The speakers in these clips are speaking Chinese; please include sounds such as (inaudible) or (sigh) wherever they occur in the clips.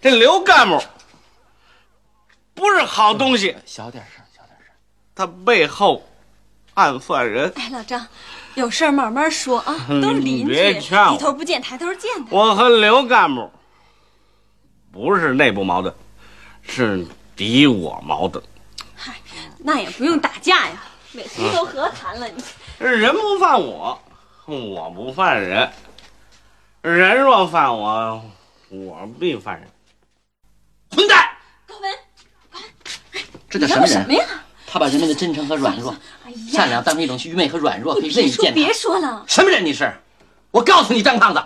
这刘干部不是好东西，小点声，小点声。他背后暗算人。哎，老张，有事儿慢慢说 (laughs) 啊，都是嗯你邻居，别劝我低头不见抬头见的。我和刘干部不是内部矛盾，是敌我矛盾。嗨，那也不用打架呀，每嗯次都和谈了，你人不犯我，我不犯人。人若犯我，我必犯人。混蛋！高文，这你叫什嚷么什人么？呀？他把人类的真诚和软 (laughs) 弱、哎呀，善良当成一种愚昧和软弱，可以任别意说践踏别。说了，什么人你是？我告诉你，张胖子，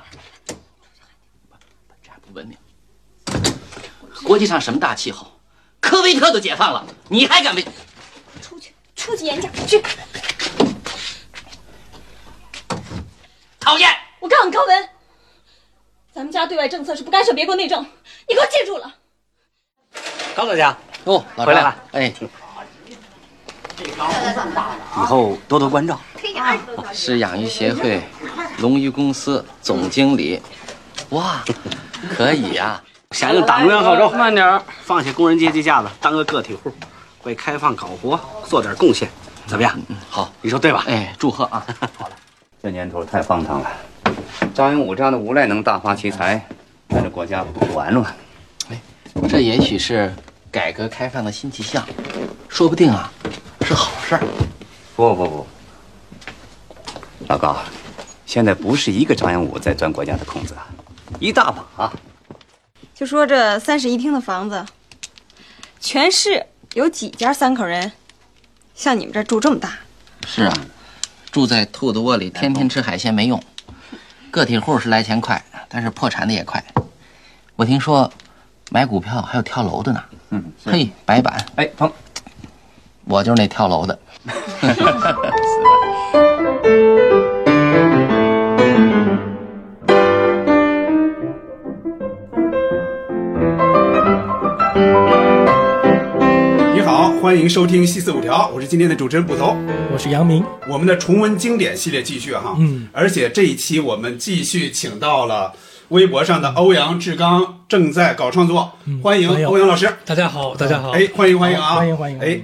这还不文明。国际上什么大气候？科威特都解放了，你还敢为？出去，出去演讲去！讨厌！我告诉你，高文，咱们家对外政策是不干涉别国内政，你给我记住了。高大家，哦，老张回来了。哎，以后多多关 (laughs) 照。是养鱼协会龙鱼公司总经理。哇，可以啊！响应党中央号召，慢点，放下工人阶级架子，当个个体户，为开放搞活做点贡献，怎么嗯样？好，你说对吧？哎，祝贺啊！这年头太荒唐了，张元武这样的无赖能大发其财，咱这国家不完了。这也许是改革开放的新气象，说不定啊是好事儿。不不不，老高，现在不是一个张元武在钻国家的空子，啊，一大把、啊就说这三室一厅的房子，全市有几家三口人，像你们这儿住这么大？是啊，住在兔子窝里，天天吃海鲜没用。个体户是来钱快，但是破产的也快。我听说买股票还有跳楼的呢。嗯，嘿，白板，哎，鹏，我就是那跳楼的。你好，欢迎收听《细四五条》，我是今天的主持人捕头。我是杨明，我们的重温经典系列继续哈，嗯，而且这一期我们继续请到了微博上的欧阳志刚，正在搞创作，欢迎欢迎欧阳老师。大家好，大家好，哎，欢迎欢迎啊，好欢迎欢迎，哎，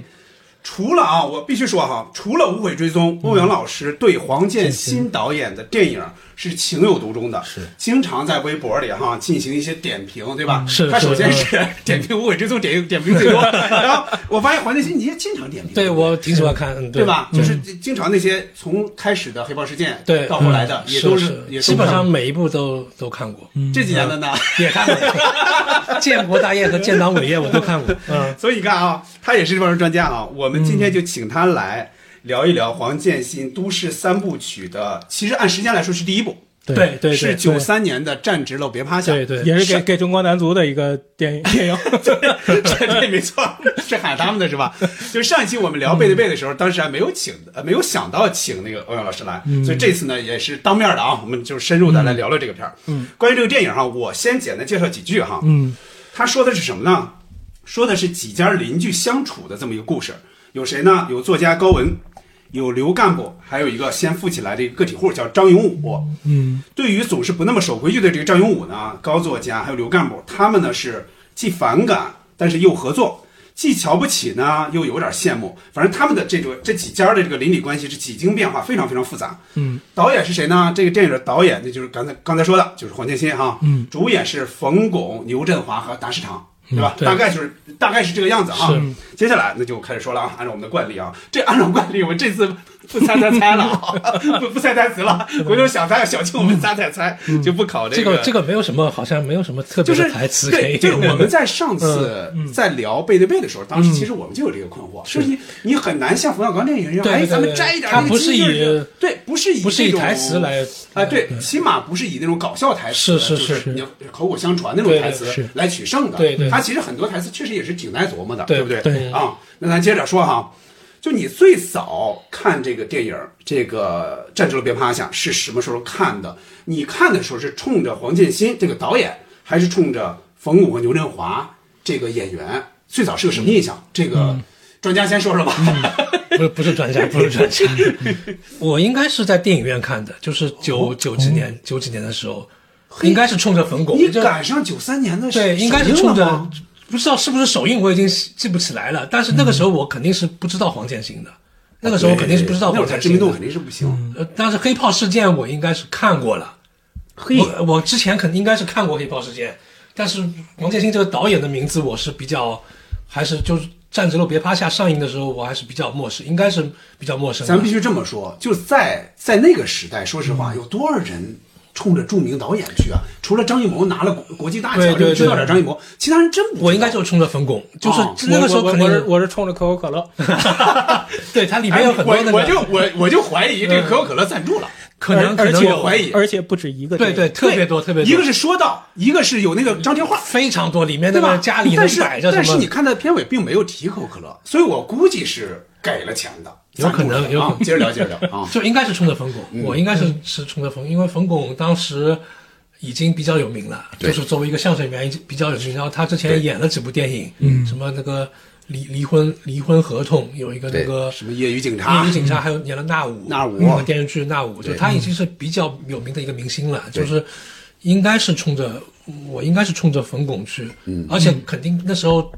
除了啊，我必须说哈，除了《无悔追嗯踪》，欧阳老师对黄建新导演的电影是情有独钟的，是经常在微博里哈进行一些点评，对吧？是他首是先嗯是 (laughs) 点评《无悔追踪》，点点评最 (laughs) 多，然后我发现黄建新你也经常点评，对不我挺喜欢看，嗯对吧？嗯就是经常那些从开始的黑豹事件，对到后来的嗯也都是也都基本上看每一部都都看过，(laughs) 嗯这几年的呢。也看过， (laughs) 建国大业和建党伟业我都看过，(laughs) 嗯，所以你看啊，他也是这方面专家啊。我们今天就请他来聊一聊黄建新《都市三部曲》的，其实按时间来说是第一部，对对对，是对九，三年的《站直了别趴下》，对对，也是是给给中国男足的一个电影电影。 (laughs) 这这没错，是喊他们的是吧？就是上一期我们聊背对背的时候，当时还没有请，呃，没有想到请那个欧阳老师来，所以这次呢也是当面的啊，我们就深入的来聊聊这个片儿。嗯嗯，关于这个电影哈，我先简单介绍几句哈。嗯，他说的是什么呢？说的是几家邻居相处的这么一个故事。有谁呢？有作家高文，有刘干部，还有一个先富起来的一个个体户叫张永武。嗯，对于总是不那么守规矩的这个张永武呢，高作家还有刘干部，他们呢是既反感，但是又合作，既瞧不起呢，又有点羡慕。反正他们的这个这几家的这个邻里关系是几经变化，非常非常复杂。嗯，导演是谁呢？这个电影的导演，那就是刚才刚才说的，就是黄建新哈。嗯，主演是冯巩、牛振华和达士长，对吧？嗯对大概就是大概是这个样子哈。是接下来那就开始说了啊，按照我们的惯例啊，这按照惯例我们这次不猜猜猜了啊， (laughs) 不不猜台词了， (laughs) 回头想猜小心我们仨再猜，就不考 (laughs) 嗯这个个这个没有什么，好像没有什么特就别是的台词可对，以，就是我们在上次嗯嗯在聊背对背的时候，当时嗯其实我们就有这个困惑，就是你你很难像冯小刚电影一样，对对哎，对咱们对摘一点它那个不是劲儿以对，不是以不是这以种台词来嗯啊，对，起码不是以那种搞笑台词，是是就是你口口相传那种对对台词是来取胜的。对对他其实很多台词确实也是挺耐琢磨的，对不对？对啊，那咱接着说哈，就你最早看这个电影儿，这个《站住了别趴下》是什么时候看的？你看的时候是冲着黄建新这个导演，还是冲着冯巩和牛振华这个演员？最早是个什么印象？这嗯个专家先说说吧。 (laughs) 不是不是专家，不是专家，我应该是在电影院看的，就是九九几年九几年的时候，嘿应该是冲着冯巩，你就赶上九三年的对，首应该是冲映了着吗不知道是不是首映，我已经记不起来了。但是那个时候我肯定是不知道黄建新的，啊那个时候我肯定是不知道那会儿黄他建知新名度的肯。定是不行。呃但是黑炮事件我应该是看过了，嘿，我我之前肯定应该是看过黑炮事件，但是黄建新这个导演的名字我是比较，还是就是《站直了别趴下》上映的时候我还是比较漠视，应该是比较陌生的。咱必须这么说，就在在那个时代，说实嗯话，有多少人冲着著名导演去啊？除了张艺谋拿了国国际大对奖，对人知道对点张艺谋，其他人真不知道。我应该就是冲着冯巩，哦就是那我个时候啊我肯我定是我是冲着可口可乐，对它里面哎有很多那个，嗯我我就我我就怀疑这个可口可乐赞助了， (laughs) 可能可而能且有怀疑而且不止一个电对对影。特别多对特别多，一个是说道，一个是有那个张贴画。非常多，里面那对吧？个家里但能是摆着什么？但是你看的片尾并没有提可口可乐，所以我估计是给了钱的，有可赞能助的有可啊能。接着聊，接着聊啊。 (laughs) 嗯就应该是冲着冯巩，我应该是是冲着冯，因为冯巩当时已经比较有名了，对就是作为一个相声演员已经比较有名，然后他之前演了几部电影，嗯，什么那个离离婚离婚合同有一个那个什么业余警察业余？警察，还有演了《那舞》那舞那个电视剧《那舞》，就他已经是比较有名的一个明星了，就是应该是冲着我应该是冲着冯巩去，嗯而且肯定那时候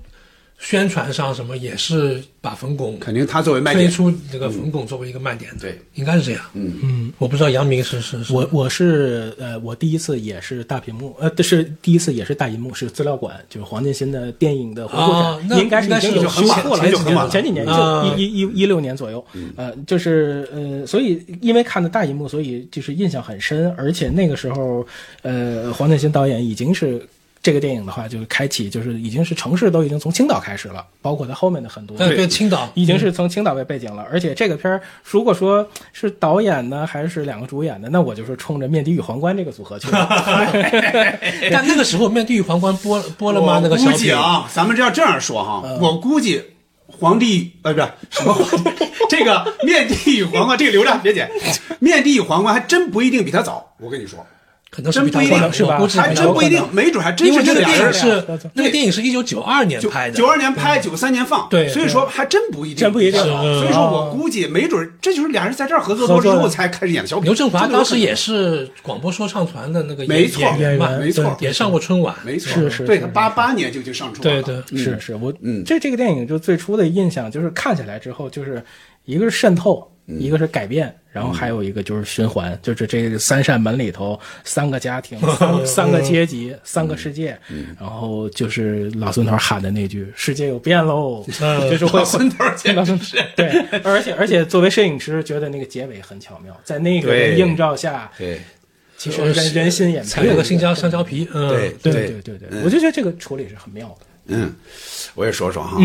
宣传上什么也是把冯巩肯定他作为卖推点，出这个冯巩作为一个卖点，对，应该是这样。嗯嗯，我不知道杨明是是是我我是呃，我第一次也是大屏幕，呃，是第一次也是大银幕，是资料馆，就是黄建新的电影的回顾展，啊那应该是已经应该是有很过晚了，前几年前几年啊嗯就一一一一六年左右，呃，就是呃，所以因为看的大银幕，所以就是印象很深，而且那个时候，呃，黄建新导演已经是。这个电影的话，就是开启，就是已经是城市都已经从青岛开始了，包括它后面的很多对对青岛已经是从青岛为背景了，而且这个片儿如果说是导演呢，还是两个主演的，那我就是冲着面的与皇冠这个组合去的。 (laughs) (laughs) 但那个时候面对皇冠播播了吗？那个小我估计品嗯啊，咱们这要这样说哈，我估计皇帝呃不是什么皇帝， (laughs) 这个面的与皇冠，这个流量别剪，面的与皇冠还真不一定比他早，我跟你说， (laughs) 可能是真比他不一定晚是吧我估计还比他真不一定晚，没准还真因是为这那个俩电人影儿是对那个电影是一九九二年九拍的，九二年拍，九三年放，对所以说还真不一定，真不一定是嗯所以说我估计没准这就是俩人在这儿合作多合之作后才开始演小品。刘振华真的有当可时能也是广播说唱团的那个演没错演员嘛，演员没错也上过春晚，没错，是是对是他八八年就已经上春晚对了，对，是是，我嗯这这个电影就最初的印象就是看起来之后，就是一个是渗透，一个是改变，然后还有一个就是循环，就是这三扇门里头三个家庭、三三个阶级、三个世界，然后就是老孙头喊的那句“世界有变喽”，就是会老孙头儿简直是对，而且而且作为摄影师，觉得那个结尾很巧妙，在那个对映照下，对其实人人心也踩了个新疆。疆香蕉皮，嗯，对对对对对，我就觉得这个处理是很妙的。嗯，我也说说哈，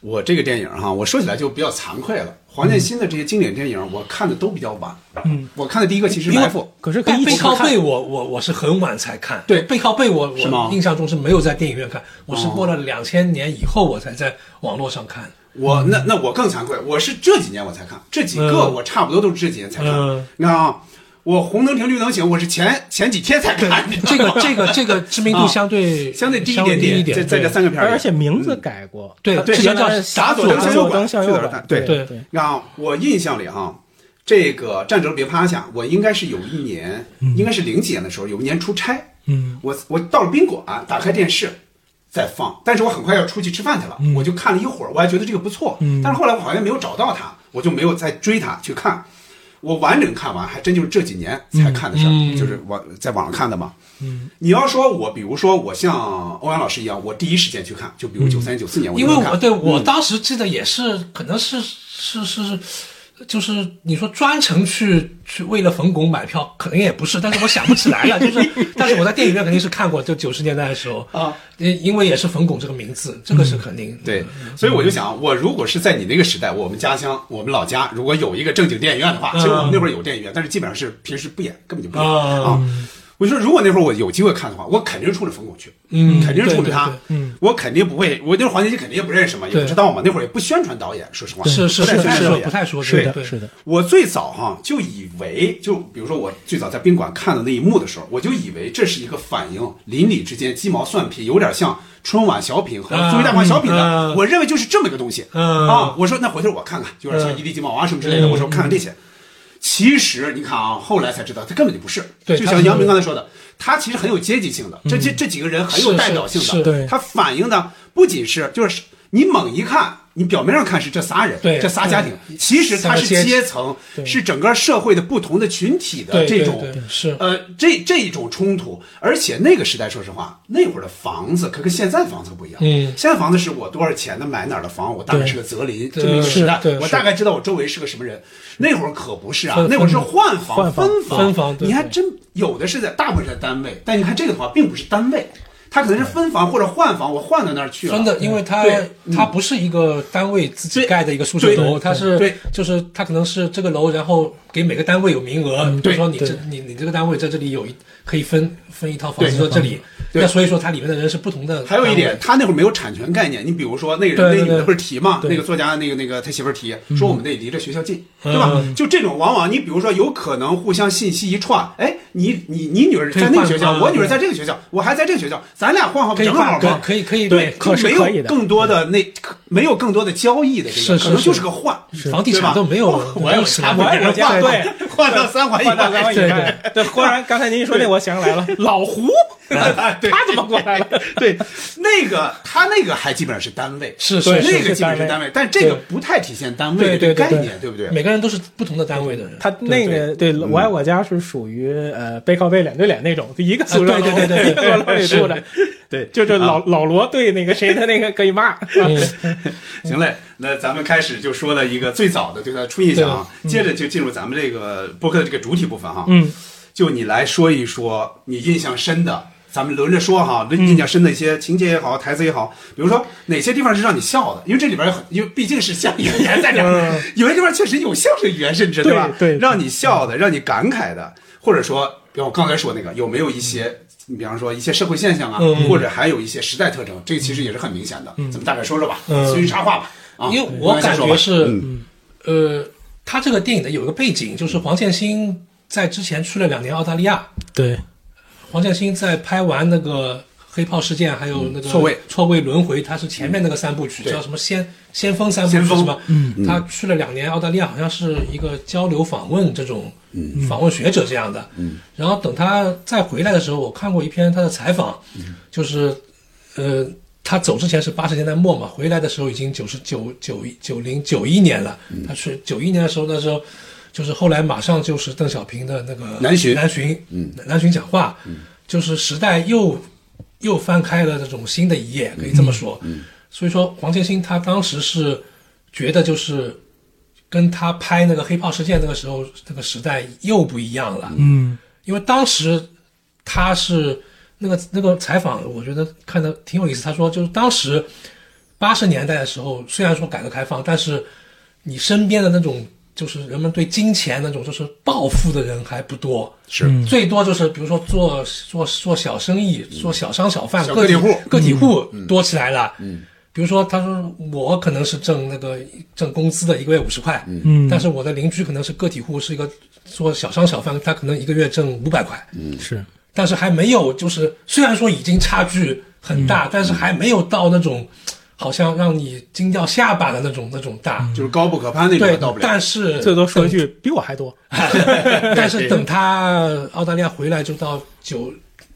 我这个电影哈，我说起来就比较惭愧了。黄建新的这些经典电影，我看的都比较晚。嗯，我看的第一个其实是《埋伏》，可是可以背一背起靠看背我，我我是很晚才看。对背靠背我，是吗哦我印象中是没有在电影院看，我是过了两千年以后我才在网络上看。我那那我更惭愧，我是这几年我才看，这几个嗯我差不多都是这几年才看。嗯你看啊，我《红灯停绿灯行》，我是前前几天才看，这个这个这个知名啊度相对相对低一相点低点，在在这三个片儿里，而且名字改过，对它对之前原叫来是傻打左左灯向右灯拐向最右早是拐打，对对对啊，我印象里哈，这个站着别趴下，我应该是有一年，嗯应该是零几年的时候，有一年出差，嗯，我我到了宾馆，打开电视。在放，但是我很快要出去吃饭去了，嗯我就看了一会儿，我还觉得这个不错，但是后来我好像没有找到它，我就没有再追它去看。我完整看完，还真就是这几年嗯才看的事儿，就是网在网上看的嘛。嗯，你要说我，比如说我像欧阳老师一样，我第一时间去看，就比如九三九四年，我就嗯因能为看嗯我对我当时记得也是，可能是是是，就是你说专程去去为了冯巩买票，可能也不是，但是我想不起来了，就是，但是我在电影院肯定是看过，就九十年代的时候啊，嗯因因为也是冯巩这个名字，这个是肯定嗯对，所以我就想，我如果是在你那个时代，我们家乡，我们老家，如果有一个正经电影院的话，其实我们那会儿有电影院，但是基本上是平时不演，根本就不演嗯啊。我就说，如果那会儿我有机会看的话，我肯定是冲着冯巩去，嗯肯定是冲着他对对，嗯，我肯定不会，我那会儿黄建新肯定也不认识嘛，也不对知道嘛，那会儿也不宣传导演，说实话，是是不太宣是传是导演不太说是对的，是的，我最早哈、就以为，就比如说我最早在宾馆看的那一幕的时候，我就以为这是一个反映邻里之间鸡毛蒜皮，有点像春晚小品和啊综艺大观小品的，嗯啊我认为就是这么个东西、嗯啊。我说那回头我看看，有点像一地鸡毛啊什么之类的，嗯我说看看这些。其实你看啊，后来才知道他根本就不是。对就他像是嗯杨明刚才说的，他其实很有阶级性的，这这这几个人很有是代是表性是的。对他反映的不仅是就是你猛一看，你表面上看是这仨人，对这仨家庭，对其实他是三个阶级阶层，是整个社会的不同的群体的对这对种对是呃这这一种冲突。而且那个时代，说实话，那会儿的房子可跟现在房子不一样。嗯现在房子是我多少钱的买哪儿的房，我大概对是个泽林这对么一个时代是对，我是大概知道我周围是个什么人。那会儿可不是啊分，那会儿是分换房、换房分房、分房对你还对真有的是在大部分是在单位，但你看这个的话，并不是单位，它可能是分房或者换房，我换到那儿去了。真的，因为它对嗯它不是一个单位自己对盖的一个宿舍对楼，对它是对就是它可能是这个楼，然后给每个单位有名额，比嗯对如说你对这你你这个单位在这里有一可以分分一套房对嗯子，说这里，对那所以说它里面的人是不同的。还有一点，，他那会儿没有产权概念。你比如说，那个对人对那女的对不是提嘛，对那个作家那个那个他媳妇儿提说我们得离着学校近，嗯对吧嗯？就这种往往你比如说有可能互相信息一串，哎，你你你女儿可以在那个换学校，啊我女儿对在这个学校，我还在这个学校，咱俩换换不可以正好换，可以吗？可以可以对，可是没可以有的更多的那可没有更多的交易的这是个，是可能就是是个换，房地对吧产都没有，我要其啥他我要国家换对到换到三环以换到咱外们以外，对，忽然刚才您一说那，我想起来了，(laughs) 老胡，哎对他怎么过来了？ (laughs) 对，那个他那个还基本上是单位，是对是那是，个基本上是单位，但这个不太体现单位的这对个对对概对念，对不对？每个人都是不同的单位的人。 (laughs) 他那个对我爱我家是属于呃背靠背脸对脸那种，就一个宿舍啊楼，对对对对一个宿舍楼里住着，对，就是老老罗对那个谁的那个可以骂，行嗯嘞，那咱们开始就说了一个最早的对他的初印象啊，接着就进入咱们这个播客的这个主体部分哈。嗯，就你来说一说你印象深的，咱们轮着说哈，嗯轮印象深的一些情节也好，台词也好，比如说哪些地方是让你笑的，因为这里边有很，因为毕竟是像语言在这儿， (laughs) 有些地方确实有相声语言，甚至对吧？嗯对让你笑的，让你感慨的，或者说，比方我刚才说那个，有没有一些？你比方说一些社会现象啊，嗯或者还有一些时代特征，这个其实也是很明显的。咱们大概说说吧，随意插话吧。啊，嗯因为我感觉是嗯，呃，他这个电影的有一个背景，就是黄建新在之前去了两年澳大利亚，对，黄建新在拍完那个《黑炮事件》还有那个错位错位轮回，他是前面那个三部曲对叫什么先先锋三部曲先锋是吧？嗯，他去了两年澳大利亚，好像是一个交流访问这种嗯访问学者这样的。嗯，然后等他再回来的时候，我看过一篇他的采访，嗯就是呃。他走之前是八十年代末嘛，回来的时候已经九十九九九零九一年了。嗯他去九一年的时候，那时候就是后来马上就是邓小平的那个南巡嗯南巡，嗯，南巡讲话，就是时代又又翻开了这种新的一页，可以这么说。嗯所以说，黄建新他当时是觉得就是跟他拍那个《黑炮事件》那个时候那个时代又不一样了。 (laughs) 嗯，因为当时他是那个那个采访，我觉得看的挺有意思。他说，就是当时八十年代的时候，虽然说改革开放，但是你身边的那种就是人们对金钱那种就是暴富的人还不多，是最多就是比如说做做做小生意、做小商小贩、嗯小个个体户个体户多起来了。嗯，比如说他说我可能是挣那个挣工资的一个月五十块，嗯，但是我的邻居可能是个体户，是一个做小商小贩，他可能一个月挣五百块，是但是还没有，就是虽然说已经差距很大，但是还没有到那种好像让你惊掉下巴的那种那种大。就是高不可攀那对种，到不，了。但嗯是最多说一句比我还多， (laughs) (laughs) 但是等他澳大利亚回来，就到九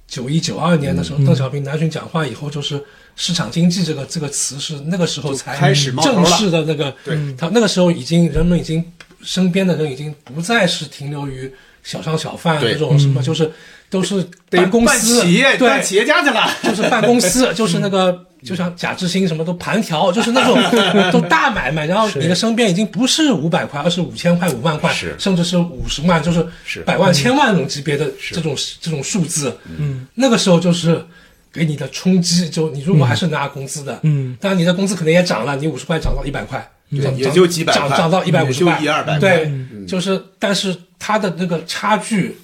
九一九二年的时候，邓小平南巡讲话以后，就是市场经济这个这个词是那个时候才开始冒头正了式的那个，对嗯嗯他那个时候已经人们已经身边的人已经不再是停留于小商小贩对这种什么，就是都是办嗯公办司企业，对办企业家去了。就是办公司，就是那个，就像贾志新什么都盘条，就是那种都大买卖。然后你的身边已经不是五百块，而是五千块、五万块，是甚至是五十万，就是是百万、千万这种级别的这种这种数字。嗯，那个时候就是给你的冲击，就你如果还是拿工资的，嗯，当然你的工资可能也涨了，你五十块涨到一百嗯块。涨也就几百涨块涨到一百五也十就块，一二百块对，就是，但是它的那个差距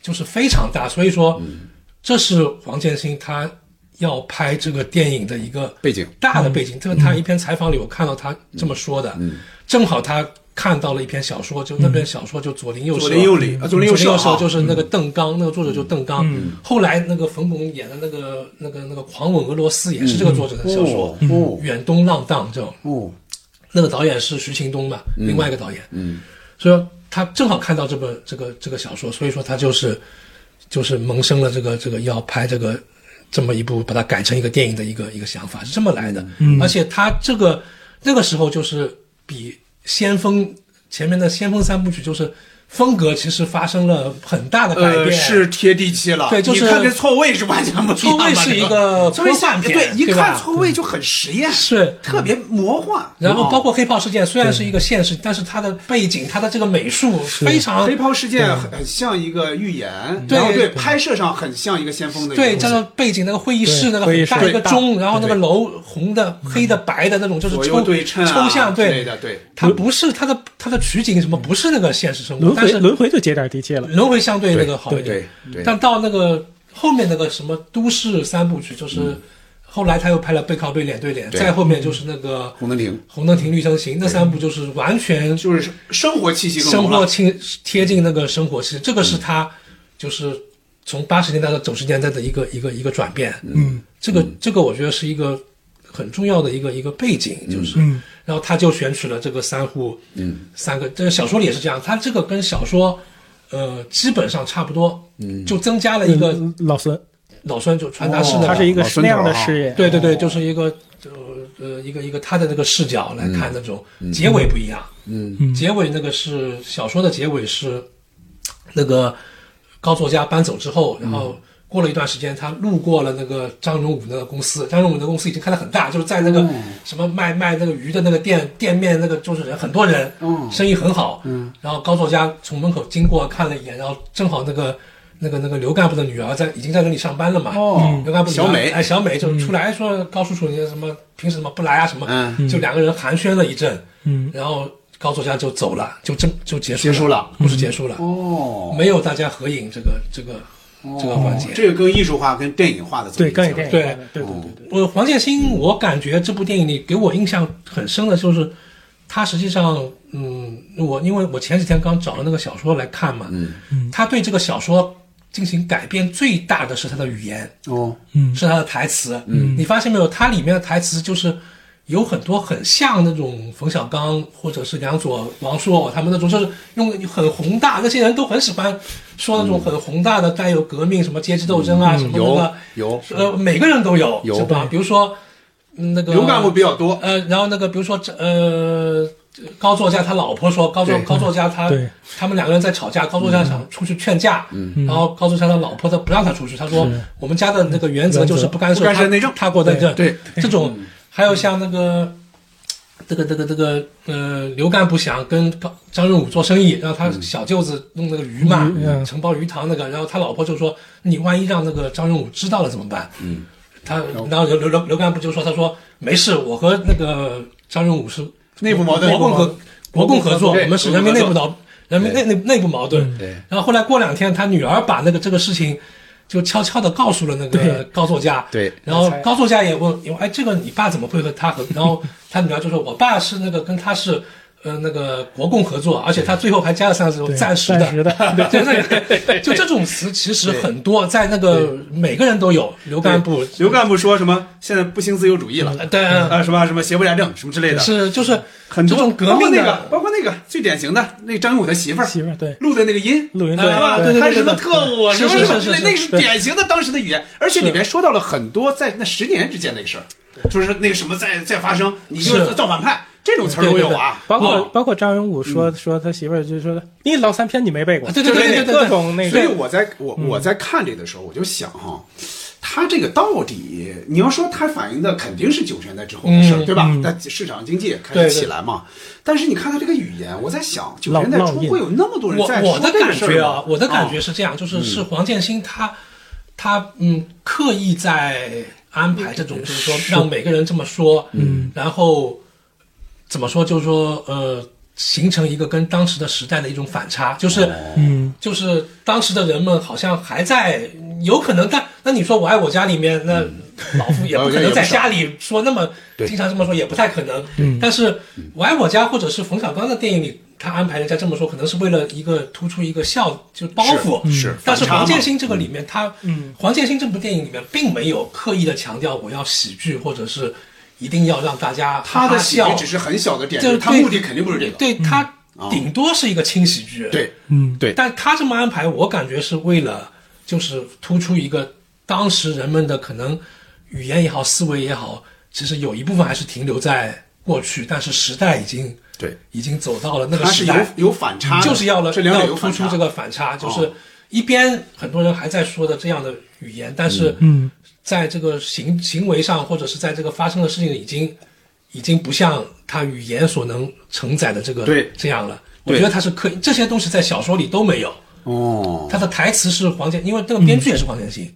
就是非常大，所以说，嗯这是黄建新他要拍这个电影的一个背景嗯大的背景。这个他一篇采访里我看到他这么说的，正好他看到了一篇小说，就那篇小说就左邻右左舍，邻右里啊左邻右舍啊就是那个邓刚，那个作者就邓刚。后来那个冯巩演的那个那个那个《狂吻俄罗斯》也是这个作者的小说，嗯嗯哦远东浪荡》这种。哦，那个导演是徐勤东嘛，另外一个导演，嗯，所以他正好看到这本这个这个小说，所以说他就是就是萌生了这个这个要拍这个这么一部把它改成一个电影的一个一个想法是这么来的。嗯而且他这个那个时候就是比先锋前面的先锋三部曲就是风格其实发生了很大的改变，呃，是贴地气了。对就是你看这错位是完全不一样吧。错位是一这个错位科是幻片对，一对看吧错位就很实验，是特别魔幻。啊然后包括黑炮事件，虽然是一个现实，但是它的背景、它的这个美术非常黑袍事件很很像一个预言，啊对然后对对拍摄上很像一个先锋的一个对，东西加上背景那个会议室对那个会议很室大一个大嗯钟，然后那个楼红的、黑的、白的那种，就是左右抽对称啊抽象，之类对的，对。它不是它的它的取景什么，不是那个现实生活嗯轮，嗯但回是轮回就接点地气了。轮回相对那个好一对点对对，但到那个后面那个什么都市三部曲，就是嗯后来他又拍了背靠背、脸对脸，对再后面就是那嗯个红灯停红灯停、绿灯行，那三部就是完全就是生活气息更生浓活了。亲贴近那个生活，其实这个嗯是他就是从八十年代到九十年代的一个一个一个转变。嗯，这个这个我觉得是一个很重要的一个一个背景，就是，然后他就选取了这个三户，嗯，三个这个小说里也是这样，他这个跟小说。呃，基本上差不多，嗯，就增加了一个嗯老孙，老酸就传达式的，哦他是一个老孙那样的头啊事业，对对对，就是一个呃呃一个一个他的那个视角来看那种、结尾不一样，嗯，结尾那个是小说的结尾是那个高作家搬走之后，然后过了一段时间，他路过了那个张荣武那个公司，张荣武那个公司已经开得很大，就是在那个什么卖卖那个鱼的那个店店面那个就是人很多人，生意很好，嗯，然后高作家从门口经过看了一眼，然后正好那个。那个那个刘干部的女儿在已经在那里上班了嘛？哦，刘干部的女儿嗯小美哎，小美就出来说高叔叔你什么平时怎么不来啊什么，嗯就两个人寒暄了一阵，嗯，然后高作家就走了，就这就结束结束了，故事结束了，哦，没有大家合影这个这个这个环节。这个更艺术化、跟电影化的对，更有电影对化的对对对对，我呃黄建新，我感觉这部电影里给我印象很深的就是，他实际上，嗯，我因为我前几天刚找了那个小说来看嘛，嗯，他对这个小说进行改变最大的是他的语言，哦，是他的台词。嗯，你发现没有？它里面的台词就是有很多很像那种冯小刚或者是梁左、王朔哦他们那种，就是用很宏大，那些人都很喜欢说那种很宏大的，带有革命什么阶级斗争啊、什么那个嗯哦有有呃，每个人都有，有是吧？比如说嗯那个刘干部比较多，呃，然后那个比如说这呃，高作家他老婆说，高作对嗯高作家他对他们两个人在吵架，高作家想出去劝架，然后高作家的老婆他不让他出去，他说我们家的那个原则就是不干涉不干涉他内政他国内政，对这种还有像那个。这个这个这个呃，刘干部想跟高张润武做生意，让他小舅子弄那个鱼嘛，嗯承包鱼塘那个，然后他老婆就说：“你万一让那个张润武知道了怎么办？”嗯，他然后刘刘刘刘干部就说：“他说没事，我和那个张润武是内部矛盾国共合国共合作，对我们是国人共合民作内部矛人民内内内部矛盾。”对然后后来过两天，他女儿把那个这个事情就悄悄的告诉了那个高作家，对然后高作家也问，因为哎，这个你爸怎么会和他和？然后他女儿就说，我爸是那个跟他是。呃，那个国共合作，而且他最后还加了三个字对暂时的，暂时的 (laughs) 对对对，就这种词其实很多，在那个每个人都有，刘干部，刘干部说什么？现在不兴自由主义了，嗯对啊，什么什么邪不压正什么之类的，是就是很这多种革包命括那个，的，包括那个最典型的那张勇的媳妇儿媳妇儿对录的那个音，录音是吧？对对对他什么特务啊，什是么什么之是是类，是那个是典型的当时的语言，而且里面说到了很多在那十年之间的事儿，就是那个什么在在发生，你就是是造反派这种词儿都有啊，包括啊包括张永武说说他媳妇儿就说你老三篇你没背过，对对对对对各对，种那个，所以我在我嗯我在看这个的时候，我就想哈，他这个到底你要说他反映的肯定是九十年代之后的事儿，嗯对吧？那市场经济也开对始对起来嘛。但是你看他这个语言，我在想九十烙年代初烙印会有那么多人我在我说的这个感事觉儿啊吗，哦我的感觉是这样，就是是黄建新他他嗯刻意在安排这种，就是说让每个人这么说，嗯，然后怎么说，就是说呃。形成一个跟当时的时代的一种反差，就是，哦嗯，就是当时的人们好像还在，有可能，但那你说我爱我家里面，那嗯老夫 (laughs) 也不可能在家里说那么经常这么说，也不太可能。嗯但是我爱我家或者是冯小刚的电影里，他安排人家这么说，可能是为了一个突出一个笑，就包袱。是是但是反差嘛黄建新这个里面，他，嗯黄建新这部电影里面并没有刻意的强调我要喜剧，或者是一定要让大家哈他哈的喜剧笑。只是很小的点就缀，是他对目的肯定不是这个。嗯对他顶多是一个轻喜剧。对，嗯，对，但他这么安排，我感觉是为了就是突出一个当时人们的可能语言也好，思维也好，其实有一部分还是停留在过去，但是时代已经对，已经走到了那个它是时有代，嗯有反差的，就是要了这两要点有突反出差哦这个反差，就是一边很多人还在说的这样的语言，但是嗯在这个行行为上，或者是在这个发生的事情已经已经不像他语言所能承载的这个对这样了。我对觉得他是刻意，这些东西在小说里都没有。哦，嗯他的台词是黄建，因为这个编剧也是黄建新，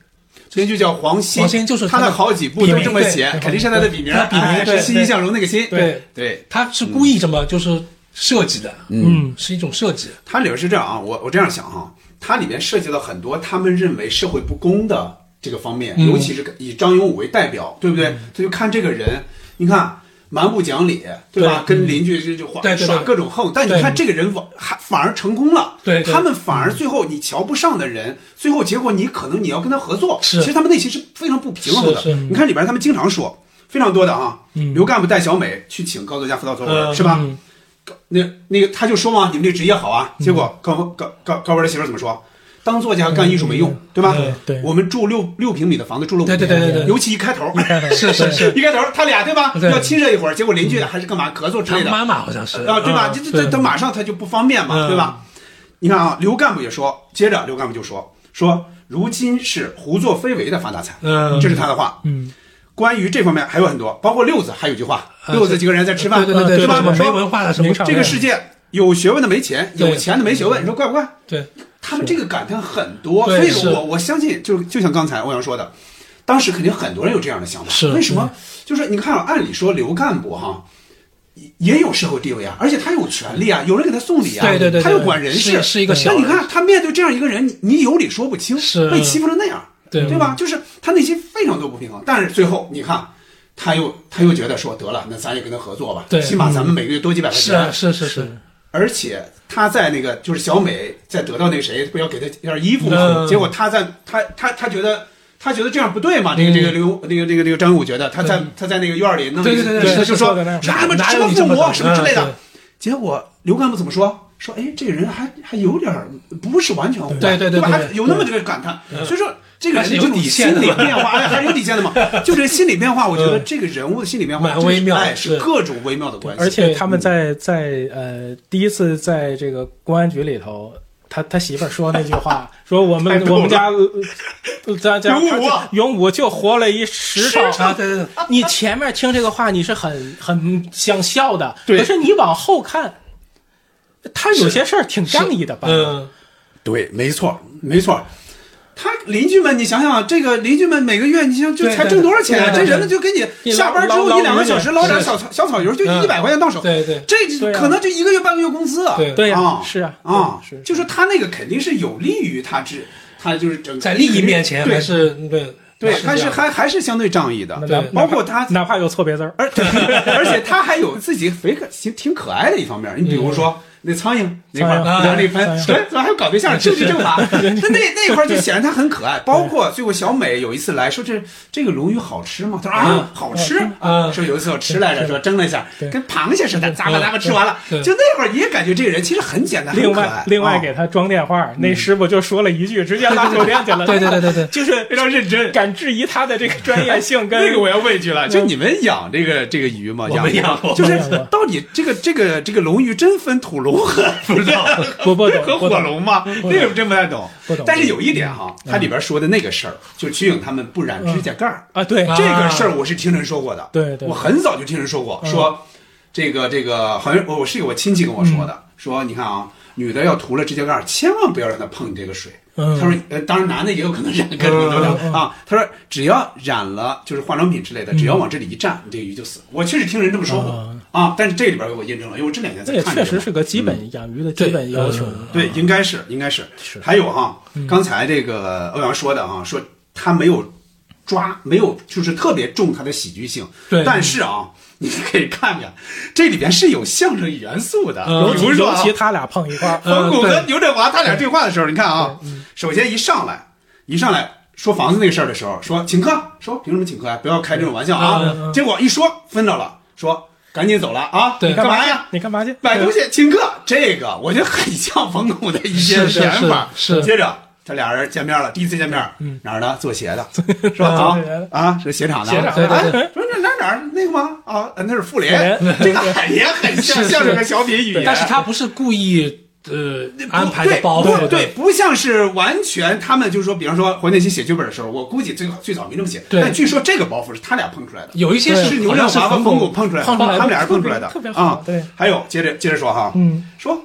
编剧叫黄鑫，黄鑫就是他他的的好几部都这么笔名写对，肯定是他的笔名，他笔名哎对是欣欣向荣那个欣，对对。他是故意这么就是设计的，嗯是一种设计。它里边是这样啊，我我这样想哈、它里边涉及了很多他们认为社会不公的这个方嗯面，尤其是以张勇武为代表，对不对？他就看这个人，你看蛮不讲理，对吧？对跟邻居就就耍对对对耍各种横，但你对看这个人反还反而成功了，对对他们反而最后你瞧不上的人，最后结果你可能你要跟他合作，是其实他们内心是非常不平衡的。是是嗯你看里边他们经常说非常多的啊，嗯刘干部带小美去请高作家辅导作文，嗯呃是吧？嗯那那个他就说嘛，你们这职业好啊。嗯结果高高高高文的媳妇儿怎么说？当作家干艺术没用，对吧？对对我们住六六平米的房子住了五嗯对年，对对对对尤其一开头，嗯 (laughs) 是是是，一开头他俩对吧？对嗯要亲热一会儿，结果邻居还是干嘛咳嗽之他类的啊，妈妈好像是对吧？这这这他马上他就不方便嘛，嗯对吧？你看啊，刘干部也说，接着刘干部就说说，如今是胡作非为的发大财，嗯这是他的话。嗯，关于这方面还有很多，包括六子还有句话，嗯六子几个人在吃饭，对对对吧？什么没说文化的什么名场这面个世界有学问的没钱，对有钱的没学问，你说怪不怪？对他们这个感叹很多，所对以是我我相信，就就像刚才欧阳说的，当时肯定很多人有这样的想法。是为什么？就是你看啊，按理说刘干部哈。也也有社会地位啊，而且他有权利啊，有人给他送礼啊，对对对对他又管人事，是是一个小那人你看他面对这样一个人，你你有理说不清，是被欺负成那样，对对吧？就是他内心非常多不平衡，但是最后你看，他又他又觉得说得了，那咱也跟他合作吧，对起码咱们每个月多几百块是钱，啊是是是，而且他在那个就是小美在得到那谁不要给他一件衣服嘛，嗯结果他在他他他觉得。他觉得这样不对嘛？这个嗯这个刘那个那个那个张武觉得他在他在那个院儿里弄，对对对对他是就是说说的那样拿什么哪什有么你父这么母啊说什么之类嗯的。结果刘干部怎么说？说哎，这个人还还有点儿不是完全坏，对对对对吧？对还对嗯有那么这个感叹，所以说这个还人是有这种底线心理的嘛变化， (laughs) 哎还是有底线的嘛？就这心理变化，我觉得嗯这个人物的心理变化蛮微妙哎，是是各种微妙的关系。而且他们在嗯在呃第一次在这个公安局里头，他他媳妇儿说那句话，说我太们逗了我们家呃咱家勇武啊勇武就活了一时啊朝。对对对，你前面听这个话，你是很很想笑的，对可是你往后看，他有些事儿挺仗义的吧？嗯，对，没错，没错。他邻居们，你想想，这个邻居们每个月，你想就对才对挣多少钱啊？对对这对人呢，就给你你下班之捞后捞一两个鱼去小时捞点是小草小草油，就嗯一百块钱到手。对对这对啊可能就一个月半个月工资啊。对对呀、啊是啊，啊对是，就说他那个肯定是有利于他治，他就是整个在利益面前还对是对对，还这是样还还是相对仗义的那哪对，包括他哪怕有错别字儿，而而且他还有自己肥可挺挺可爱的一方面，你比如说。那苍蝇那块儿嗯苍啊蝇往里苍喷，蝇对，哎怎么还有搞对象？这是正法。那那那块儿就显得他很可爱。包括最后小美有一次来说这这个鲈鱼好吃吗？他说啊好吃啊。嗯说有一次我吃来着，说蒸了一下，对跟螃蟹似的，咂吧咂吧吃完了。对就那会儿也感觉这个人其实很简单，很另可爱外另外啊给他装电话，那师傅就说了一句，直接拉酒店去 (laughs) 了。对对对对对，就是非常认真。敢质疑他的这个专业性跟那个我要问一句了，就你们养这个这个鱼吗？我们养过吗，过就是养过到底这个这个这个龙鱼真分土龙和不知道 (laughs) 不不懂和不火懂龙吗？这个真不太懂不懂。嗯但是有一点哈，它里边说的那个事儿，就瞿颖他们不染指甲盖儿 (laughs) 啊，对啊这个事儿，我是听人说过的。对嗯对我很早就听人说过，说这个这个好像我我是有我亲戚跟我说嗯的，说你看啊，女的要涂了指甲盖儿，千万不要让她碰你这个水。嗯他说，呃，当然男的也有可能染各种各样的啊。他说，只要染了就是化妆品之嗯类的，只要往这里一站，你这个鱼就死了。我确实听人这么说过啊，但是这里边给我印证了，因为我这两年这在嗯也看这确个实嘛是个基本养鱼的基本要求。对，应该是，应该是。还有哈，刚才这个欧阳说的哈，说他没有抓，没有就是特别重他的喜剧性。对但是啊，你可以看看，这里边是有相声元素的，嗯尤比如其说尤啊其他俩碰一块 (laughs) 儿，冯巩和嗯刘振华他俩对话的时候，你看啊，首先一上来，一上来说房子那个事儿的时候，说请客，说凭什么请客啊？不要开这种玩笑啊！结果一说分着了，说赶紧走了啊！对你干嘛呀？你干嘛去？买东西请客，这个我觉得很像冯巩的一些是是想法。是是嗯接着这俩人见面了，第一次见面，哪儿呢？做鞋的，是 (laughs) 吧？做啊鞋的啊，是鞋厂的啊。鞋厂对对对哎说这哪儿哪儿那个吗？啊，那是妇联妇联，这个也很像，是是像是个小品语言。但是他不是故意呃不安排的包对袱，不对，不像是完全他们就是说，比方说黄建新写剧本的时候，我估计最最早没这么写，对但据说这个包袱是他俩碰出来的，有一些是是牛好振像是华和冯巩碰出来的，碰出来的他们俩人碰出来的，特别特别啊好、对还有接着接着说哈，嗯，说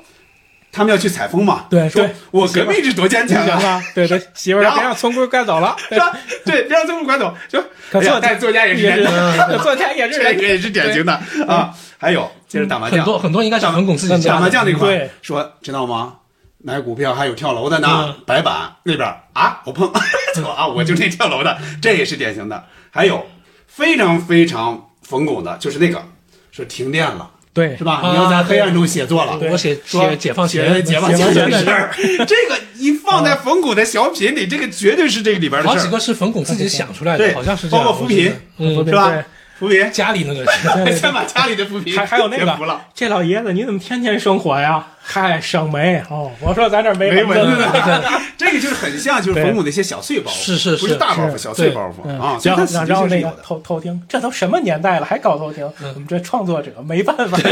他们要去采风嘛，对说对我革命是多坚行强啊。啊，对对，媳妇儿然后别让村姑干走了， (laughs) 是吧？对，让这么管走，就可哎呀作家但 (laughs) 作家也是也人的，是嗯 (laughs) 作家也是这个人，也是典型的啊。还有接着打麻将，很多很多应该是打冯巩自己打加麻的将那块对儿说，知道吗？买股票还有跳楼的呢嗯，白板那边儿啊，我碰 (laughs) 怎么啊，我就那跳楼的，这也是典型的。还有非常非常冯巩的，就是那个说停电了。对是吧？啊你要在黑暗中写作了，对我写说写解放前写解放解放前前的的事儿， (laughs) 这个一放在冯巩的小品里，这个绝对是这个里边的好事几儿。个是冯巩自己想出来对，的，好像是这包样。括扶贫，嗯，是吧对？扶贫，家里那个人先把家里的扶贫， (laughs) 还还有那先扶个了，这老爷子你怎么天天生火呀？嗨，生煤哦，我说咱这儿 (laughs) 没没蚊子蚊子。的， (laughs) 这个就是很像就是冯巩的一些小碎包袱，是是是不是大包袱，是小碎包袱嗯啊。然所后以他然死的确后那是有个的，嗯偷偷听，这都什么年代了，还搞偷听？我们这创作者没 (laughs) 办法，对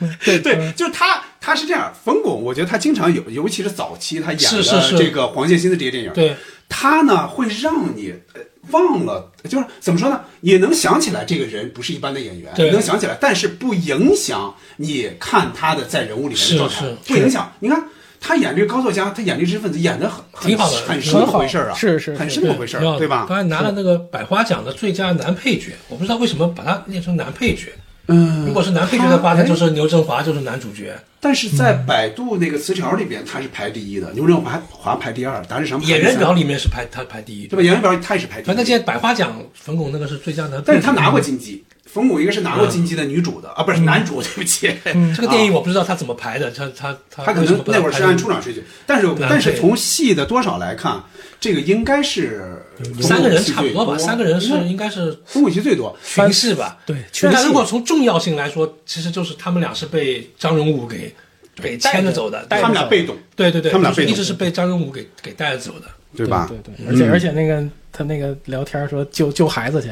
嗯对，就是他他是这样，冯巩，我觉得他经常有，尤其是早期他演是是的是这个黄建新的这些电影，对，他呢会让你呃忘了，就是怎么说呢？也能想起来这个人不是一般的演员，对能想起来，但是不影响你看他的在人物里面的是状态是，不影响。你看他演这个高作家，他演这知识分子，演的很很挺好的很挺生活好回事儿啊，是嗯是很是生活回事儿，要对吧？刚才拿了那个百花奖的最佳男配角，我不知道为什么把它念成男配角。嗯如果是男配角的话，那就是牛振华就是男主角，哎但是在百度那个词条里边，他是排第一的，牛振华华排第二，达志什么演员表里面是排他排第一。对吧？演员表他也是排第一。反正那届百花奖，冯巩那个是最佳男配角。但是他拿过金鸡，冯巩应该是拿过金鸡的女主的啊，不是男主，对不起。嗯啊这个电影，我不知道他怎么排的，他他他他可为什么能不那会儿是按出来场顺序，但是男配但是从戏的多少来看，这个应该是排三个人差不多吧，冯巩戏最三个人是应该应该是冯巩戏最多。巡视吧。对群但戏如果从重要性来说，其实就是他们俩是被张荣武给给牵着走的，带他着们俩被动，对对对，他们俩被就是动一直是被张荣武给给带着走的。对吧？嗯对对， (laughs) 而且而且那个他那个聊天说救救孩子去，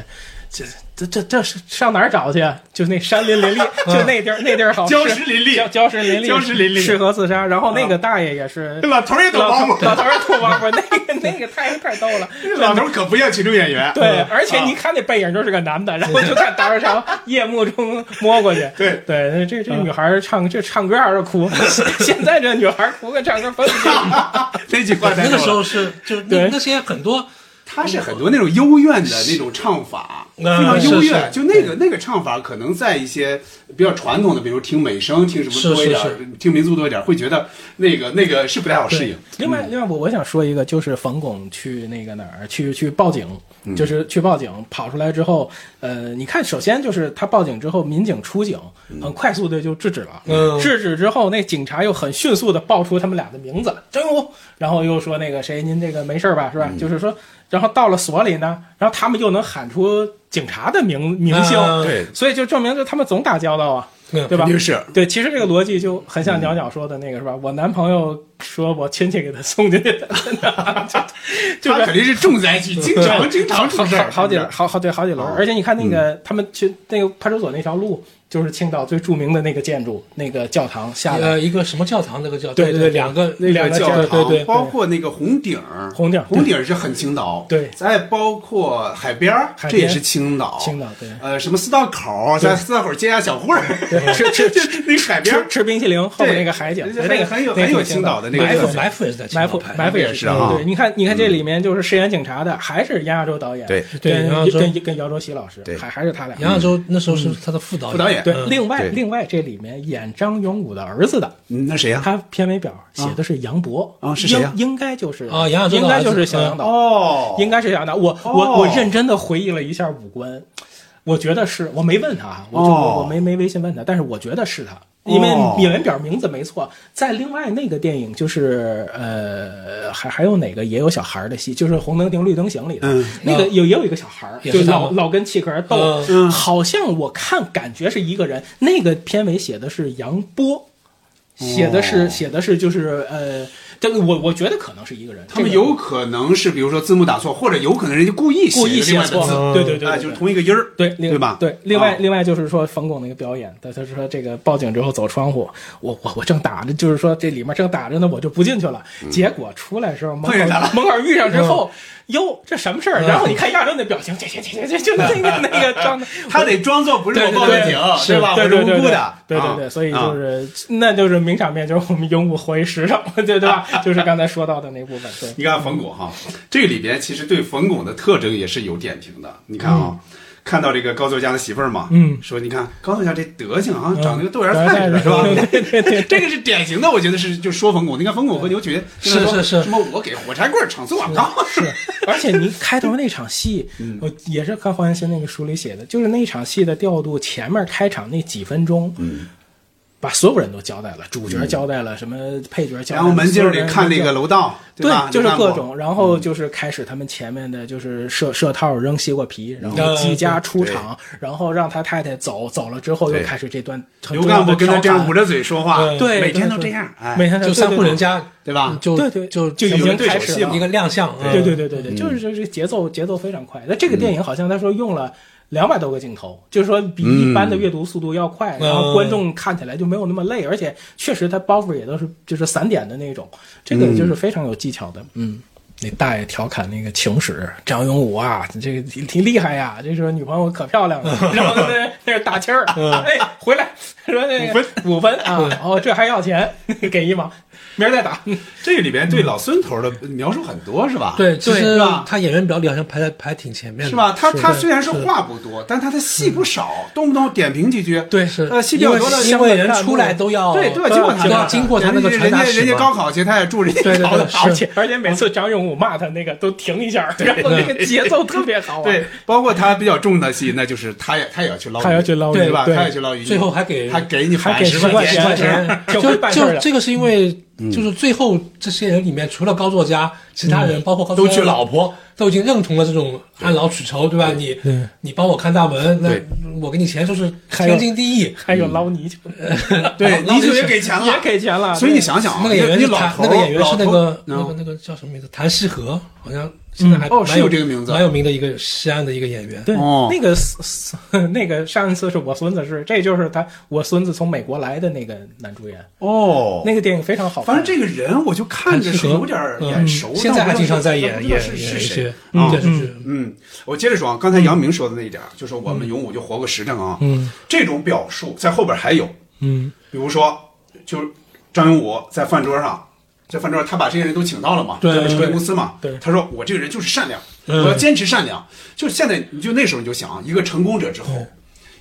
这这这这是上哪儿找去？啊就那山 (laughs) 林林立，就那地儿那地儿好，礁是石林立礁礁石林立，礁石林立啊适合自杀。然后那个大爷也是 (laughs) 对。吧？头儿也抖老包头袱，老头 (laughs) 儿吐王八，那个那个太太逗了，老头儿可不像群众演员。对，嗯而且你啊看那背影就是个男的，然后就看达 (laughs) 尔长夜幕中摸过去。对啊对，这这女孩儿唱这唱歌还是哭？ (laughs) 现在这女孩儿哭跟唱歌分不清。 (laughs) 那句话太逗那个时了候是就是那对那些很多他是很多那种幽怨的那种唱法，非嗯常优是越。是就那个那个唱法，可能在一些比较传统的，比如听美声、听什么多一点儿是，听民族多一点儿，会觉得那个那个是不太好适应。嗯另外，另外我我想说一个，就是冯巩去那个哪儿去去报警，嗯就是去报警跑出来之后，呃，你看，首先就是他报警之后，民警出警，嗯很快速的就制止了，嗯制止之后，那警察又很迅速的报出他们俩的名字，张勇武，然后又说那个谁，您这个没事儿吧，是吧？嗯就是说，然后到了所里呢，然后他们又能喊出警察的名名姓，啊对所以就证明就他们总打交道啊，嗯对吧？肯定是对，其实这个逻辑就很嗯像鸟鸟说的那个，是吧？我男朋友说我亲戚给他送进去的， (laughs) 就他肯是。定是重灾区，经常经常出好事好儿，嗯哦好几是不是好好对好几楼，而且你看那个他们去那个派出所那条路，就是青岛最著名的那个建筑，那个教堂下来呃一个什么教堂那个叫对对对对两个那两那个教教堂，对对对包括那个红顶儿，红顶儿红顶儿是很青岛，对再包括海边儿，海边这也是青岛，青岛对呃，什么四道口儿，在四道口儿接下小慧儿，吃吃吃那个海边儿吃，吃冰淇淋后面那个海景，对那个很有那个很有挺青岛的那个对埋对伏对埋伏也是在青埋岛伏拍的埋伏也也是啊对，你看你看这里面就是饰演警察的，还是杨亚洲导演，对对跟杨亚洲跟跟姚卓喜老师对，还还是他俩，杨亚洲那时候是他的副导副导演对，嗯另外对另外这里面演张永武的儿子的，嗯那谁呀？他片尾表写的是杨博啊是谁呀应应该就是啊杨亚洲的应该就是小儿子嗯杨导，哦，应该是小杨导。我哦我我认真的回忆了一下五官，我觉得是我没问他啊，我就哦我没没微信问他，但是我觉得是他，因哦为演员表名字没错，在另外那个电影就是呃，还还有哪个也有小孩儿的戏，就是《红灯停绿灯行》里的、嗯那个有也有一个小孩儿，也就是他老吗老跟契壳儿斗，嗯好像我看感觉是一个人。那个片尾写的是杨波，哦写的是、写的是就是呃，这个我我觉得可能是一个人，他们这个有可能是比如说字幕打错，或者有可能人家故意故意写写嗯了另错外的字，了，对对对，哎，对就是同一个音儿，对，另对吧？对，另外、啊另外就是说冯巩那个表演，他他说这个报警之后走窗户，我我我正打着，就是说这里面正打着呢，我就不进去了。结果出来的时候门嗯碰见口他了嗯门口遇上之后，哟、这什么事儿？然后你看亚洲那表情，这这这这这就那 (laughs) 个那个张的， (laughs) 他得装作不是对。我对报的警，是吧？我对是对无对辜对的，对对啊对，所以啊就是那就是名场面，就是我们勇武回实诚， (laughs) 对对吧？就是刚才说到的那部分，对。你看冯巩哈，这里边其实对冯巩的特征也是有点评的。你看啊，看到这个高作家的媳妇儿嘛，嗯说你看高作家这德行啊，嗯长得跟豆芽菜似的，是吧 (laughs) 对？对对对 (laughs) 这个是典型的，我觉得是就说冯巩。你看冯巩和牛群是跟他说是是什么我给火柴棍儿场次广告， (laughs) 是，而且您开头那场戏，嗯我也是看黄延新那个书里写的，就是那场戏的调度，前面开场那几分钟，嗯，把所有人都交代了，主角交代了，什么配角交代嗯然了，后门所有镜里人看都那交个代了楼道，吧？嗯就是你看过各种，然后就是开始他们前面的就是设设套扔西瓜皮，然后嗯姬家出场，然后让他太太走，走了之后又对开始这段很刘重要干部的跟他调这样侃捂着嘴说话，对对每天对都对这样，哎，每天都就三户人，家对吧？就对对就就已就经对开手始戏了嘛。一个亮相，嗯对对对对对，就是这这节奏节奏非常快。那这个电影好像他说用了两百多个镜头，就是说比一般的阅读速度要快，嗯然后观众看起来就没有那么累，而且确实它包袱也都是就是散点的那种，这嗯个就是非常有技巧的。嗯，那大爷调侃那个情史，张永武啊，这个挺挺厉害呀，这时候女朋友可 (laughs) 漂亮了，然后那那是打气儿，嗯哎，回来说那个五分啊，哦，这还要钱， (laughs) 给一毛，明儿再打。这里边对老孙头的描述很多，是吧？对，其啊是实吧？他演员表里好像排在排挺前面的，是？吧？他他是虽然说话不多，但他的戏不少，动不动点评几句。对，是呃，戏比因较为多的因香港为人弹幕出来都要对都要经过他那都要儿，经过他那个传人达家室人家嘛高考去，他也住人家对对高的对而好且而且每 (laughs) 次张永武骂他那个都停一下儿，然后那个节奏特别好玩。啊对，包括他比较重的戏，那就是他也他也要去捞鱼，他要去捞鱼对吧？对他也去捞鱼，最后还给还给你还返给十10块钱，钱块嗯钱，挺就会办事儿就的这个是因为，嗯就是最后这些人里面，除了高作家，其他人包括高作嗯家都去的老婆，都已经认同了这种按劳取酬，对吧？你你帮我看大门，那对我给你钱就是还有天经地义。还有捞泥鳅，对，嗯 (laughs) 捞你鱼就也是给钱也了。给钱了。所以你对想想啊，那个演员你是老谭，头那个演员是那个老那头个嗯那个叫什么名字？谭希和，好像现在还哦蛮是有这个名字蛮有名的一个西安的一个演员。对，哦那个是是 (laughs) 那个上一次是我孙子是，这就是他我孙子从美国来的那个男主演，哦，那个电影非常好看。反正这个人我就看着是有点儿眼熟，但嗯现在还经常在我演不知道演是演是一谁些电视剧。嗯，我接着说啊，刚才嗯杨明说的那一点儿，啊就是我们勇武就活个实证啊。嗯，这种表述在后边还有，嗯，比如说，就是张勇武在饭桌上，在饭桌上他把这些人都请到了嘛，对嗯在创业公司嘛，对他说我这个人就是善良，我要坚持善良。就现在，你就那时候你就想啊，一个成功者之后，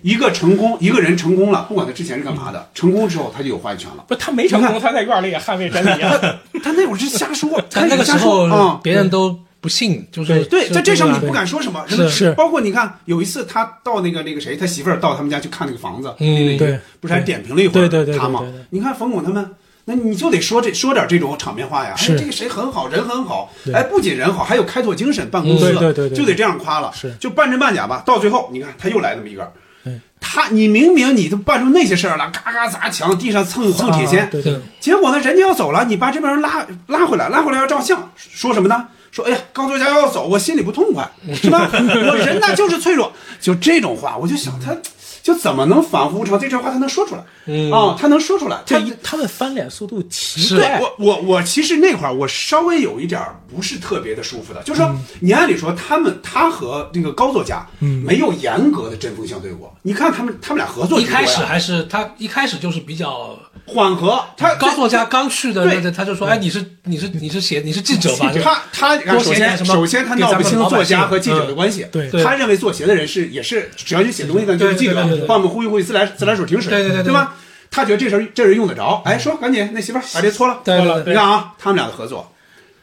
一个成功，一个人成功了，不管他之前是干嘛的，成功之后他就有话语权了。不，他没成你功，看他在院里也捍卫真 (laughs) 理啊。他那会儿是瞎说， (laughs) 但那个时瞎说候啊，别人都不信，就是对，就在这上面就你不敢说什么，真的是是包括你看，有一次他到那个那个谁，他媳妇儿到他们家去看那个房子，嗯对，不是还点评了一会儿对对对对他吗对对对？你看冯巩他们，那你就得说这说点这种场面话呀。哎，是这个谁很好，人很好，哎，不仅人好，还有开拓精神，办公嗯司对对了对对，对就得这样夸了。是就半真半假吧。到最后，你看他又来那么一个。他，你明明你都办出那些事儿了，嘎嘎砸墙，地上蹭蹭铁锨啊，对对对，结果呢，人家要走了，你把这帮人拉拉回来，拉回来要照相，说什么呢？说哎呀，高作家要走，我心里不痛快，是吧？ (laughs) 我人呐就是脆弱，就这种话，我就想他，就怎么能反复无常这句话他能说出来？嗯啊，他能说出来，这他一他们翻脸速度奇是对怪，我我我其实那块儿我稍微有一点儿不是特别的舒服的，就是嗯说你按理说他们他和那个高作家没有严格的针锋相对过，你看他们他们俩合作嗯一开直始播呀还是他一开始就是比较缓和，他高作家刚去的对那个，他就说哎你是你是你是写你是记者吧？对吧他他你看多首写先点什么首先他闹不清作家和记者的关系，对对他认为做鞋的人是也是只要你写东西呢就是记者对对对对，对帮我们呼吁呼吁自来自来水停水，对对对对对吧？他觉得这事儿这人用得着，哎，说赶紧那媳妇儿把这搓了，对对搓了对你看啊，他们俩的合作，嗯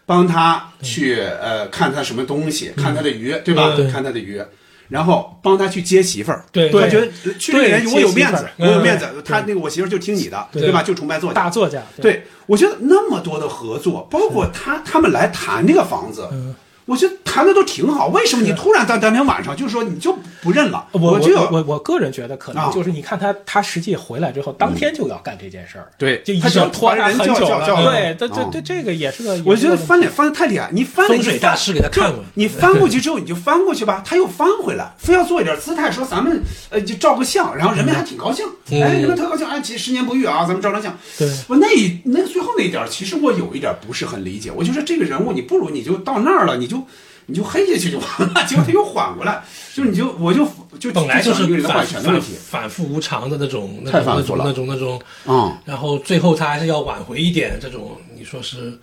帮他去呃看他什么东西，看他的鱼，对吧？看他的鱼。然后帮他去接媳妇儿。对他对觉得呃去这个对人我有面子接媳妇儿，我有嗯面子，他那个我媳妇儿就听你的，对对吧？就崇拜作家大作家，对，我觉得那么多的合作，包括他他们来谈这个房子，嗯我觉得谈的都挺好。为什么你突然到当天晚上就说你就不认了？我我就我我个人觉得可啊嗯能就是你看他他实际回来之后，当天就要干这件事儿，对就已他就经拖把他人很叫久叫叫了，了对，这这啊这这个也是个，我觉得也是个翻脸翻的太厉害，你翻了风水大师给他看过你翻过去之后你就翻过去吧，他又翻回来，非要做一点姿态，说咱们呃就照个相，然后人们还挺高兴，嗯哎，人们特高兴，哎，几十年不遇啊，咱们照张相。对我那一那最后那一点儿，其实我有一点儿不是很理解，我就说这个人物你不如你就到那儿了，你就。你就黑下去就完了，结果他又缓过来，就是你就我就就本来就就想一个是人的版反权的问反题，反复无常的那种，那太种反那复种了那种那种，嗯，然后最后他还是要挽回一点这种，你说是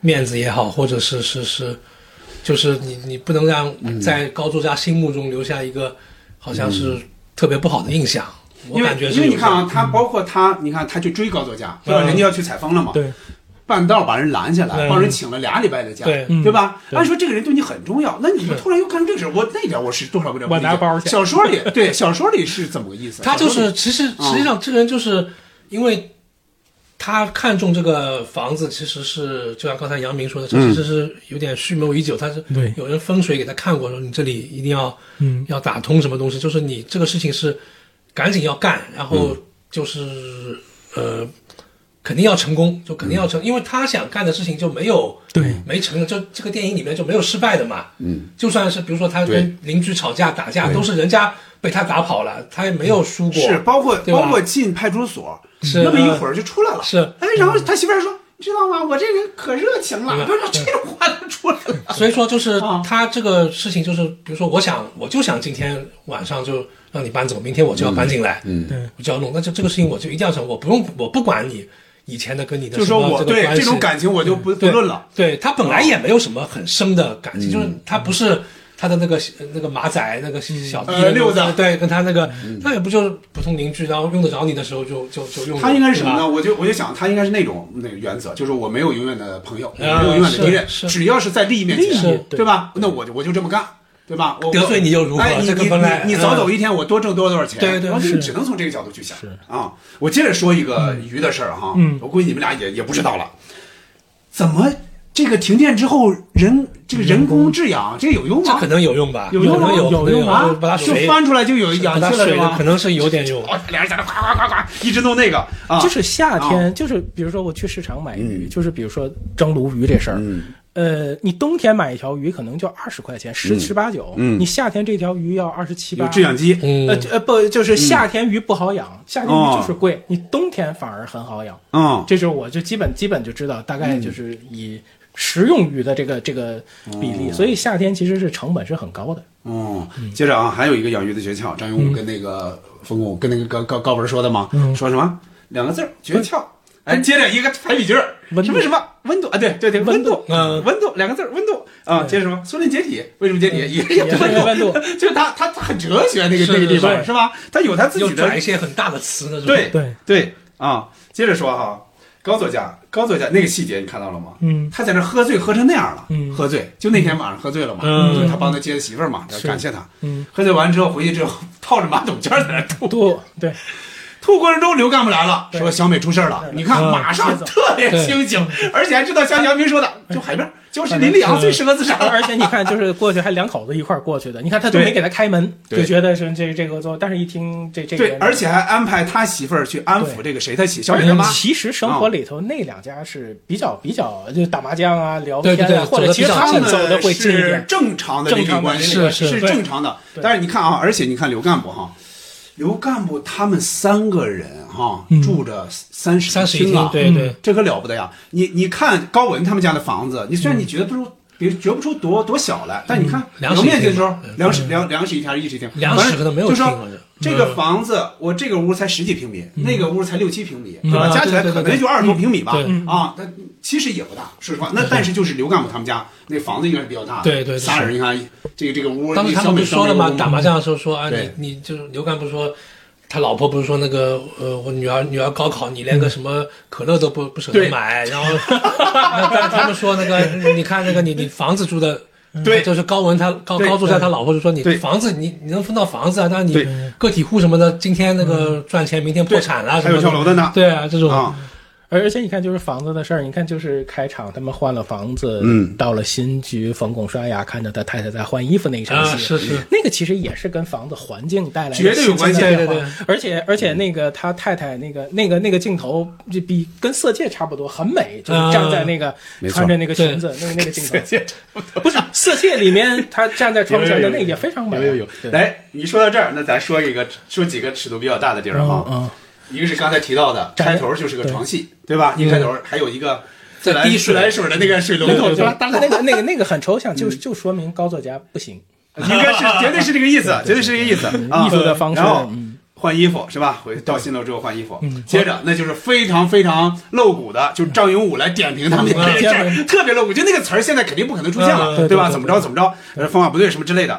面子也好，或者是是是，就是你你不能让嗯在高作家心目中留下一个好像是特别不好的印象。我因为感觉是因为有你看这啊样，他包括他，你看他去追高作家，对吧？嗯人家要去采风了嘛，对，半道把人拦下来，对帮人请了俩礼拜的假，对嗯吧？对按说这个人对你很重要，那你们是突然又干出这个事儿，我那点我是多少有点不理解我拿包去小说里 (laughs) 对小说里是怎么个嗯意思？他就小说是里其实实际上这个人就是因为他看中这个房子，其实是就像刚才杨明说的，这其实是有点蓄谋已久。他是嗯对有人风水给他看过，说你这里一定要嗯要打通什么东西，就是你这个事情是赶紧要干，然后嗯就是、呃。肯定要成功，就肯定要成，因为他想干的事情就没有对没成，就这个电影里面就没有失败的嘛。嗯，就算是比如说他跟邻居吵架打架，都是人家被他打跑了，他也没有输过。是包括对吧包括进派出所，是那么一会儿就出来了，是哎，然后他媳妇儿说。你知道吗？我这人可热情了，嗯不是 (laughs) 这种话就出来了。 (laughs) 所以说就是啊他这个事情就是，比如说我想我就想今天晚上就让你搬走，明天我就要搬进来，嗯，对我就要弄，那就这个事情我就一定要成，我不用我不管你以前的跟你的就什说么我个对关系这种感情我就不不对论了。啊对他本来也没有什么很深的感情，就是他不是他的那个那个马仔那个小弟、呃六子对，跟他那个他也不就是普通邻居，然后用得着你的时候就就就用了。他应该是什么对吧呢？？我就我就想，他应该是那种那个原则，就是我没有永远的朋友，我啊没有永远的敌人，是是只要是在利益面利益前，对对吧？那我就我就这么干，对吧？我得罪你又如何哎你这个你本来你你嗯早走一天，我多挣多少多少钱？对对然后就是只能从这个角度去想啊。我接着说一个鱼的事儿哈嗯，我估计你们俩也也不知道了，怎么这个停电之后人这个人工制氧这有用这吗可？能有用吧，有用用吗？有可能用啊有把它！就水翻出来就有氧把它气了是水的吧可？能是有点用。哦，俩人在那夸夸夸夸一直弄那个啊，嗯就是夏天，就是比如说我去市场买鱼，就是比如说蒸鲈鱼这事儿，呃，你冬天买一条鱼可能就二十块钱，十十八九，你夏天这条鱼要二十七嗯有八，制氧机，嗯呃呃不，就是夏天鱼不好养，夏天鱼就是哦贵，你冬天反而很好养，嗯，这就是我就基本基本就知道，大概就是以食用鱼的这个这个比例，所以夏天其实是成本是很高的，哦，接着啊，还有一个养鱼的诀窍，张勇武跟那个冯巩跟那个高高高文说的嘛，说什么两个字儿诀窍。哎，接着一个排比句儿，温什么什么温度啊？对对对，温度，嗯温度两个字儿，温度啊。接着什么？苏联解体为什么解体？也也也是温度， (laughs) 就是他他他很哲学那个是那个地方是是吧？他有他自又己的转一些很大的词那种。对对对啊。接着说哈，高作家高作家那个细节你看到了吗？嗯他在那儿喝醉喝成那样了，嗯喝醉就那天晚上喝醉了嘛，嗯就是他帮他接的媳妇儿嘛，要感谢他。嗯，喝醉完之后回去之后套着马桶圈儿在那儿吐，多对。吐过程中刘干部来了，对说小美出事儿了，你看嗯马上接走特别清醒， (laughs) 而且还知道像杨明说的，嗯就海边儿就是林立阳最适合自杀了，而且你看，就是过去还两口子一块儿过去的，你看他都没给他开门，对就觉得是这这个做，但是一听这这个对，人，而且还安排他媳妇儿去安抚对哎这个谁他媳小而美且他妈。啊其实生活里头那两家是比较比较就打麻将啊、聊对天对啊，对或者其实走得比较他他们们走的会近一是点，正常的邻里关系，正常的是是对正常的。对但是你看啊，而且你看刘干部哈，刘干部他们三个人哈、住着三室嗯三室一厅啊厅，，对对，这可了不得呀！你你看高文他们家的房子，你虽然你觉得不出，别觉不出多多小来，但你看嗯两有室一面积的厅时候嘛，嗯两室两两室一厅还是一室一厅？两反室正可能没有就说厅嗯好像这个房子，我这个屋才十几平米，那个屋才六七平米，对吧？嗯啊加起来对对可能对也就二十多平米吧对。嗯啊，那其实也不大，说实话。那但是就是刘干部他们家那房子应该是比较大的，对对对仨人你看这个这个屋，当时他们不是说了吗？打麻将的时候说啊，对你你就是刘干部说，他老婆不是说那个呃，我女儿女儿高考，你连个什么可乐都不不舍嗯得对买，然后那但他们说那个，你看那个你你房子住的嗯对就是高文他高对高柱在他老婆就说你对房子你你能分到房子啊，但是对嗯你个体户什么的，今天那个赚钱，明天破产了什还么有跳楼的呢。对啊，这种啊，而而且你看，就是房子的事儿，你看就是开场他们换了房子，嗯到了新居，冯巩刷牙看着他太太在换衣服那一场啊戏，是是，那个其实也是跟房子环境带来的绝对有关系新鲜的对对变化而且而且那个他太太那个那个那个镜头就比跟《色戒》差不多，很美，就是站在那个、没错穿着那个裙子，那个那个镜头，不是《色戒》里面他站在窗前的那个也非常美，有有有。对来，你说到这儿，那咱说一个，说几个尺度比较大的地儿哈。嗯嗯一个是刚才提到的，展开头就是个床戏，对吧？一开头还有一个自来滴自水来水的那个水龙对头，对对对吧？，但是那个那个那个很抽象，就就说明高作家不行。应该是绝对是这个意思，绝对是这个意思啊。艺术的方式然后嗯换衣服是吧？回到新楼之后换衣服，接着那就是非常非常露骨的，就是张云武来点评他们这件事儿，特别露骨，就那个词儿现在肯定不可能出现嗯了，对对吧？对对怎么着怎么着，呃方法不对什么之类的，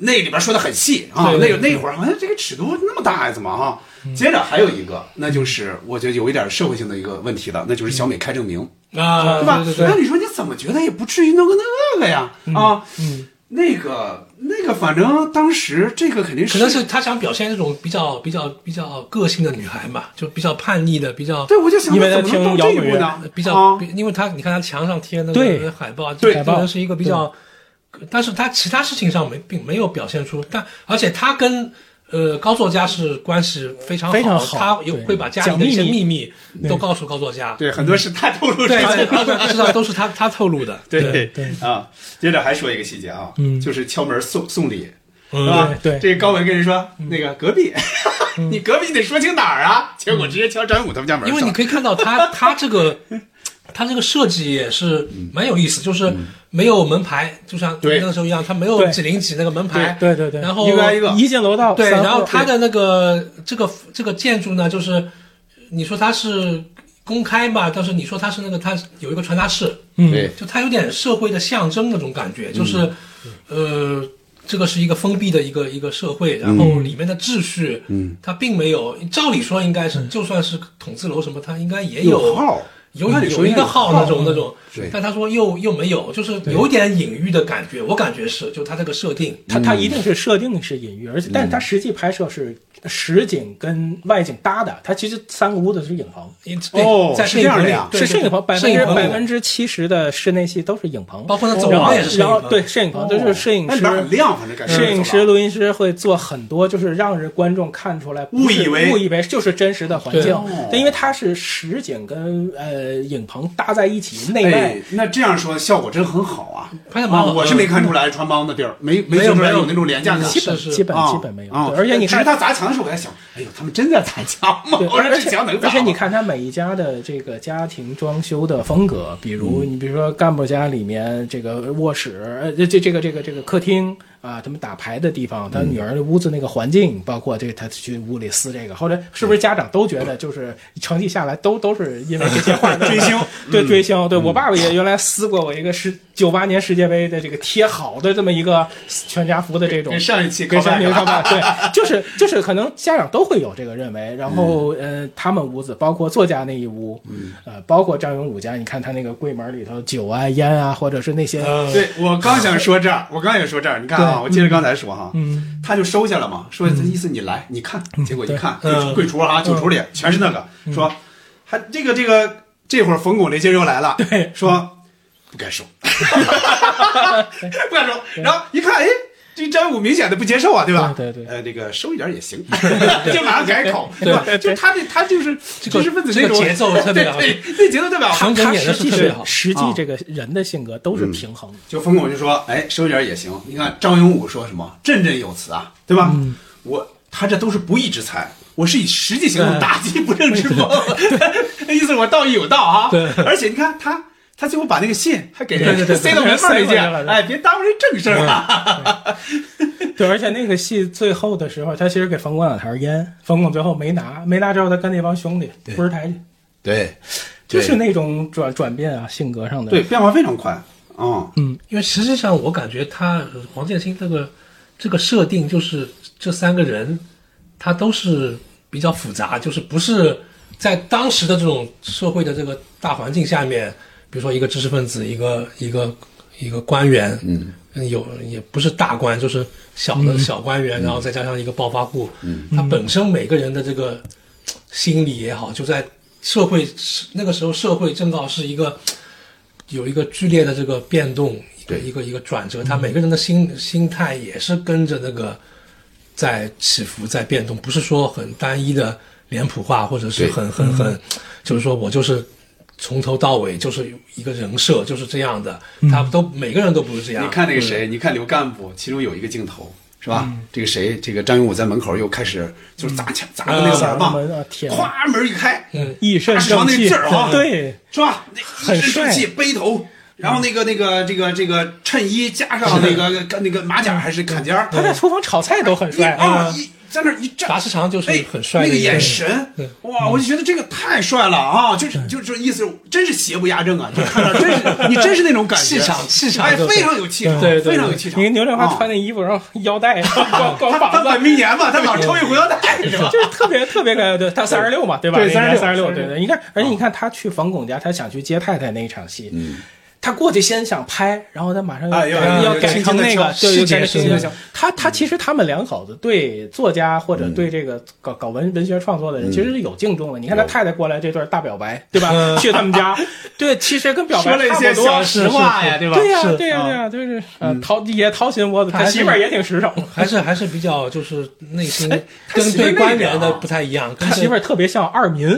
那里边说的很细啊。对那对个那会儿好像这个尺度那么大呀，怎么啊？接着还有一个，那就是我觉得有一点社会性的一个问题了，那就是小美开证明。啊，对吧？对对那对，你说你怎么觉得也不至于弄个那个呀？啊，那个那个，反正当时这个肯定是，可能是他想表现这种比较比较比较个性的女孩嘛，就比较叛逆的，比较对，我就想因为怎他么能听到这摇一滚步乐呢？比较啊，比，因为他你看他墙上贴那对个海报，对这海报个是一个比较，但是他其他事情上没并没有表现出，但而且他跟呃高作家是关系非常非常好他有对会把家里的一些讲秘秘密都告诉高作家，对，很多是他透露出对，来的。而且他知道都是他他透 (laughs) 露的，对啊，接着还说一个细节啊，就是敲门送送礼，嗯是吧？对对啊这个高文跟人说，那个隔壁， (laughs) 你隔壁得说清哪儿啊？结果直接敲张武他们家门去因了，为你可以看到 (laughs) 他他这个他这个设计也是蛮有意思，就是没有门牌，就像对那个时候一样，他没有对几零几那个门牌，对对对哎然后一个挨一个一进楼道，对，三户然后它的那个这个这个建筑呢，就是你说它是公开吧，但是你说它是那个它有一个传达室，嗯对就它有点社会的象征那种感嗯觉，就是、呃。这个是一个封闭的一个一个社嗯会，然后里面的秩序，嗯，它并没有，照理说应该是，就算是筒子楼什么，它应该也嗯有号，有按理说有一应该个有号那种那种嗯对，但他说又又没有，就是有点隐喻的感觉，我感觉是，就他这个设定，它它一定是设定是隐喻，而嗯且但是它实际拍摄是实景跟外景搭的，它其实三个屋子是影棚，啊对哦在是摄影这样棚的里呀嗯对是摄影棚，百分之百分之之七十的室内戏都是影棚，包括那走然后廊也是摄影然后棚对摄影棚，就是摄影哎那里边很师。亮，反正感觉嗯摄影走师、廊录音师会做很多，就是让人观众看出来，误以为不是误以为就是真实的环对境，但因为它是实景跟呃影棚搭在一起，内外哎，那这样说效果真很好啊！拍得蛮好啊我是呃没看出来穿帮的地儿，没没没有觉出来没有有那种廉价感。是基本是基本啊基本没有，啊对而且你只是看他砸墙的时候，我在想，哎呦，他们真在砸墙吗？对，我说而这且墙能砸而且吗你，看他每一家的这个家庭装修的风格，比如嗯你比如说干部家里面这个卧室，呃，这这这个这个这个客厅啊，他们打牌的地方，他嗯女儿的屋子那个环境，包括这个他去屋里撕这个，后来是不是家长都觉得就是成绩下来都都是因为这些 (laughs) 画追星，嗯对追星，对我爸爸也原来撕过我一个十九八年世界杯的这个贴好的这么一个全家福的这种跟，上一期跟山 callback 民了他们 (laughs) 对，就是就是，可能家长都会有这个认为。然后嗯呃，他们屋子，包括作家那一屋，呃，包括张永武家，你看他那个柜门里头酒啊、烟啊，或者是那些，嗯对我刚想说这儿，我 (laughs) 刚想说这儿，你看啊，我接着刚才说哈，嗯，他就收下了嘛，说这意思你来，你看，结果一看，对就嗯柜橱啊，酒橱里全是那个，说还这个这个，这会儿冯巩那些人又来 (laughs) 了，对，说不敢收，不敢收，然后一看，哎。这张武明显的不接受啊，对吧？对对对呃，那个收一点也 (laughs) 行， (laughs) 就马上改口，对吧？就他这，他就是这个知识分子那种这个节奏特别 (laughs) 好对，对那节奏特别好。唐他僧演的实是际特别是好，嗯实际啊这个人的性格都是平衡的。就冯巩就说：“哎，收一点也行。”你看张永武说什么“振振有词”啊，对吧？我他这都是不义之财，我是以实际行动打击不正之风， (laughs) 意思是我道义有道啊。对而且你看他。他最后把那个信还给对对对塞到门缝里去，塞回去了哎，别耽误人正事儿啊！对，而且那个戏最后的时候，他其实给冯巩两条烟，冯巩最后没拿，没拿之后，他跟那帮兄弟不是台去， (laughs) 对，就是那种转转变啊，性格上的。对，变化非常快啊！因为实际上我感觉他呃黄建新这个这个设定就是这三个人，他都是比较复杂，就是不是在当时的这种社会的这个大环境下面，比如说一个知识分子，一个一个。一个官员，嗯，有也不是大官，就是小的小官员，然后再加上一个暴发户，嗯，他本身每个人的这个嘖心理也好，就在社会那个时候，社会正好是一个嘖有一个剧烈的这个变动，一个对嗯一个一个转折，他每个人的心心态也是跟着那个在起伏在变动，不是说很单一的脸谱化，或者是对嗯很很很，就是说我就是从头到尾就是一个人设就是这样的，他都每个人都不是这嗯样。你看那个谁，你看刘干部，其中有一个镜头是吧？这个谁，这个张云武在门口又开始就是砸墙，砸那个砸耳棒门啊，天咵门一开，嗯一身正气大石王那劲儿啊， (laughs) 对，是吧？那很一身正帅气，背头。然后嗯那个那个这个这个衬衣加上那个那个马甲还嗯是坎肩儿，他在厨房炒菜都哎很一帅啊一在那儿一站，达士长就是哎很帅的那个一个眼人嗯神，哇，我就觉得这个太帅了啊！就是就是意思，真是邪不压正啊！就看着真是你真是那种感觉，气场气场哎，就是非常有气场，对对对非常有气场。你看牛振华穿那那衣服，然后腰 (laughs) 带光光他他膀本子。命年嘛，他老抽一回腰带是 (laughs) 吧？就是特别特别感对他三十六嘛，对吧？对三36十六，对对。你看，而且啊你看他去冯巩家，他想去接太太那一场戏，他过去先想拍，然后他马上要哎要要要要改轻轻成地那个敲，对，细又改节成是新吧形象。他他嗯其实他们两口子对作家或者对这个搞搞文文学创作的人，其实是有敬重的。你看他太太过来这段大表白，对吧？去他们家，对，其实跟表嗯白说了一差些不多小实话呀，对吧？对呀是，嗯对呀，啊对呀，就是呃掏也掏心窝子，他他还媳是妇儿也挺实诚。还是还是比较就是内心他跟媳妇儿对那官点啊员的不太一样，跟他媳妇儿儿特别像 (laughs) 二民，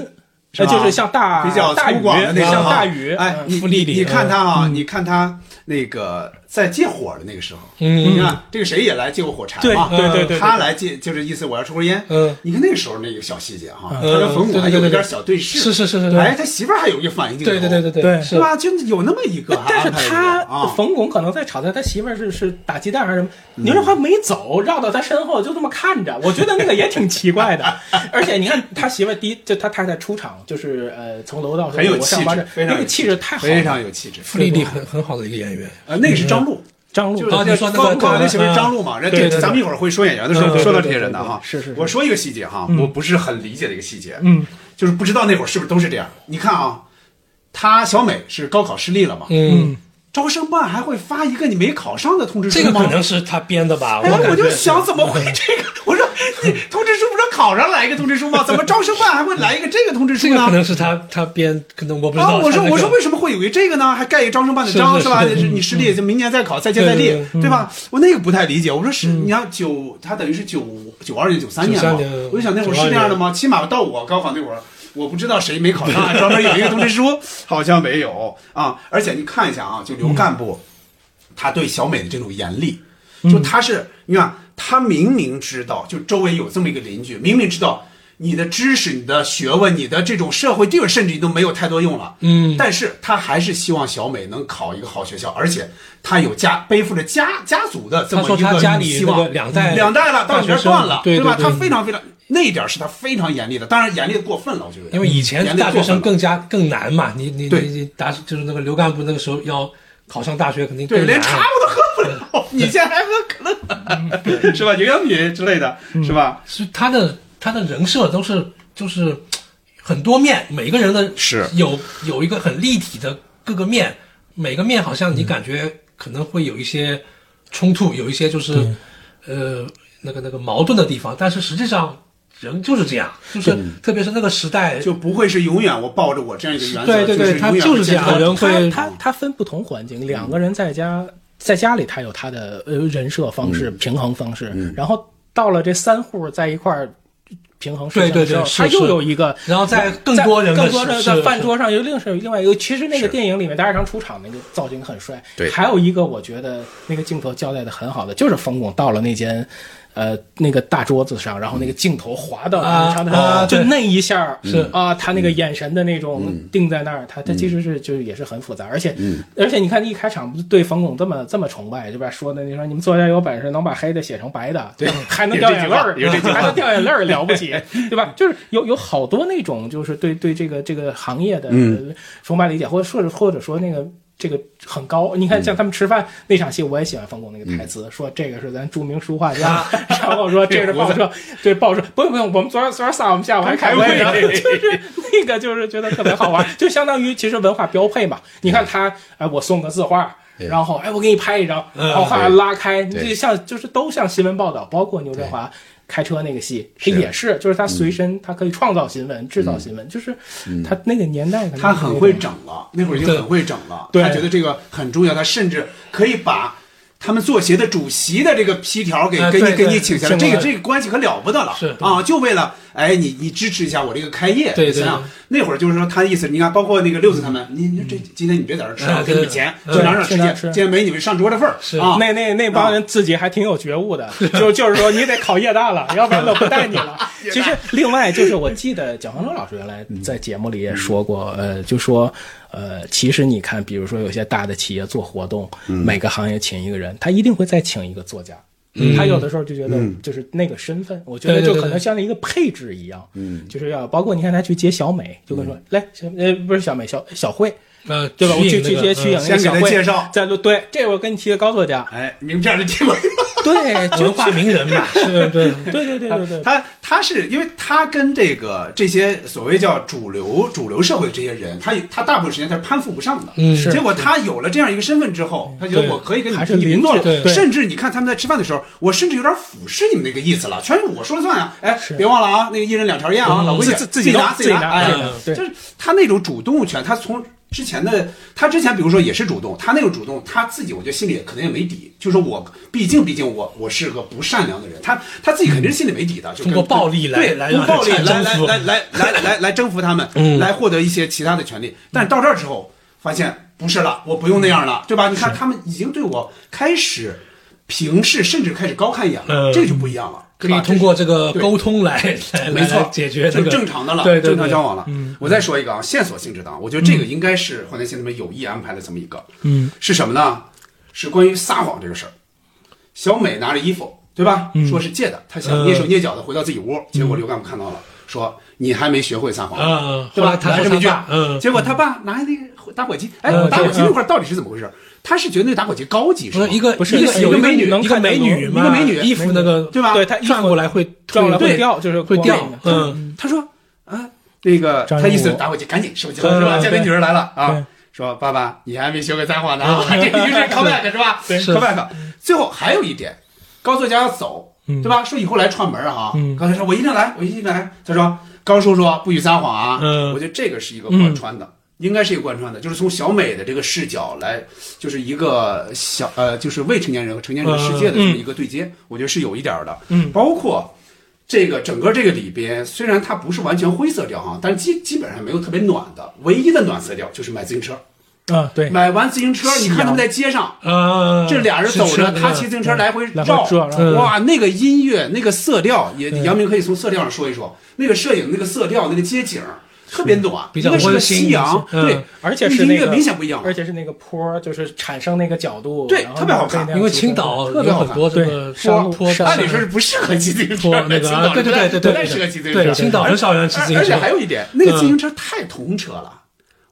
是呃吧就是像大比较大粗宇，犷的那种像啊大宇，哎，嗯你傅丽丽你你看他啊，你看他那个在借火的那个时候，嗯你看这个谁也来借过火柴对嘛，对对对，他来借就是意思我要抽根烟，嗯，你看那个时候那个小细节哈，他嗯跟冯巩还对对有对对一点小对视，是是是是是哎，他媳妇儿还有一个反应镜头，对对对对对是是吧？就有那么一个安但排是的，他啊，冯巩可能在吵架，他媳妇儿是是打鸡蛋还是什么？牛振华没走，绕到他身后就这么看着，我觉得那个也挺奇 (laughs) 怪的。而且你看他媳妇儿第一就他太太出场就是呃从楼道说很有我气上班质这，非常那有个气质太好非了。常有气质。傅丽丽很很好的一个演员，呃，那个是张璐，张璐就是哦你说那个刚嗯刚那个那前面张璐嘛，人家对对咱们一会儿会说演员的时候对对说到对这对些人的对对哈。是是是我说一个细节哈，嗯我不是很理解的一个细节，嗯，就是不知道那会儿是不是都是这样。你看啊，他小美是高考失利了嘛，嗯，招生办还会发一个你没考上的通知书这吗？个可能是他编的吧，哎，感觉嗯我就想怎么会这个？我说你通知书不是考上来一个通知书吗？怎么招生办还会来一个这个通知书这个可呢？能是他他编，可能我不知啊！道。我说他那个我说为什么会有一这个呢？还盖一个招生办的章是是是吧？是嗯就是你失利就明年再考，再接再对嗯厉对，对对吧？我那个不太理解。我说是，你看九，他等于是九九二年、九三年嘛93年，我就想那会儿是这样的吗？起码到我高考那会儿，我不知道谁没考上，啊专门有一个通知书，好像没有啊。而且你看一下啊，就刘干部，他对小美的这种严厉，就他是你看，他明明知道，就周围有这么一个邻居，明明知道你的知识、你的学问、你的这种社会地位，甚至你都没有太多用了，嗯，但是他还是希望小美能考一个好学校，而且他有家背负着家家族的这么他说一他家个里希那望嗯个，两代两代了，到你这儿断大了学生，对吧？对对他非常非常那一点是他非常严厉的，当然严厉的过分了，我觉得，因为以前嗯严厉得大学过生分了更加更难嘛，你你对你你达就是那个刘干部那个时候要考上大学肯定对，更难连茶我都喝不了，你现在还喝可乐， (laughs) 是吧？营养品之类的，是吧？是他的他的人设都是就是很多面，每个人的是有有一个很立体的各个面，每个面好像你感觉可能会有一些冲突，有一些就是呃那个那个矛盾的地方，但是实际上人就是这样，就是特别是那个时代就不会是永远我抱着我这样一个原则，对对对就是永远他就是这样会人会他他分不同环境，两个人在家在家里他有他的呃人设方式、嗯平衡方式，然后到了这三户在一块儿。平衡事情对对之后对是他又是有一个，然后在更多人的更多人是在是饭桌上又另是另外一个。其实那个电影里面，达尔长出场那个造型很帅。对还有一个我觉得那个镜头交代的很好的，就是冯巩到了那间，呃，那个大桌子上，然后那个镜头滑到啊长啊就对那一下嗯儿是啊，他那个眼神的那种定在那儿，他他其实是就是也是很复杂，而且嗯而且你看一开场不是对冯巩这么这么崇拜，对吧？说的你说你们作家有本事能把黑的写成白的，对， (laughs) 还能掉眼泪儿有 (laughs) 这句，话有这句话还能掉眼泪儿了不起，对吧？就是有有好多那种就是对对这个这个行业的呃崇拜理解，或者说是或者说那个。这个很高，你看像他们吃饭那场戏，我也喜欢冯巩那个台词，说这个是咱著名书画家， (laughs) 然后嗯说这是报社，对报社，不用不用，我们昨儿昨儿仨我们下午还开会呢，就是嗯那个就是觉得特别好玩，就相当于其实文化标配嘛。你看他，哎，我送个字画。然后哎，我给你拍一张，然后还嗯对拉开，你对这像就是都像新闻报道，包括牛振华开车那个戏，他也是，就是他嗯随身他可以创造新闻、制造新闻，就是他那个年代可能他很会整了，那会儿已经很会整了。对他觉得这个很重要，他甚至可以把他们作协的主席的这个批条给呃给你对给对你请下来，这请过个来这个关系可了不得了，是啊，就为了哎你你支持一下我这个开业，对对想想那会儿就是说他的意思，你看包括那个六子他们，你你说这今天你别在这儿吃了，哎我给对你们钱，对去哪儿哪儿去哪儿吃吃去，今天没你们上桌的份儿是啊。那那那帮人自己还挺有觉悟的，就就是说你得考夜大了，要不然我不带你了。其实另外就是我记得蒋方舟老师原来在节目里也说过，呃，就说呃，其实你看，比如说有些大的企业做活动，每个行业请一个人，他一定会再请一个作家。他有的时候就觉得，就是那个身份，我觉得对对就对可能对像一个配置一样，嗯，就是要包括你看他去接小美，就跟说来，小呃不是小美，小小慧，呃，对吧？我去去去接去去影先那个给小他慧介绍在录对，这我跟你提的高作家，哎，名片是听过。 (laughs) 对，就文化名人嘛，是 (laughs) 对，对对对对对，他他是因为他跟这个这些所谓叫主流主流社会的这些人，他他大部分时间他是攀附不上的。嗯是结果他有了这样一个身份之后，他觉得对我可以跟你还们是你们邻做居了，对甚至你看他们在吃饭的时候，我甚至有点俯视你们那个意思了，全是我说了算啊！哎，别忘了啊，那个一人两条烟啊，老规矩，嗯自自自己拿拿自拿，哎自己拿，对就是他那种主动权，他从。之前的他之前，比如说也是主动，他那个主动，他自己我觉得心里可能也没底，就是我毕竟毕竟我我是个不善良的人，他他自己肯定是心里没底的，就嗯通过暴力来对来通过暴力来来征来服嗯来来来来来征服他们，来获得一些其他的权利。但是到这儿之后，发现不是了，我不用那样了，对吧？你看他们已经对我开始平视，甚至开始高看一眼了，嗯这个就不一样了，可对吧以通过这个对沟通来来没错来解决这就个正常的了，对对正常对嗯交往了。我再说一个啊，线索性质的啊，我觉得这个应该是黄天信他们有意安排的这么一个，嗯，是什么呢？是关于撒谎这个事儿。小美拿着衣服，对吧？嗯说是借的，她想蹑手蹑脚的回到自己屋，结果刘干部看到了，说你还没学会撒谎，嗯对吧？后来来他这说么一句他爸，嗯结果他爸拿那个打火机，哎，嗯打火机对那块儿到底是怎么回事？他是觉得那打火机高级是不吗是？一个不是一个有有一个一个美女一个美女嘛，一个美女衣服那个对吧？对他转过来会转过来会会掉，就是会掉光那，个嗯，他说啊，那个张他意艺思谋打火机赶紧收起对来是吧？嗯对嗯家里女儿来了对啊，说爸爸你还没学会撒谎呢，啊 (laughs) 这个于是 callback 是吧是？callback。最后还有一点，高作家要走，嗯对吧？说以后来串门啊，嗯高作家说我一定来，我一定来。他说高叔叔不许撒谎啊，嗯我觉得这个是一个贯穿的。应该是一个贯穿的，就是从小美的这个视角来，就是一个小呃，就是未成年人和成年人世界的这么一个对接，我觉得是有一点儿的。嗯包括这个整个这个里边，虽然它不是完全灰色调哈，但是基基本上没有特别暖的，唯一的暖色调就是买自行车。啊，对，嗯买完自行车，你看他们在街上，呃，这俩人走着，他骑自行车来回来回绕，转嗯哇，那个音乐，那个色调，也杨明可以从色调上说一说，那个摄影，那个色调，那个街景。特别暖，比较应该是个温馨夕阳，嗯对，而且是音那乐个明显不一样，而且是那个坡，就是产生那个角度，对然后特别好看那样因为子青岛特别有好很看多这个对山坡路坡山按理说是不适合骑自行车坡，那青个岛啊，对对不太对对对，不太适合对骑自行车。对，青岛很少有人骑自行而且车，还有一点，那个嗯自行车太童车了。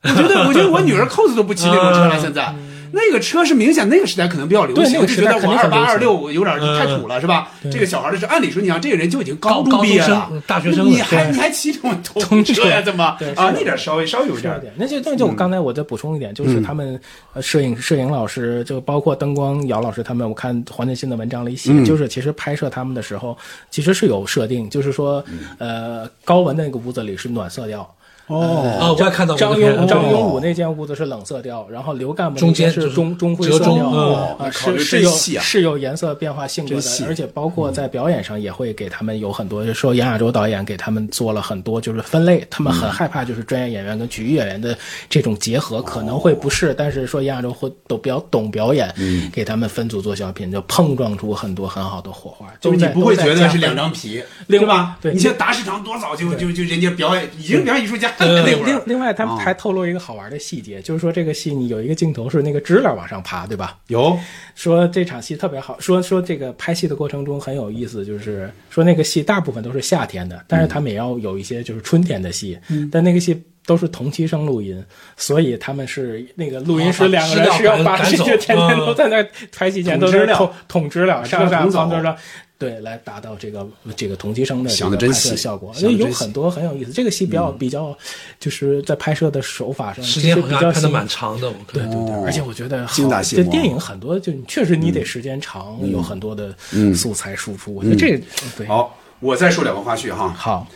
我觉得，我觉得我女儿扣子都不骑那种车了。嗯现在那个车是明显那个时代可能比较流对那行，个就时觉代得我肯二定八二很流六有点太土了，是吧？这个小孩的是，按理说你想，这个人就已经高中高毕中业了生、，大学生了你还对你还骑这种童车呀？怎么对是的啊？那点稍微稍微有一是有点。嗯点，那就那就我刚才我再补充一点，就是他们呃摄影摄影老师，就包括灯光姚老师他们，我看黄建新的文章里嗯写，就是其实拍摄他们的时候，其实是有设定，就是说，嗯呃，高文那个屋子里是暖色调，嗯啊，我也看到过张这片庸张庸武那间屋子是冷色调，然后刘干部那中间间就是是中中灰折色中调哦啊，考虑是这是有细啊是有颜色变化性格真细的，而且包括在表演上也会给他们有很多，就说杨亚洲导演给他们做了很多就是分类，他们很害怕就是专业演员跟曲艺演员的这种结合可能会不是，但是说杨亚洲会都比较懂表演，给他们分组做小品，就碰撞出很多很好的火花，就都是你在不会觉得是两。都在加张分皮，另对吧？对你像达士长多早就就就人家表演已经表演艺术家了 (laughs) 那会另儿，另外，他们还透露一个好玩的细节，就是说这个戏你有一个镜头是那个知了往上爬，对吧？有说这场戏特别好，说说这个拍戏的过程中很有意思，就是说那个戏大部分都是夏天的，但是他们也要有一些就是春天的戏，但那个戏。都是同期声录音，所以他们是那个录音哦师把两个知人了是要赶把赶这走个天天嗯都在那儿拍戏捅前都知在了捅捅知了，知上了上捅走上上上，对，来达到这个这个同期声的这想得个真拍摄细效果，想因为得有真细嗯很多很有意思。这个戏比较比较，就是在拍摄的手法上，时间其好像实比安较排的新蛮长的，我看。对对，而且我觉得好哦精打细这磨嗯电影很多就你确实你得时间长，有很多的素材输出。我觉得这个对嗯好，我再说两个花絮哈。好，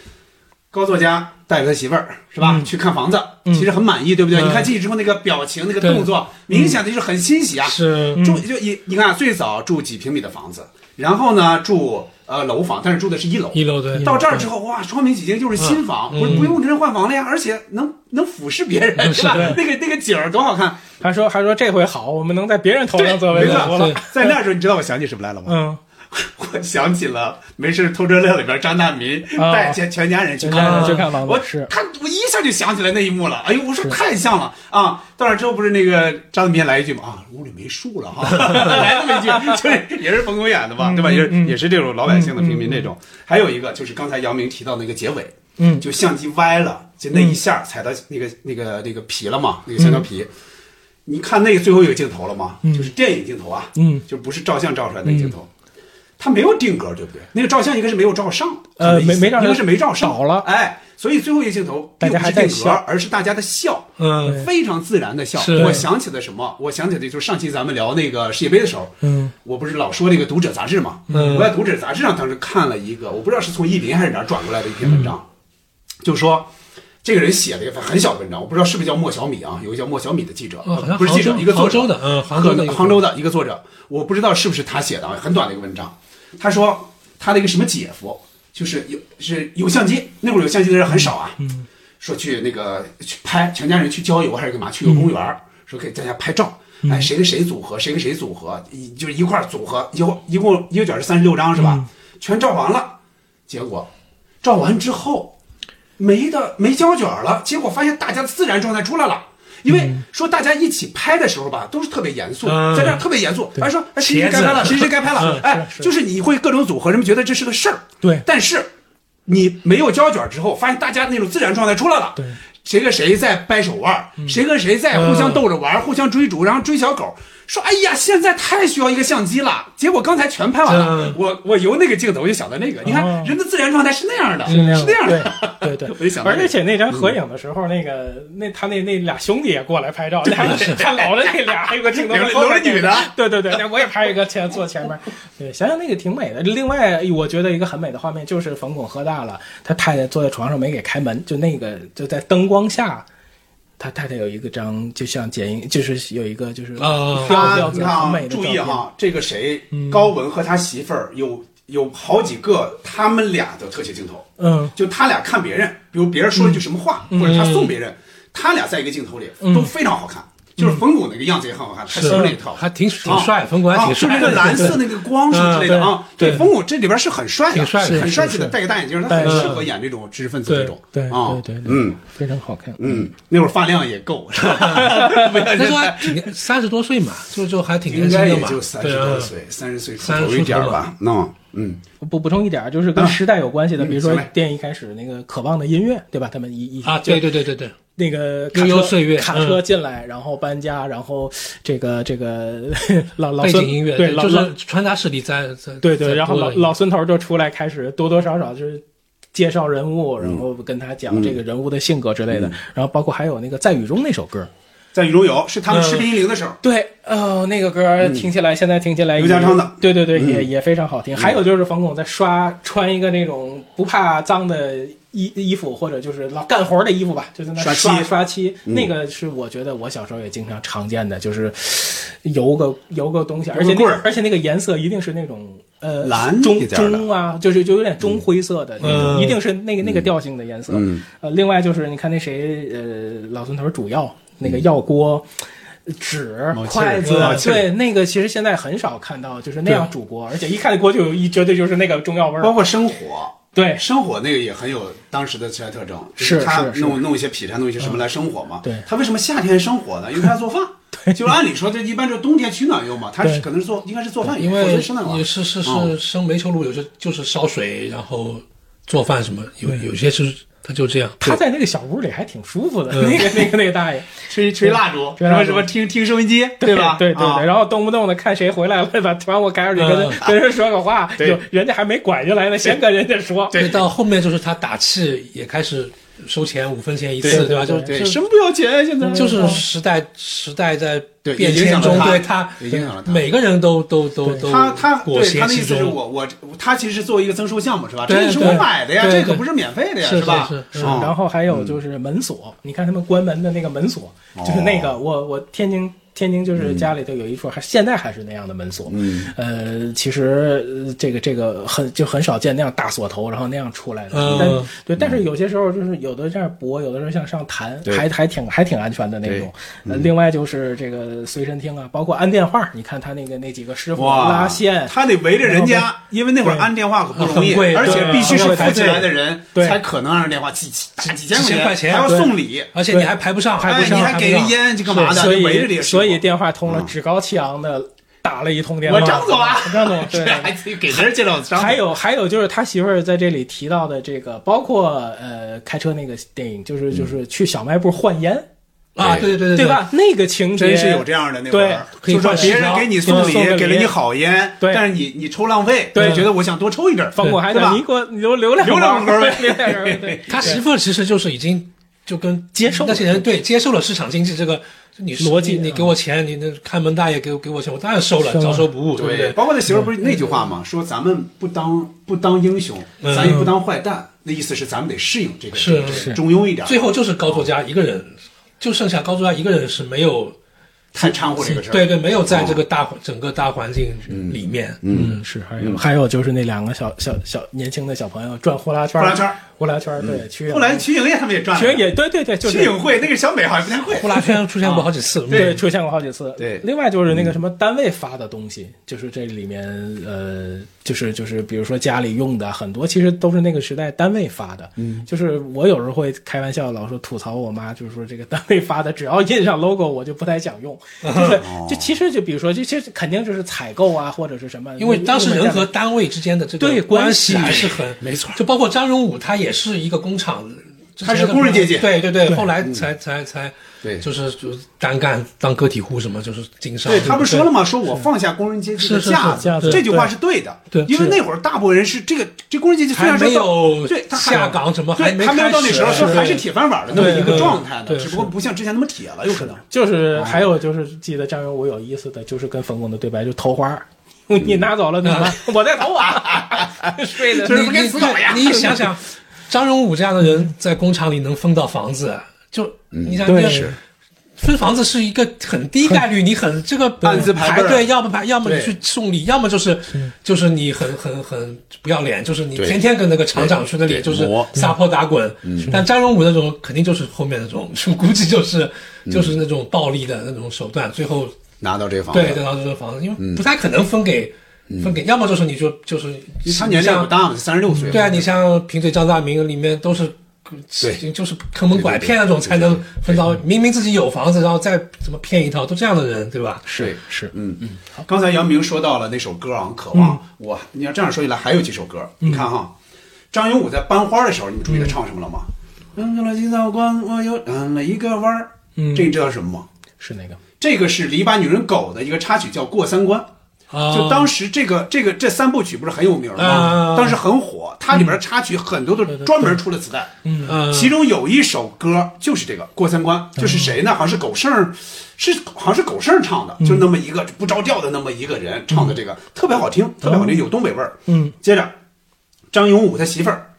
高作家带着他媳妇儿是嗯吧、去看房子，其实很满意，对不对？你看进去之后那个表情、那个动作，明显的就是很欣喜啊。嗯是嗯住就一你看啊最早住几平米的房子，然后呢住呃楼房，但是住的是一楼。一楼嗯对到这儿之后，哇，窗明几净，就是新房，不、不用跟人换房了呀，而且能能俯视别嗯人，是吧？那个那个景儿多好看！还说还说这回好，我们能在别人头上作为没老婆错了。，在那时候，你知道我想起什么来了吗？嗯， (laughs) 我想起了《没事偷着乐》里边张大民啊带全全家人去看啊房子，去看房子我是他我一下就想起来那一幕了。哎呦，我说太像了啊！到那之后不是那个张大民来一句嘛啊，屋里没树了哈， (laughs) 来这么一句，就是 (laughs) 也是冯巩演的吧，对嗯吧？也是也是这种老百姓的平民那种。还有一个就是刚才姚明提到那个结尾，嗯就相机歪了，就那一下踩到那个那个那个皮了嘛，那个香嗯蕉皮。你看那个最后一个镜头了吗？就是电影镜头啊，嗯就不是照相照出来那个镜头，它没有定格，对不对？那个照相应该是没有照上的，呃看意思没没照上应该是没照上倒了哎，所以最后一个镜头大家并不还是在定格笑，而是大家的笑，嗯，非常自然的笑是。我想起了什么？我想起的就是上期咱们聊那个世界杯的时候，嗯，我不是老说那个《读者》杂志嘛，嗯我在《读者》杂志上当时看了一个，我不知道是从意林还是哪儿转过来的一篇文嗯章，就说。这个人写了一个很小的文章，我不知道是不是叫莫小米啊？有一个叫莫小米的记者，哦好像不是记者，杭州一个作者杭州的嗯杭州可的能一个杭州的一个作者，我不知道是不是他写的，啊，很短的一个文章。他说他的一个什么姐夫，就是有是有相机，那会儿有相机的人很少啊，嗯说去那个去拍，全家人去郊游还是干嘛？去个公嗯园儿，说给大家拍照。哎，谁跟谁组合，谁跟谁组合，一就是一块儿组合，一共一共一个卷儿是三十六张是嗯吧？全照完了，结果照完之后没的没胶卷儿了，结果发现大家的自然状态出来了。因为说大家一起拍的时候吧，都是特别严肃，嗯在这儿特别严肃，还说哎谁谁茄该子拍了，谁谁该拍了，哎，就是你会各种组合，人们觉得这是个事儿，对但是你没有胶卷儿之后，发现大家那种自然状态出来了。对。谁跟谁在掰手腕儿，谁跟谁在互相逗着玩儿，互相追逐，然后追小狗。说，哎呀，现在太需要一个相机了。结果刚才全拍完了嗯，我我由那个镜头我就想到那个，你看哦人的自然状态是那样啊的，是是那样那样的。的，对对 (laughs) 我就想对。到这个嗯而且那张合影的时候，那个那他那那俩兄弟也过来拍照， (laughs) 俩他搂着那俩，还有个镜头搂着搂着女的，对对对，那我也拍一个前坐前面，对，想想那个挺美的。另外，我觉得一个很美的画面就是冯巩喝大了，他太太坐在床上没给开门，就那个就在灯光下。他太太有一个张，就像剪影，就是有一个就是啊标标他子你看很啊美，的照注意片嗯哈，这个谁，高文和他媳妇儿有有好几个他们俩的特写镜头，嗯，就他俩看别人，比如别人说了一句什么话，嗯或者他送别人，他俩在一个镜头里都非常好看，就是冯巩那个样子也很好看，他媳妇儿那一套还挺挺帅，啊冯巩还挺帅啊的，嗯就那个蓝色那个光什么之类的啊，对对，对冯巩这里边是很帅的，挺帅的很是帅是气的，是戴个大眼镜，他很适合演这种知识分子这种，对啊，对对，对嗯，非常好看，嗯，那会儿发量也够，是 (laughs) 吧？那时候还 (laughs) 挺三十多岁嘛，就就还挺年应轻该的也嘛，啊就三十多岁，三十岁出头一点儿吧，那嗯，补补充一点儿，就是跟时代有关系的，嗯比如说行嘞电影一开始那个《渴望的音乐》，对吧？他们一一啊，对对对对对，那个卡车悠悠岁月嗯卡车进来，然后搬家，然后这个这个 (laughs) 老老背孙景音乐对老就是老传达势力在在对在对，然后多老了一老孙头就出来开始多多少少就是。介绍人物，嗯然后跟他讲这个人物的性格之类的，然后包括还有那个在雨中那首歌，在雨中游是嗯他们吃冰激凌的时候，对，哦，那个歌听起来，现在听起来刘也家昌的，嗯对对对，也也非常好听。还有就是冯巩在刷穿一个那种不怕脏的衣衣服，或者就是老干活的衣服吧，就是那刷漆嗯刷刷漆，那个是我觉得我小时候也经常常见的，就是油个油个东西，而且那棍儿而且那个颜色一定是那种。呃，蓝棕一点儿的棕啊，就是就有点棕灰色的那种，嗯一定是那个那个调性的颜色。嗯呃，另外就是你看那谁，呃，老孙头煮药那嗯个药锅。纸、冒气儿筷子冒，气儿对那个其实现在很少看到，就是那样煮锅，而且一看那锅就有一绝对就是那个中药味包儿。括生火，对，哎生火那个也很有当时的时代特征，就是他是是弄弄一些劈柴，弄一些什嗯么来生火嘛。对他为什么夏天生火呢？因为他 (laughs) 做饭。就是按理说，这一般就冬天取暖用嘛，他对是可能是做应该是做饭用，因或者为是那也玩是是嗯是生煤球炉，有些就是烧水，然后做饭什么，有有些是他就这样。他在那个小屋里还挺舒服的，嗯 (laughs) 那个那个那 (laughs) 个大爷，吹吹蜡烛，吹什么蜡烛什么听听收音机，吧？对对啊对，然后动不动的看谁回来了，把团我赶上去嗯跟跟人说个话，对有人家还没拐进来呢，先跟人家说，对，到后面就是他打气也开始收钱，五分钱一次，对吧？就对，就什么不要钱？现在就是时代时代在对变也影迁响了中，他对他也影响了他每个人都都都都他他裹对挟他的意其思是中。我我他其实是做一个增收项目是吧？这对个是我对买的呀，对这对可不是免费的呀，是吧？是是嗯然后还有就是门锁，你看他们关门的那个门锁，哦就是那个我我天津天津就是家里头有一处，还现在还是那样的门锁。嗯，呃，其实呃这个这个很就很少见那样大锁头，然后那样出来的。嗯但对，但是有些时候就是有的这样拨，有的时候向上弹，还还挺还挺安全的那种。嗯呃，另外就是这个随身听啊，包括安电话，你看他那个那几个师傅哇，拉线，他得围着人然家，因为那会儿对按电话可不容易，很贵而且对必须是很贵富起来的人对才可能按上电话，几几几千几千块钱，钱还要对送礼，而且你还排不上，还哎，不你上还给人烟这干嘛的？所就围着这以个所师以电话通了，趾高气昂的打了一通电傅话。我张总啊，张总对。 (laughs) 还自己给别人介绍张总，还有还有就是他媳妇儿在这里提到的这个，包括呃开车那个电影，就是嗯就是去小卖部换烟，啊，对对对对？吧？那个情节真是有这样的那会对儿，可以就说换别十人条给你送对礼送个，礼给了你好烟，对但是你你抽浪费，对就觉得我想多抽一点儿，放过还对吧得你给我留留两留两盒盒呗 (laughs) 留两 (laughs) 盒儿对他媳妇儿其实就是已经就跟接受了那些人对接受了市场经济这个你逻辑你你给我钱，你那看门大爷给我给我钱，我当然收了，收了照收不误，对不对，对？包括他媳妇儿不是那句话嘛，说咱们不当不当英雄，嗯咱也不当坏蛋，那意思是咱们得适应这个是这个是中庸一点，最后就是高作家一个人，就剩下高作家一个人是没有太掺和这个事儿，嗯对对，没有在这个大环整个大环境里面，嗯，是还有还有就是那两个小小小年轻的小朋友转呼啦圈儿，呼啦圈儿呼啦圈儿，对，瞿颖后来瞿颖也他们也赚瞿了，颖也对对对，就是瞿颖会那个小美好像不太会，呼啦 (laughs) 圈出现过好几次，啊嗯对，出现过好几次。对另外就是那个什么单位发的东西，就是这里面呃，就是就是比如说家里用的很多，其实都是那个时代单位发的。嗯，就是我有时候会开玩笑，老说吐槽我妈，就是说这个单位发的，只要印上 logo 我就不太想用。啊就是哦就其实就比如说，就其实肯定就是采购啊或者是什么，因为当时人和和单位之间的这对个关系系还是很没错就包括张荣武，他也是一个工厂，他是工人阶级对对对，后来才才才对就是就单干当个体户什么，就是经商。对他不说了吗？说我放下工人阶级的是是是架架子，子这句话对是对的。对因为是那会儿大部分人是这个这工人阶级虽然还说没到有对他还下岗什么对还没还没有到那开始时候，说是还是铁饭碗的那么对一个对状态呢，对只不过不像之前那么铁了，有可能。就是还哦有就是记得张勇武有意思的就是跟冯巩的对白，就头花儿。 (laughs) 嗯你拿 (laughs) 走了怎么办？我再 (laughs) 投啊！睡的就是你不给你死搞呀对你 (laughs) 想想，张荣武这样的人在工厂里能分到房子，就你想对你分房子是一个很低概率，你很这个按资排辈排儿队，要么排，要么你对去送礼，要么就是就是你很很很不要脸，就是你天天跟那个厂长去那里就是撒泼打滚。嗯但张荣武那种肯定就是后面那种， (laughs) 就估计就是嗯就是那种暴力的那种手段，最后拿到这房对，得到这个房子，因嗯为不太可能分给分给，要么就是你就就是他年龄也不像大嘛，三十六岁。对啊，你像《贫嘴张大民》里面都是。对就是坑蒙拐骗那种才能分到，明明自己有房子，然后再怎么骗一套，都这样的人，对吧？是是嗯嗯。刚才杨明说到了那首歌啊，《渴望》，我你要这样说起来，还有几首歌，你看哈，张勇武在班花的时候，你们注意他唱什么了吗？嗯，了几道光，我又转了一个弯儿。嗯这你知道什么吗？是那个这个是《篱笆女人狗》的一个插曲，叫《过三关》。啊，就当时这个这个这三部曲不是很有名吗？啊当时很火，它里边插曲很多都专门出了磁带，嗯其中有一首歌就是这个《过三关》，就是谁呢？好像是狗剩儿，是好像是狗剩儿唱嗯的，就那么一个不着调的那么一个人唱的这个，特别好听，特别好听，有东北味儿。嗯，接着张勇武他媳妇儿，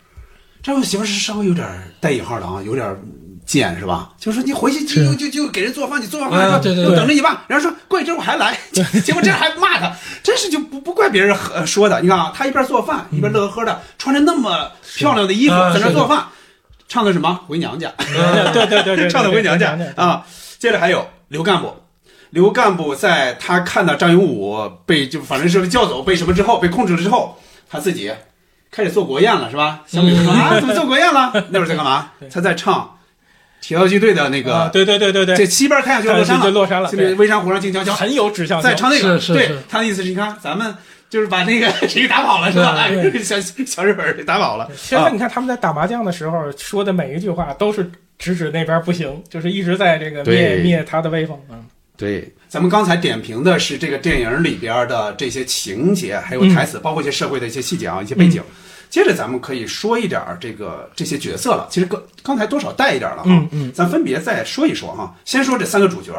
张勇武媳妇儿是稍微有点儿带引号的啊，有点儿贱是吧？就说你回去就就就给人做饭，你做完饭啊说对对我对等着你爸，然后说过一阵儿我还来， (laughs) 结果这还骂他，真是就不不怪别人呃说的。你看啊，他一边做饭一边乐呵呵的，穿着那么漂亮的衣服啊在那儿是做的饭，唱的什么回娘家。 (laughs) 对对对对，唱的回娘家啊。接着还有刘干部，刘干部在他看到张勇武被就反正是被叫走，被什么之后被控制了之后，他自己开始做国宴了，是吧？小美嗯说啊，怎么做国宴 (laughs) 了？那会儿在干嘛？他在唱铁道剧队的那啊，个，对对对对这对，西边太阳就要落山太阳了，就落山了这个对微山湖上静悄悄。很有指向性在。唱那个，是是对是他的意思是，你看咱们就是把那个 (laughs) 谁给打跑了是吧？哎对小小日本儿给打跑了。现在你看他们在打麻将的时候说的每一句话都是直指那边不行，就是一直在这个灭对灭他的威风。嗯，对，咱们刚才点评的是这个电影里边的这些情节，还有台嗯词，包括一些社会的一些细节啊，一些背景。接着咱们可以说一点儿这个这些角色了。其实刚刚才多少带一点儿了哈，嗯嗯咱分别再说一说哈。先说这三个主角，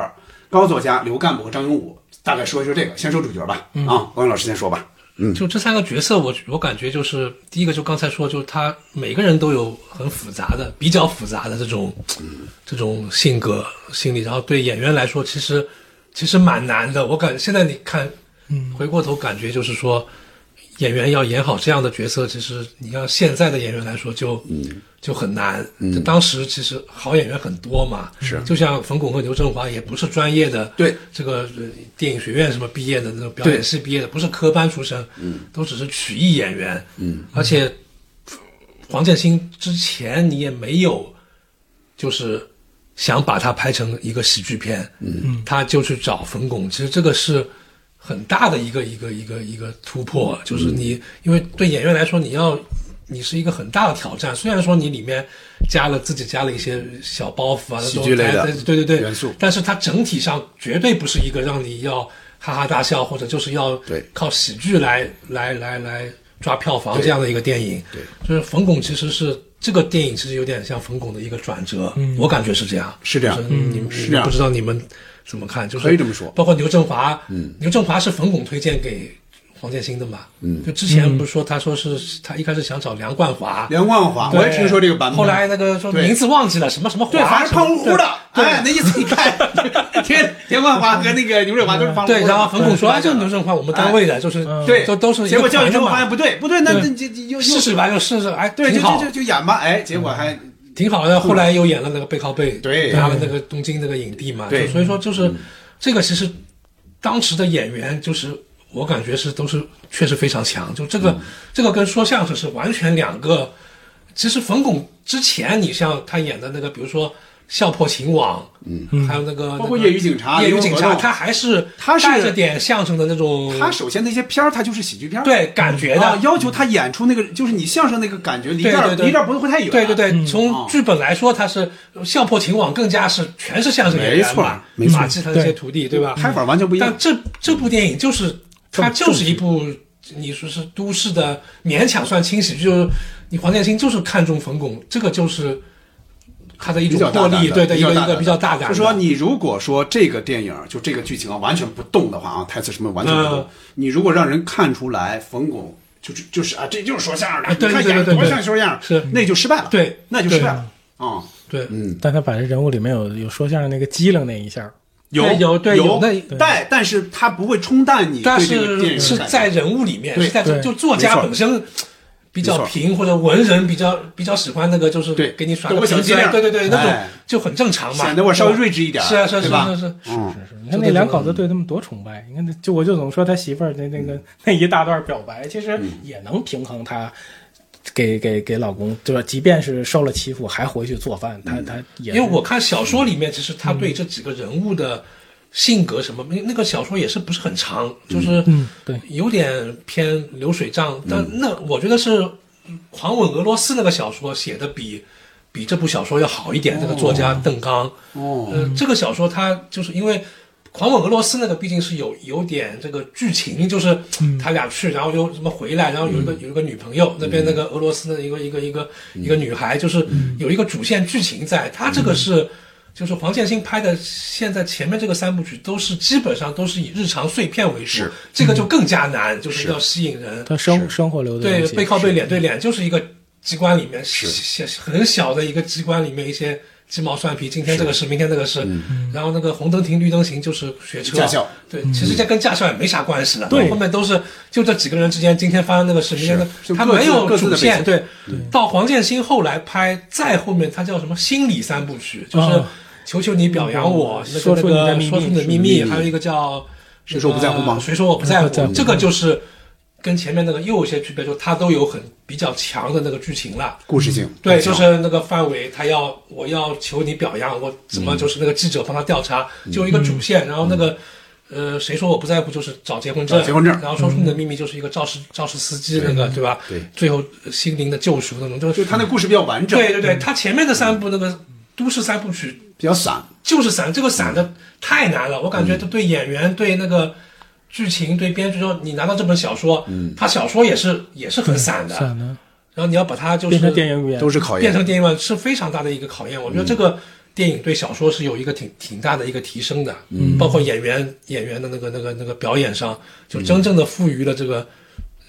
高作家、刘干部和张永武，大概说一说这个。先说主角吧，嗯啊，王勇老师先说吧。就这三个角色我，我感觉就是第一个，就刚才说，就是他每个人都有很复杂的、比较复杂的这种这种性格、心理，然后对演员来说，其实其实蛮难的。我感现在你看，回过头感觉就是说，演员要演好这样的角色，其实你要现在的演员来说就，就很难。就当时其实好演员很多嘛，嗯是，就像冯巩和刘振华也不是专业的，对这个呃电影学院什么毕业的那种表演系毕业的，不是科班出身，嗯，都只是曲艺演员，嗯，而且呃黄建新之前你也没有，就是想把它拍成一个喜剧片，嗯，他就去找冯巩，其实这个是很大的一个一个一个一个突嗯破，就是你、因为对演员来说，你要你是一个很大的挑战，虽然说你里面加了自己加了一些小包袱啊，喜剧类的那种对对对元素但是它整体上绝对不是一个让你要哈哈大笑或者就是要对靠喜剧来来来来抓票房这样的一个电影。对，就是冯巩其实是这个电影其实有点像冯巩的一个转折，我感觉是这样，是这样就是你们是你这们样不知道你们怎么看？就是可以这么说嗯包括刘振华，刘振华是冯巩推荐给。黄建新的嘛，嗯就之前不是说他说是他一开始想找梁冠华，嗯梁冠华，我也听说这个版本。后来那个说对名字忘记了什么什么华，对，反正胖乎乎的，对哎，那意思你看， (laughs) 田田冠华和那个牛振华都是胖乎乎的。嗯对，然后冯巩说，哎，就是是刘振华，我们单位的，就是对，都都是一嗯结个果教育之团的后发嘛现，不对，不对，那那对就就又试试吧，就试试，哎，对，就挺好就就就演吧，哎，结果还挺好的。后来又演了那个背靠背，对拿了那个东京那个影帝嘛，对嗯就所以说就是这个其实当时的演员就是我感觉是都是确实非常强，就这个嗯这个跟说相声是完全两个。其实冯巩之前，你像他演的那个，比如说《笑破秦王》，嗯，还有那个包括那个业余警察业余警流察，氓活动他还是他是带着点相声的那种，他首先那些片儿，他就是喜剧片儿，嗯对感觉的啊，要求他演出那个就是你相声那个感觉，离这儿对对对离这儿不会太远，对对对，从哦剧本来说，他是《笑破秦王》，更加是全是相声演员嘛没错没错马季他那些徒弟，对吧？拍法完全不一样但。这这部电影就是它正就是一部你说是都市的勉强算轻喜剧，就是你黄建新就是看中冯巩，这个就是他的一比种较大魄胆力，的对的一大个胆一的个比较大胆的。就说你如果说这个电影就这个剧情啊完全不动的话啊，台词什么完全不动嗯，你如果让人看出来冯巩就是就是啊，这就是说相声的，啊对你看对对演对多对像说相声，是那就失败了，对那就失败了啊。对，但他把这人物里面有有说相声那个机灵那一下，有对有对有那但但是它不会冲淡你但对这个电影是的感是觉在人物里面，对是在对就作没家错本身比较没错平或者文人比较比较喜欢那个，就是对给你耍抖个个小皮筋机灵儿，对对对，那种哎就很正常嘛，显得我稍微睿智一点，是啊是啊对是吧啊是啊？是啊，嗯，是你看那两口子对他们多崇拜，你看那就我就总说他媳妇儿那那嗯个那一大段表白，其实也能平衡他。给给给老公，对吧？即便是受了欺负，还回去做饭，他他也嗯因为我看小说里面，其实他嗯对这几个人物的性格什么，那那个小说也是不是很长，就是对有点偏流水账，但嗯那我觉得是《狂吻俄罗斯》那个小说写的比比这部小说要好一点。那个作家邓刚，哦，呃，这个小说它就是因为。狂吻俄罗斯那个毕竟是有有点这个剧情，就是他俩去，然后又什么回来，然后有一个有一个女朋友，那边那个俄罗斯的一个一个一个一个女孩，就是有一个主线剧情在。他这个是就是黄建新拍的，现在前面这个三部曲都是基本上都是以日常碎片为主，这个就更加难，就是要吸引人。他生生活流的对东，西背靠背、脸对脸，就是一个机关里面小小很小的一个机关里面一些鸡毛蒜皮，今天这个是，明天那个是，嗯然后那个红灯停，绿灯行就是学车嗯驾校，对，其实这跟驾校也没啥关系了，对后面都是就这几个人之间，今天发生那个事，明天就那他各自没有各自主的线，背对，到黄建新后来拍再后面，他叫什么心理三部曲，就是哦嗯求求你表扬我，那说个出你的那个秘密说出你的秘秘密，密还有一个叫。谁说我不在乎吗呃谁说我不在不在乎乎？这个就是跟前面那个又有些区别，就它都有很比较强的那个剧情了。故事性对，就是那个范围，他要嗯我要求你表扬我，怎么就是那个记者帮他调查，就有一个主线，然后那个呃，谁说我不在乎？就是找结婚证，找结婚证嗯然后说出你的秘密就是一个肇事肇事司机那个，对吧？对，最后心灵的救赎那种，就是就他那故事比嗯较完整，对对对，他前面的三部那个都市三部曲比较散，就是散，这个嗯散的太难了，我感觉这对演员、对那个剧情、对编剧说，你拿到这本小说，嗯他小说也是也是很散的，算了，然后你要把它就是变成电影语言都是考变验。嗯成电影版是非常大的一个考验。我觉得这个电影对小说是有一个挺挺大的一个提升的，嗯，包括演员演员的那个那个那个表演上，就嗯真正的赋予了这个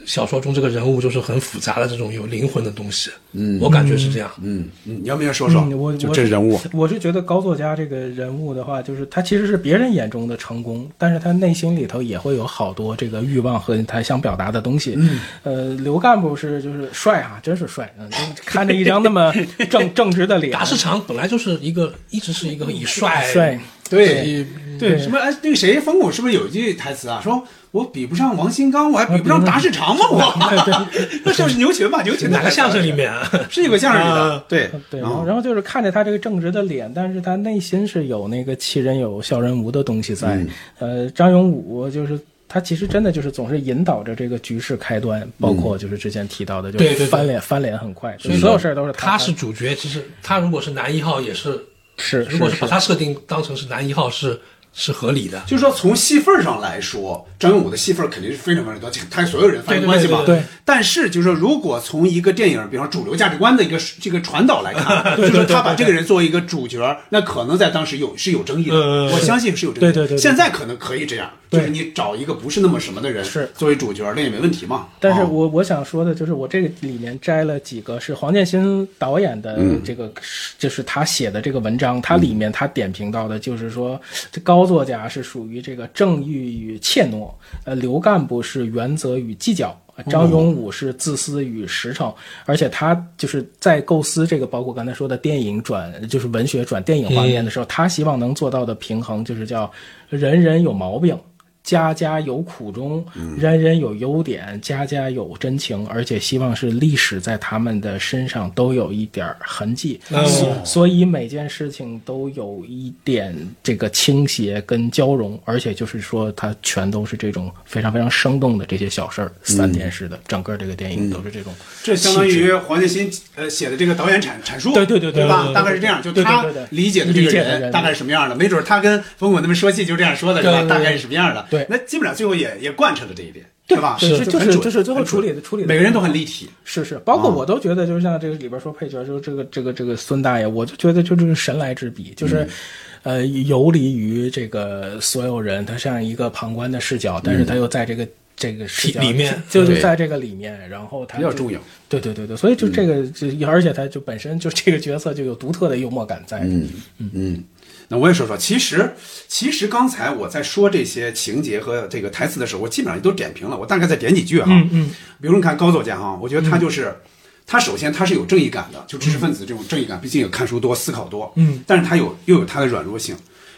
小说中这个人物就是很复杂的这种有灵魂的东西。嗯，我感觉是这样。嗯，嗯你要不要说说嗯？我就我这人物，我是觉得高作家这个人物的话，就是他其实是别人眼中的成功，但是他内心里头也会有好多这个欲望和他想表达的东西。嗯，呃，刘干部是就是帅哈、真是帅，嗯，就是看着一张那么 (laughs) 正正直的脸，达市场本来就是一个一直是一个以帅嗯帅，对对，什么哎，那个谁，冯巩是不是有一句台词啊？说我比不嗯上王新刚，我还比不上达世长吗？ (laughs) 我， (laughs) 那就是牛群吧？牛群哪个相声里面？是有个相声里的啊，对嗯对，然后然后就是看着他这个正直的脸，但是他内心是有那个欺人有笑人无的东西在。呃，张永武就是他其实真的就是总是引导着这个局势开端，包括就是之前提到的，就对对是对翻脸翻脸很快，所以说所有事儿都是他翻是主角，其实他如果是男一号也是，是如果是是把他设定当成是男一号是是合理的。就是说从戏份上来说，张勇武的戏份肯定是非常非常多，他所有人发生对对关系对嘛。对对但是就是说，如果从一个电影，比方说主流价值观的一个 (laughs) 这个传导来看，对对就是对他把对这个人作为一个主角，那可能在当时有是有争议的。嗯我相信是有争议的。呃对对对对现在可能可以这样，就对是你找一个不是那么什么的人是作为主角，那也没问题嘛。但是啊我我想说的就是，我这个里面摘了几个是黄建新导演的这个，就是他写的这个文章，他里面他点评到的就是说，这高作家是属于这个正欲与怯懦，呃，刘干部是原则与计较。呃张永武是自私与实诚，而且他就是在构思这个，包括刚才说的电影转，就是文学转电影画面的时候，他希望能做到的平衡就是叫人人有毛病，家家有苦衷，嗯人人有优点，家家有真情，而且希望是历史在他们的身上都有一点儿痕迹，所所以每件事情都有一点这个倾斜跟交融，而且就是说它全都是这种非常非常生动的这些小事儿，三点式的整个这个电影都是这种嗯这相当于黄建新呃写的这个导演阐阐述，对对对对对吧？对对对大概是这样，就对对他对对对理解的这个理解的人人大概是什么样的，没准他跟冯巩他们说戏就这样说的，是吧？对对对大概是什么样的？对那基本上最后也也贯彻了这一点，对吧？对是就是很准就是最后很准处理的处理的嗯每个人都很立体，是是，包啊括我都觉得，就是像这个里边说配角，就是这个这个这个孙大爷，我就觉得就是神来之笔，就是，嗯呃，游离于这个所有人，他像一个旁观的视角，嗯但是他又在这个。这个视角里面就是在这个里面，然后他比较就重要。嗯对对对对，所以就这个，就而且他就本身就这个角色就有独特的幽默感在。嗯，嗯，那我也说说，其实其实刚才我在说这些情节和这个台词的时候，我基本上都点评了，我大概再点几句哈。嗯嗯，比如你看高作家哈，我觉得他就是。他首先他是有正义感的，就知识分子这种正义感，毕竟也看书多、思考多。嗯，但是他有又有他的软弱性，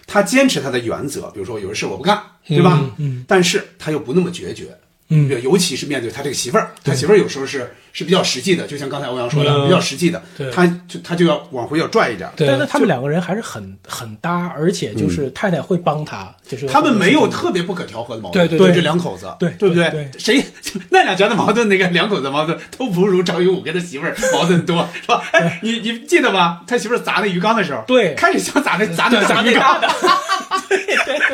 他坚持他的原则，比如说有些事我不干，对吧？嗯，但是他又不那么决绝。嗯，尤其是面对他这个媳妇儿，他媳妇儿有时候是是比较实际的，就像刚才欧阳说的，嗯比较实际的对，他就他就要往回要拽一点儿。对但是他们两个人还是很很搭，而且就是太太会帮他，就是嗯他们没有特别不可调和的矛盾，对对就对这两口子，对对不对？对对谁 (laughs) 那两家的矛盾，那个两口子矛盾都不如张永武跟他媳妇儿矛盾多，是吧？哎，你你记得吗？他媳妇儿砸那鱼缸的时候，对开始想砸那砸那对砸砸那那缸的，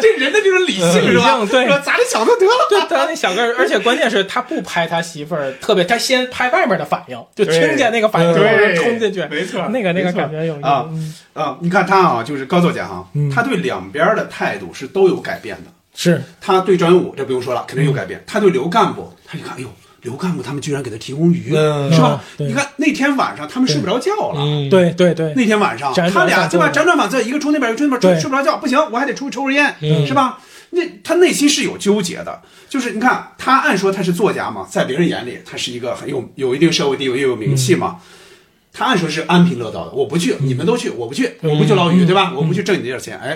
这人的这种理性嗯是吧？理性对是吧砸那小的得 (laughs) 了。对他那小个儿，而且关键是他不拍他媳妇儿，特别他先拍外面的反应，就对听见那个反应，对然后冲进去，没错那个那没个错感觉有意思嗯啊啊！你看他啊，就是高作家哈，他对两边的态度是都有改变的。是他对张永武这不用说了，肯定有改嗯变。他对刘干部，他一看，哎呦，刘干部他们居然给他提供鱼，嗯是吧？对你看那天晚上他们睡不着觉了。嗯，对对对，那天晚上，辗转他俩反对吧？侧辗转反侧，一个冲那边，一个冲那边，睡对睡不着觉，不行，我还得出去抽根烟，嗯是吧？那他内心是有纠结的，就是你看，他按说他是作家嘛，在别人眼里，他是一个很有有一定社会地位又有名嗯气嘛，他按说是安贫乐道的，我不去，你们都嗯去，我不去，我不去捞鱼，对吧？我不去挣你这点钱，哎。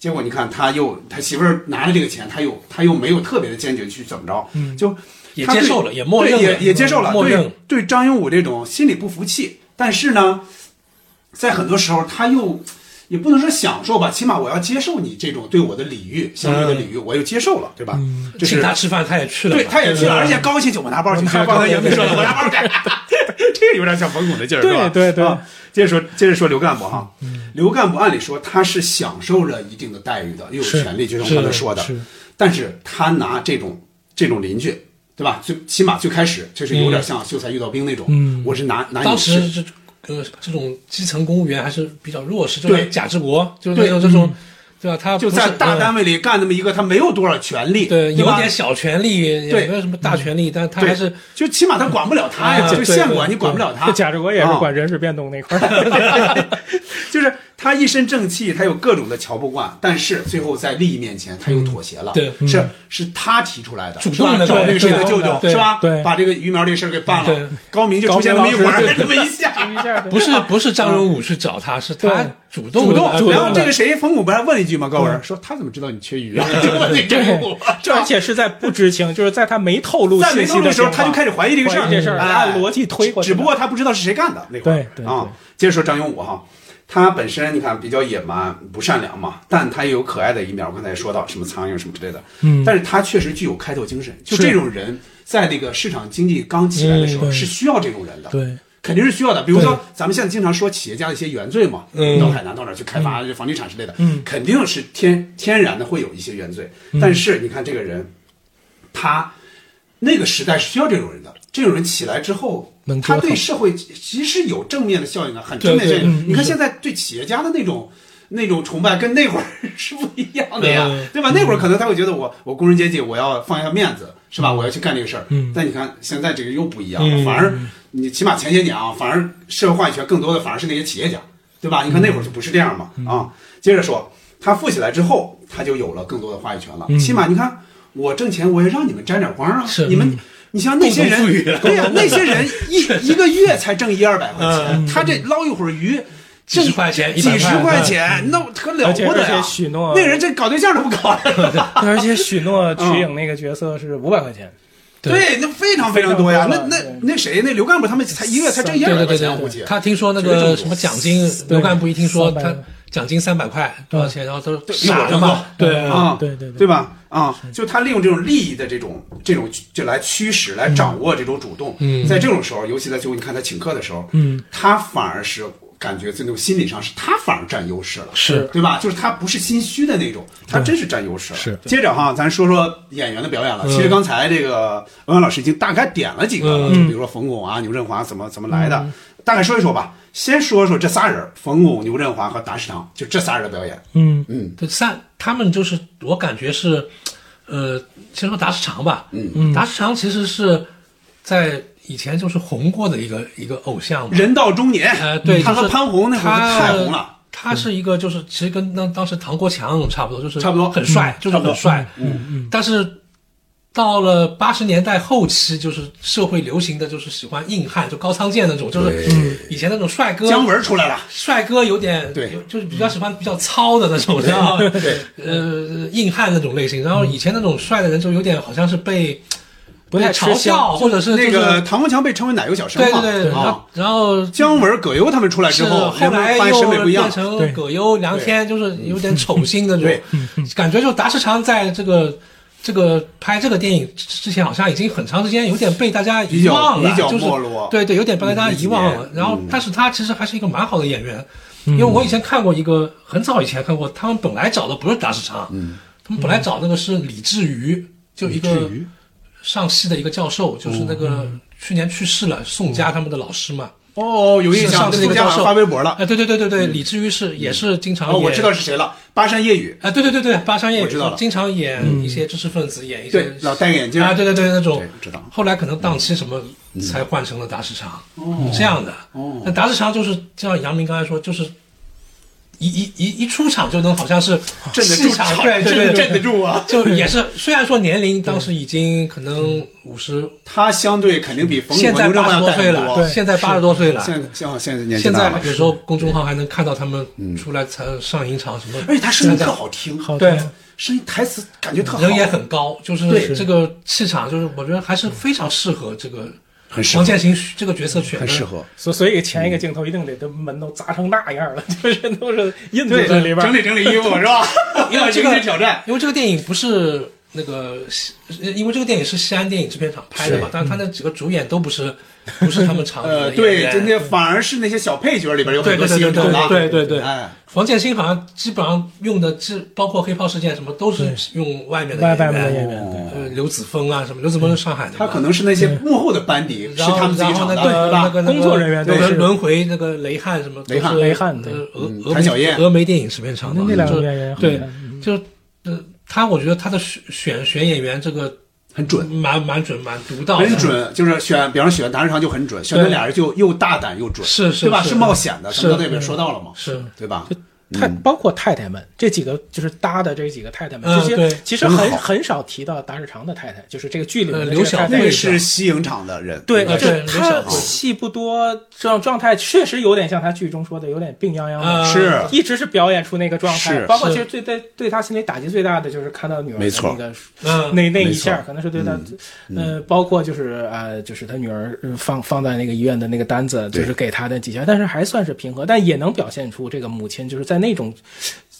结果你看，他又他媳妇儿拿了这个钱，他又他又没有特别的坚决去怎么着，就嗯也他对接受了也默认了对也也接受了，默认对对张永武这种心里不服气，但是呢，在很多时候他又也不能说享受吧，起码我要接受你这种对我的礼嗯遇，相对的礼遇，我又接受了，对吧？这是请他吃饭，他也去了嘛，对，他也去了，而且高兴就我拿包去，拿像包刚才去杨斌说的，我拿包去， (laughs) 这个有点像冯巩的劲儿，是吧？对对嗯对啊接着说，接着说刘干部哈，刘干部按理说他是享受了一定的待遇的，又有是权利，就像是刚才说的是，但是他拿这种这种邻居。对吧？最起码最开始就是有点像秀才遇到兵那种，嗯我是拿拿当你是时这呃这种基层公务员还是比较弱势，就对是贾志国，就是对那种这种，对吧？他就不是在大单嗯位里干那么一个，他没有多少权利，对有吧点小权利，对也没有什么大权利，但他对还是就起码他管不了他呀，啊就对县对管你管不了他啊这。贾志国也是管人事变动那块 (laughs) 儿，就是他一身正气，他有各种的瞧不惯，但是最后在利益面前，他又妥协了。嗯对是是他提出来的，主动的是吧找这对个谁的舅主动舅的对是吧？对把这个鱼苗这事儿给办对了，高明就出现那么一会高明老儿师，那么一下。一下不是不是张荣武去找他，是他对主动主动，主然后动这个的。谁，冯巩不还问了一句吗？高文说他怎么知道你缺鱼啊？ (laughs) 就问那对张武， (laughs) 是吧而且是在不知情，就是在他没透露在没信息弄的时候，情况他就开始怀疑这个事儿，怀疑这事儿哎按逻辑推过去只不过他不知道是谁干的那会儿对对啊对。接着说张勇武哈，他本身你看比较野蛮、不善良嘛，但他也有可爱的一面。我刚才也说到什么苍蝇什么之类的，嗯但是他确实具有开拓精神。就是这种人，在那个市场经济刚起来的时候，嗯对是需要这种人的。对。肯定是需要的，比如对说咱们现在经常说企业家的一些原罪嘛，嗯到海南到哪儿去开发房地产之类的，嗯肯定是天天然的会有一些原罪。但是你看这个人，他那个时代是需要这种人的，这种人起来之后能，折他腾对社会其实有正面的效应的，啊很正面的对效对应。你看现在对企业家的那种。那种崇拜跟那会儿 (laughs) 是不一样的呀，嗯对吧？那会儿可能他会觉得我我工人阶级，我要放下面子，是吧？我要去干这个事儿。嗯但你看现在这个又不一样了，嗯反而你起码前些年啊，反而社会话语权更多的反而是那些企业家，对吧？你看那会儿就不是这样嘛，啊，接着说，他富起来之后，他就有了更多的话语权了。嗯起码啊你看，我挣钱，我也让你们沾点光啊，是嗯你们。你像那些人共同富裕了，对呀、那些人一一个月才挣一二百块钱，嗯他这捞一会儿鱼，挣几十块嗯钱几十100块钱，那可了而且不得而呀且！许诺那人这搞对象都不搞， (laughs) 而且许诺嗯瞿颖那个角色是五百块钱，对，那非常非常多呀。非那常多那对那谁，那刘干部他们才一个月才挣一对二百对块对钱，对我估对，计。他听说那这个个政府什么奖金，对刘干部一听说300他奖金三百块多少钱，然后都对傻比我了嘛，挣多对啊，对对对对吧？啊，就他利用这种利益的这种这种就来驱使、来掌握这种主动。嗯在这种时候，尤其在最后你看他请客的时候，嗯，他反而是感觉在那种心理上是他反而占优势了，是对吧？就是他不是心虚的那种，他真是占优势了。是嗯接着哈，咱说说演员的表演了。其实刚才这个文阳老师已经大概点了几个嗯了，就比如说冯巩啊、牛振华怎么怎么来的，大概说一说吧。先说说这仨人，冯巩、牛振华和达士堂，就这仨人的表演。嗯嗯，对，三他们就是我感觉是，呃，先说达士长吧，嗯，达士长其实是在以前就是红过的一个一个偶像嘛，人到中年，呃，对，他就是和潘虹那会儿他是太红了。。他是一个，就是其实跟当当时唐国强差不多，就是差不多很帅，就是差不多很帅。嗯嗯。但是到了八十年代后期，就是社会流行的就是喜欢硬汉，就高仓健那种，就是嗯以前那种帅哥，姜文出来了，帅哥有点对有就是比较喜欢比较糙的那种，你知道吗？对，呃，硬汉那种类型。然后以前那种帅的人就有点好像是被不太被嘲吃香笑，或者是那就是个唐国强被称为奶油小生对嘛，对对，然后啊，然后姜文、葛优他们出来之是后，后人来们发现审美又不一样变，成葛优、梁天，就是有点丑性的这对嗯种感觉。就达士长在这个这个拍这个电影之前，好像已经很长时间有点被大家遗忘了，比较比较就是没落对对，有点被大家遗忘嗯那了几。年然后嗯，但是他其实还是一个蛮好的演员，因为我以前看过一个，很早以前看过，他们本来找的不是达士长，嗯他们本来找那个是李志瑜，就一个瑜上戏的一个教授，就是那嗯个去年去世了，宋佳他们的老师嘛。哦，有印象，上次那宋个佳教授发微博啊、了，嗯对对对对对，李志瑜是也是经常哦，演，我知道是谁了，巴山夜雨，啊、对对对对，巴山夜我知道了嗯雨经常演一些知识分子，演一些对，老戴个眼镜，啊，对对对，那种对知道嗯后来可能档期什么才换成了达士长，这样的。哦那达士长就是就像杨明刚才说，就是一一一一出场就能好像是 (laughs) 镇得住气场场对对对， (laughs) 镇得住啊就 (laughs) 也是虽然说年龄当时已经可能五十，他相对肯定比嗯冯巩现和在刘正八华要十多大岁很了，多，现在八十多岁了，现在像现在年纪现大在了有，时候公众号还能看到他们出来才上影场什么，而且他声音特好听，好对，声音台词感觉特好，人也很高，就对是这个气场，就是我觉得还是非常适合这个很适合王，建新这个角色选的很适合。所所以前一个镜头一定得都门都砸成那样了， (laughs) 就是都是印子在里边整儿。理整理衣服是吧？ (laughs) 因为 (laughs) 这迎个接挑战，因为这个电影不是那个西，呃因为这个电影是西安电影制片厂拍的嘛，但是他那几个主演都不是不是他们 (laughs) 常驻呃，的演对，员就那反而是那些小配角里边有对很多对对戏对份重对大，对对对，哎，黄建新好像基本上用的，这包括黑炮事件什么，都是用外面的外演外面的员，演员，对呃，刘子峰啊什么，刘子峰是上海的嘛，他可能是那些幕后的班底，是然后他们自己然找后那的，个对那吧？个那个工作人员都轮是轮回那个雷汉什么，雷汉都是雷汉对呃俄嗯俄谭小燕俄媒电影制片厂嘛，那两就个是演员嗯对好像就呃，他我觉得他的选选选演员这个很准，蛮蛮准，蛮独到的，很准，就是选，比方选南日常就很准，选那俩人就又大胆又准，是是对吧？是是冒险的，是咱们刚才也说到了嘛，是对吧？太包括太太们这几个就是搭的这几个太太们，嗯这些对其实真很好很少提到达日常的太太，就是这个剧里呃面的这刘个晓太太那个慧是西影厂的人，对，对就是刘晓她慧戏不多，状状态确实有点像她剧中说的，有点病殃殃的，呃是一直是表演出那个状态。是包括是其实对对对她心里打击最大的就是看到女儿的没错那个嗯那那一没下，错嗯可能是对她，呃，包括就是呃，就是她女儿呃放放在那个医院的那个单子，对就是给她的几下，但是还算是平和，但也能表现出这个母亲就是在那种。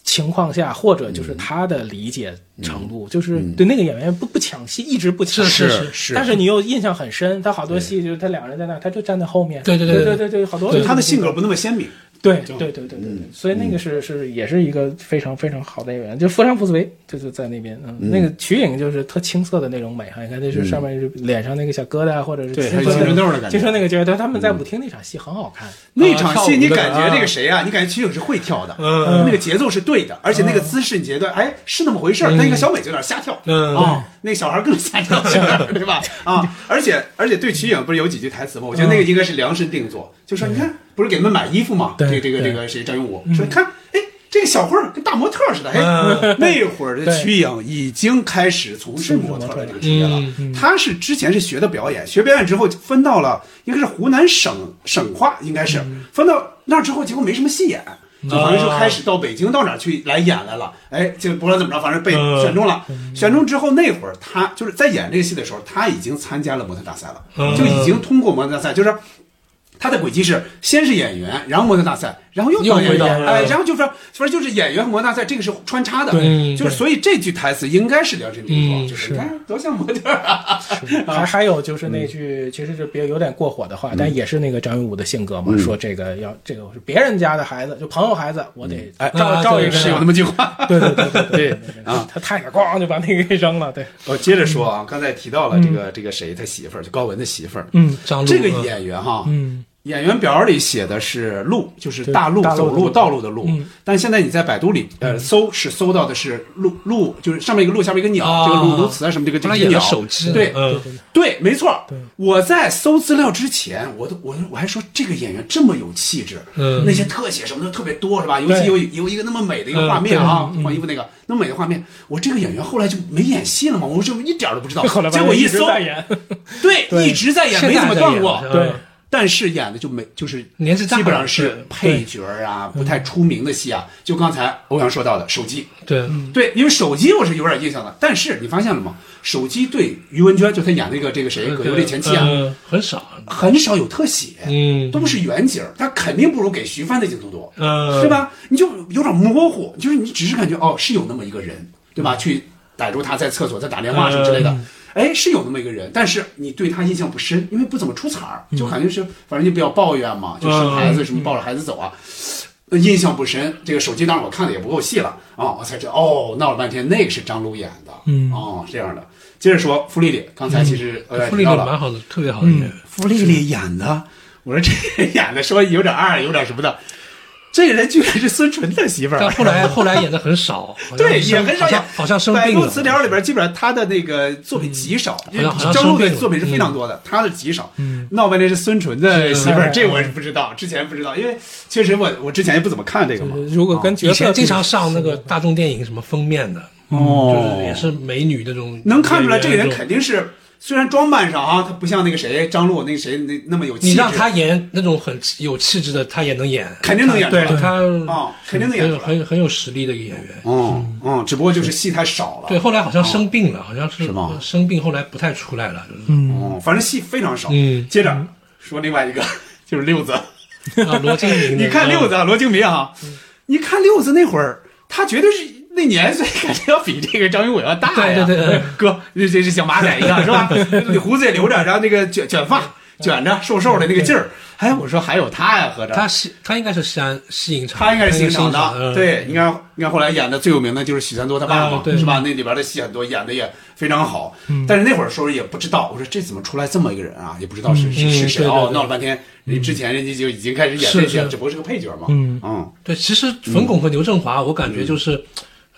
情况下，或者嗯就是她的理解程度，就是对那个演员不不抢戏，一直不抢戏，是是是但是你又印象很深，他好多戏就是他两人在那儿，他就站在后面。对对对对对对对，好多就他的性格不那嗯么鲜明，对对对对对对，所以那个是是也是一个非常非常好的演员，就富商普斯维就是在那边，嗯，那个瞿颖就是特青涩的那种美哈，你看那是上面是脸上那个小疙瘩，或者是青还有春青春痘的感青春觉。那个阶段，他们在舞厅那场戏很好看， (laughs) 那场戏你呃跳舞的感觉啊那个谁啊？你感觉瞿颖是会跳的，嗯那个节奏是对的，而且那个姿势你觉得哎是那么回事儿，但一个小美就有点瞎跳，嗯啊，那个小孩更瞎跳一点儿， (laughs) 对吧？啊，而且而且对瞿颖不是有几句台词吗？我觉得嗯那个应该是量身定做，就说你看，不是给他们买衣服吗？这对个这个对这个谁张云武说你看，哎。这个小慧儿跟大模特儿似的，哎， (laughs) 嗯那会儿的对瞿颖已经开始从事模特儿的这个职业了嗯。他是之前是学的表演，学表演之后分到了应该是湖南省省话，应该是嗯分到那儿之后，结果没什么戏演，就啊好像就开始到北京到哪儿去来演来了。哎，就不知道怎么着，反正被嗯选中了。选中之后那会儿，他就是在演这个戏的时候，他已经参加了模特大赛嗯了，就已经通过模特大赛，就是。他的轨迹是先是演员，然后模特大赛，然后又当演又回到员，哎，嗯然后就是反正就是演员和模特大赛这个是穿插的，对就是所以这句台词应该是梁晨定做，嗯就是你看多像模特儿啊，还还有就是那句，其实是别有点过火的话，但也是那个张云武的性格嘛，说这个要这个是别人家的孩子，就朋友孩子，我得 (laughs) 哎照啊照对一个是是有那么句话。 (laughs) 对对对对对啊！他太太咣就把那个给扔了，对，我接着说啊，刚才提到了这个这个谁，他媳妇儿，就高文的媳妇儿，嗯张这个也。演员哈，嗯，演员表里写的是路，就是大路对大路走的路嗯路道路的路，但现在你在百度里呃搜是搜到的是路路，就是上面一个路，下面一个鸟，啊这个路鸬鹚啊什么这个这后来个演鸟了手机，对嗯，对，没错对。我在搜资料之前，我都我我还说这个演员这么有气质，嗯那些特写什么的特别多，是吧？尤对其有有一个那么美的一个画面啊，换衣服那个那么美的画面，我这个演员后来就没演戏了嘛，我就一点儿都不知道。后来结果一搜，在演，对，对一直在演，现没在怎么在断演过是。吧对但是演的就没，就是年纪大基本上了是配角儿啊，不太出名的戏啊。就刚才欧阳说到的手机，对，嗯对，因为手机我是有点印象的，但是你发现了吗？手机对于文娟，就她演那个这个谁葛优这前妻啊，嗯很少，很少有特写，嗯都是远景儿，她肯定不如给徐帆的镜头多，嗯对吧？你就有点模糊，就是你只是感觉哦，是有那么一个人，对吧？去逮住他在厕所在打电话什么之类的。嗯哎，是有那么一个人，但是你对他印象不深，因为不怎么出彩儿，就嗯感觉是反正就比较抱怨嘛，就生孩子什么抱着孩子走啊，呃印象不深。这个手机当时我看的也不够细了啊，我才知道哦，闹了半天那个是张鲁演的，嗯，哦，这样的。接着说傅丽丽，刚才其实呃嗯傅提丽丽到了，蛮好的，特别好的演员，傅丽丽演的，我说这 (laughs) 演的说有点二，有点什么的，这个人居然是孙淳的媳妇但儿。后来 (laughs) 后来演的很少，好像 (laughs) 对，生也很少演好像，好像生百病度了。词条里边基本上他的那个作品极少，因为好像张璐生的病了嗯作品是非常多的，他的极少。闹半天是孙淳的媳妇哎儿，这我是不知道，之前不知道，因为确实我我之前也不怎么看这个嘛。如果跟以角色前比经常上那个大众电影什么封面的，哦就是也是美女这种，哦能看出来这个人演员肯定是，虽然装扮上啊，他不像那个谁张璐那个谁那那么有气质，你让他演那种很有气质的，他也能演，肯定能演出来对他啊，肯定能演出来。很有很有实力的一个演员。哦，嗯，只不过就是戏太少了。对，后来好像生病了，好像是呃是吗生病，后来不太出来了，就是哦，反正戏非常少。嗯接着说另外一个就是六子，啊，罗金明 (laughs) 的，你看六子啊，罗敬明啊，嗯你看六子那会儿，他绝对是。那年岁肯定要比这个张云伟要大呀，对对对对哥，这这是小马仔一样是吧？ (laughs) 胡子也留着，然后那个卷卷发卷着，瘦瘦的那个劲儿。哎，我说还有他呀，合着他是他应该是西安西影厂，他应该是新厂厂的，，对，应该应该后来演的最有名的就是许三多他爸嗯啊嘛，对嗯是吧？那里边的戏很多，演的也非常好。但是那会儿说也不知道，我说这怎么出来这么一个人啊？也不知道是是嗯是谁对对哦，对闹了半天，人之前人家就已经开始演是这些，是只不过是个配角嘛。嗯嗯，对，其实冯巩和牛振华，我感觉就是、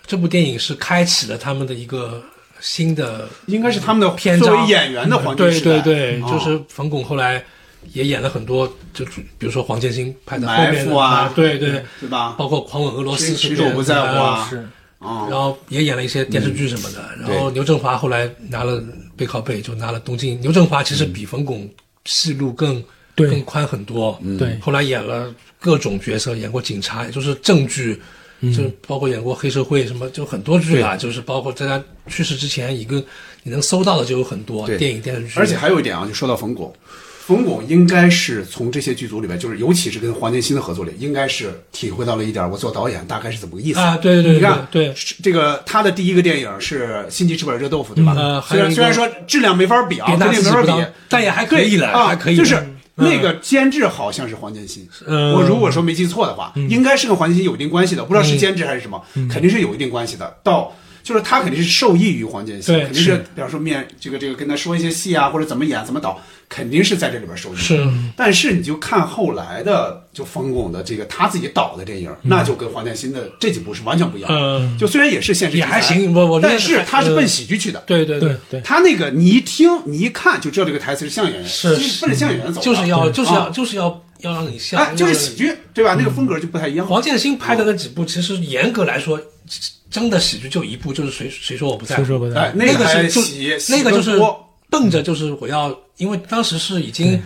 这部电影是开启了他们的一个新的应该是他们的篇章作为演员的黄金对时代对。对，哦就是冯巩后来也演了很多，就比如说黄建新拍的后埋面伏的啊对对，对吧包括《狂吻俄罗斯谁》是谁都变不在乎啊是啊，然后也演了一些电视剧什么的。嗯然后牛振华后来拿了背靠背，就拿了东京。牛振华其实嗯比冯巩戏路更对更宽很多。嗯对后来演了各种角色，演过警察，也就是正剧，嗯就包括演过黑社会什么，就很多剧啊。就是包括在他去世之前，一个你能搜到的就有很多对电影、电视剧，而且还有一点啊，就说到冯巩，冯巩应该是从这些剧组里边，就是尤其是跟黄建新的合作里，应该是体会到了一点我做导演大概是怎么个意思啊对对对你看，对对是这个他的第一个电影是《心急吃本热豆腐》，对吧？嗯呃还虽有一然个虽然说质量没法比啊，别肯拿定自己没法不当比，但也还可以了啊，还可以就是嗯那个监制好像是黄建新，嗯我如果说没记错的话，应该是跟黄建新有一定关系的，不知道是监制还是什么，嗯肯定是有一定关系的。到就是他肯定是受益于黄建新，对肯定是比方说面这个这个跟他说一些戏啊，或者怎么演怎么导，肯定是在这里边受益。是，但是你就看后来的就冯巩的这个他自己导的电影，那就跟黄建新的这几部是完全不一样的。嗯就虽然也是现实题材也还行我我觉得但是他是奔喜剧去的。对对对对，他那个你一听你一看就知道这个台词是像演员，是就是奔着像演员走的，就是要就是要啊就是要要让你像，哎，就是要让你喜剧对吧？那个风格就不太一样。黄建新拍的那几部，其实严格来说，真的喜剧就一部，就是谁谁说我不在谁乎，说不哎在，那个还是就喜，喜那个就是得多奔着就是我要，因为当时是已经嗯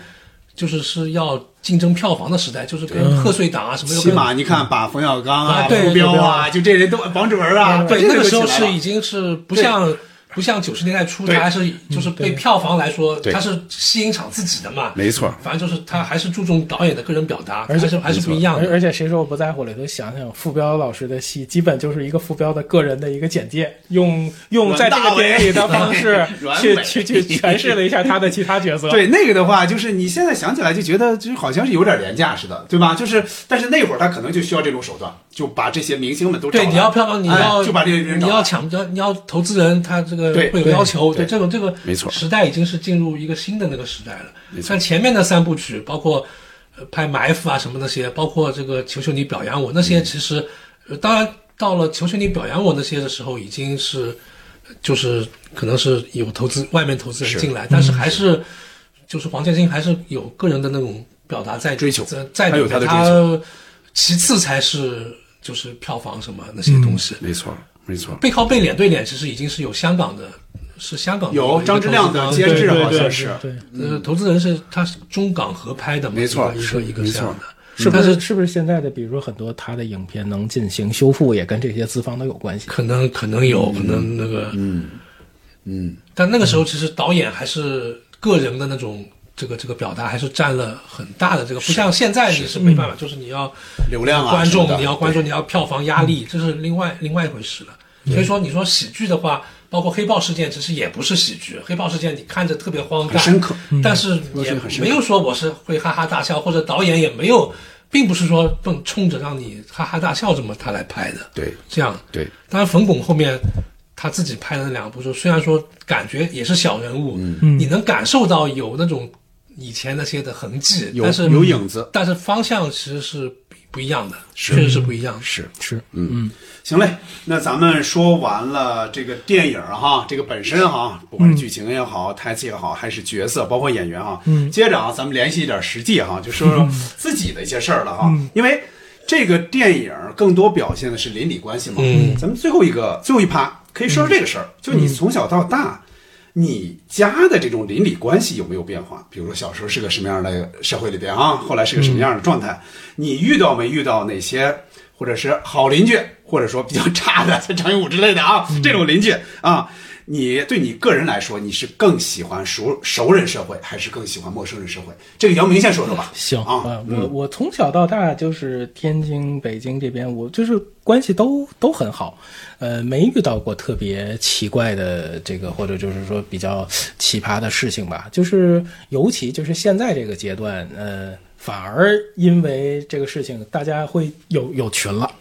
就是是要竞争票房的时代，就是跟嗯贺岁档啊什么的起跟码你看，把冯小刚啊啊、对傅彪对啊，就这人都王志文啊，对这那个就时候起来是了已经是不像不像九十年代初，它对还嗯是就是对票房来说，对它是吸引场自己的嘛，没错反正就是他还是注重导演的个人表达，而且还是还是不一样而的。而且谁说我不在乎里头想想，傅彪老师的戏基本就是一个傅彪的个人的一个简介，用用在这个电影里的方式阮去伟去去诠释了一下他的其他角色。对那个的话，就是你现在想起来就觉得，就是好像是有点廉价似的，对吧？就是，但是那会儿他可能就需要这种手段，就把这些明星们都找对，来你要票房，你哎要就把这些人你找来要抢，要你要投资人，他这个对会有要求。对，这种这个没错时代已经是进入一个新的那个时代了。像前面的三部曲，包括呃拍埋伏啊什么那些，包括这个求求你表扬我那嗯些，其实呃当然到了求求你表扬我那些的时候，已经是呃就是可能是有投资外面投资人进来，嗯但是还是就是黄建新还是有个人的那种表达在追求在在他里有面他的追他其次才是就是票房什么那些东西。嗯没错，没错。背靠背、脸对脸，其实已经是有香港的，是香港的有一个张之亮的投资监方制，对好对像对是对，呃，投资人是他是中港合拍的嘛，没错一个一个没一个错这样的，是不但是是是不是现在的，比如说很多他的影片能进行修复，也跟这些资方都有关系？可能可能有可能那个，嗯嗯，但那个时候其实导演还是个人的那种。这个这个表达还是占了很大的这个，不像现在你是没办法，就是你要流量啊观什么众的，你要观众，你要票房压力，这是另外另外一回事了。嗯所以说，你说喜剧的话，包括黑豹事件，其实也不是喜剧。黑豹事件你看着特别荒诞，很深刻，嗯但是也没有说我是会哈哈大笑，或者导演也没有，并不是说奔冲着让你哈哈大笑这么他来拍的。对，这样对。当然，冯巩后面他自己拍的那两部，就虽然说感觉也是小人物，嗯嗯你能感受到有那种以前那些的痕迹，有但是有影子但是方向其实是不一样的，确实是不一样的。嗯是嗯是，嗯行嘞，那咱们说完了这个电影儿哈，这个本身哈，不嗯管是剧情也好，台词也好，还是角色，包括演员哈。嗯。接着啊，咱们联系一点实际哈，就说嗯说自己的一些事儿了哈。因为这个电影儿更多表现的是邻里关系嘛。嗯咱们最后一个最后一趴可以说嗯说这个事儿，就你从小到大。你家的这种邻里关系有没有变化？比如说小时候是个什么样的社会里边啊，后来是个什么样的状态？你遇到没遇到哪些或者是好邻居，或者说比较差的， (laughs) 像张永武之类的啊，这种邻居啊，你对你个人来说，你是更喜欢熟熟人社会，还是更喜欢陌生人社会？这个姚明先说说吧。行啊，呃嗯我我从小到大就是天津、北京这边，我就是关系都都很好，呃，没遇到过特别奇怪的这个，或者就是说比较奇葩的事情吧。就是尤其就是现在这个阶段，呃，反而因为这个事情，大家会有有群了。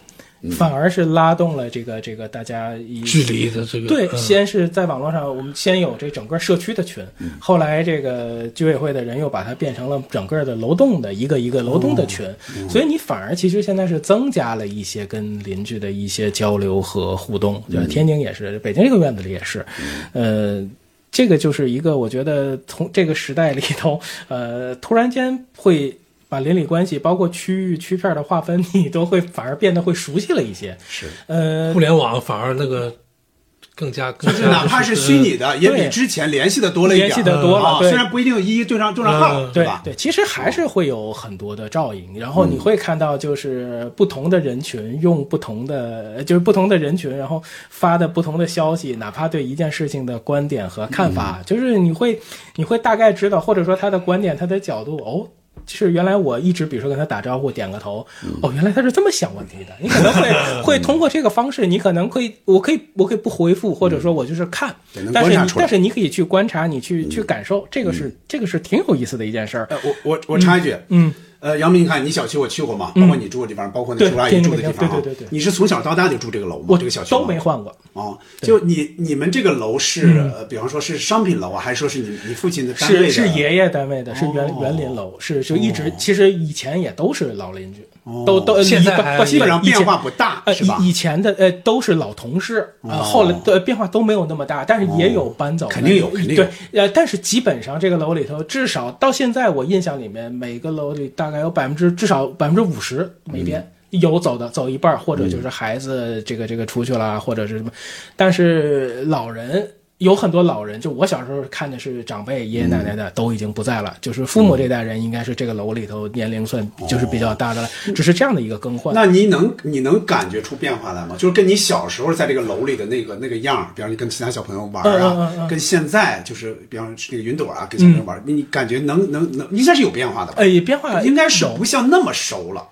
反而是拉动了这个这个大家一嗯距离的这个对，嗯先是在网络上，我们先有这整个社区的群，后来这个居委会的人又把它变成了整个的楼栋的一个一个楼栋的群，所以你反而其实现在是增加了一些跟邻居的一些交流和互动。就是天津也是，北京这个院子里也是，呃。这个就是一个，我觉得从这个时代里头， (laughs) 呃，突然间会把邻里关系，包括区域区片的划分，你都会反而变得会熟悉了一些。是，呃互，联网反而那个更加更加，哪怕是虚拟的，也比对之前联系的多了一点儿。联系得多了啊对呃虽然不一定一一对上对上号，嗯对对吧？嗯对，其实还是会有很多的照应，然后你会看到就是不同的人群用不同的，就是不同的人群，然后发的不同的消息，哪怕对一件事情的观点和看嗯法，就是你会你会大概知道，或者说他的观点、他的角度，哦。是原来我一直比如说跟他打招呼点个头，嗯哦，原来他是这么想问题的。你可能 (laughs) 会会通过这个方式，你可能会，我可以我可以不回复，嗯或者说我就是看，也能但观是察你出来嗯但是你可以去观察，你去去感受，这个是这个是挺有意思的一件事儿。呃，我我我插一句，嗯，呃，杨明，你看你小区我去过嘛，包括你住的地方，包括那对叔叔阿姨住的地方啊，对对对对对你是从小到大就住这个楼吗？我这个小区吗都没换过，哦，就你你们这个楼是，呃比方说是商品楼啊，还是说是你你父亲的单位是的？是爷爷单位的，是哦园园林楼，是就一直其实以前也都是老邻居哦，都都现在还不基本上变。不以前化不大，呃，是吧？以以前的呃都是老同事，呃，哦后来的变化都没有那么大，但是也有搬走的，肯定有肯定有对，呃，但是基本上这个楼里头，至少到现在我印象里面，每个楼里大概有百分之至少百分之五十没变。嗯有走的走一半儿，或者就是孩子这个这个出去了，或者是什么，但是老人有很多老人，就我小时候看的是长辈嗯爷爷奶奶的都已经不在了，就是父母这代人应该是这个楼里头年龄算就是比较大的了，只是这样的一个更换。哦那你能你能感觉出变化来吗？就是跟你小时候在这个楼里的那个那个样儿，比方你跟其他小朋友玩儿啊，嗯嗯嗯嗯嗯跟现在就是比方是那个云朵啊，跟小朋友玩儿，你你感觉能能能应该是有变化的吧？呃，变化应该是有不像那么熟了。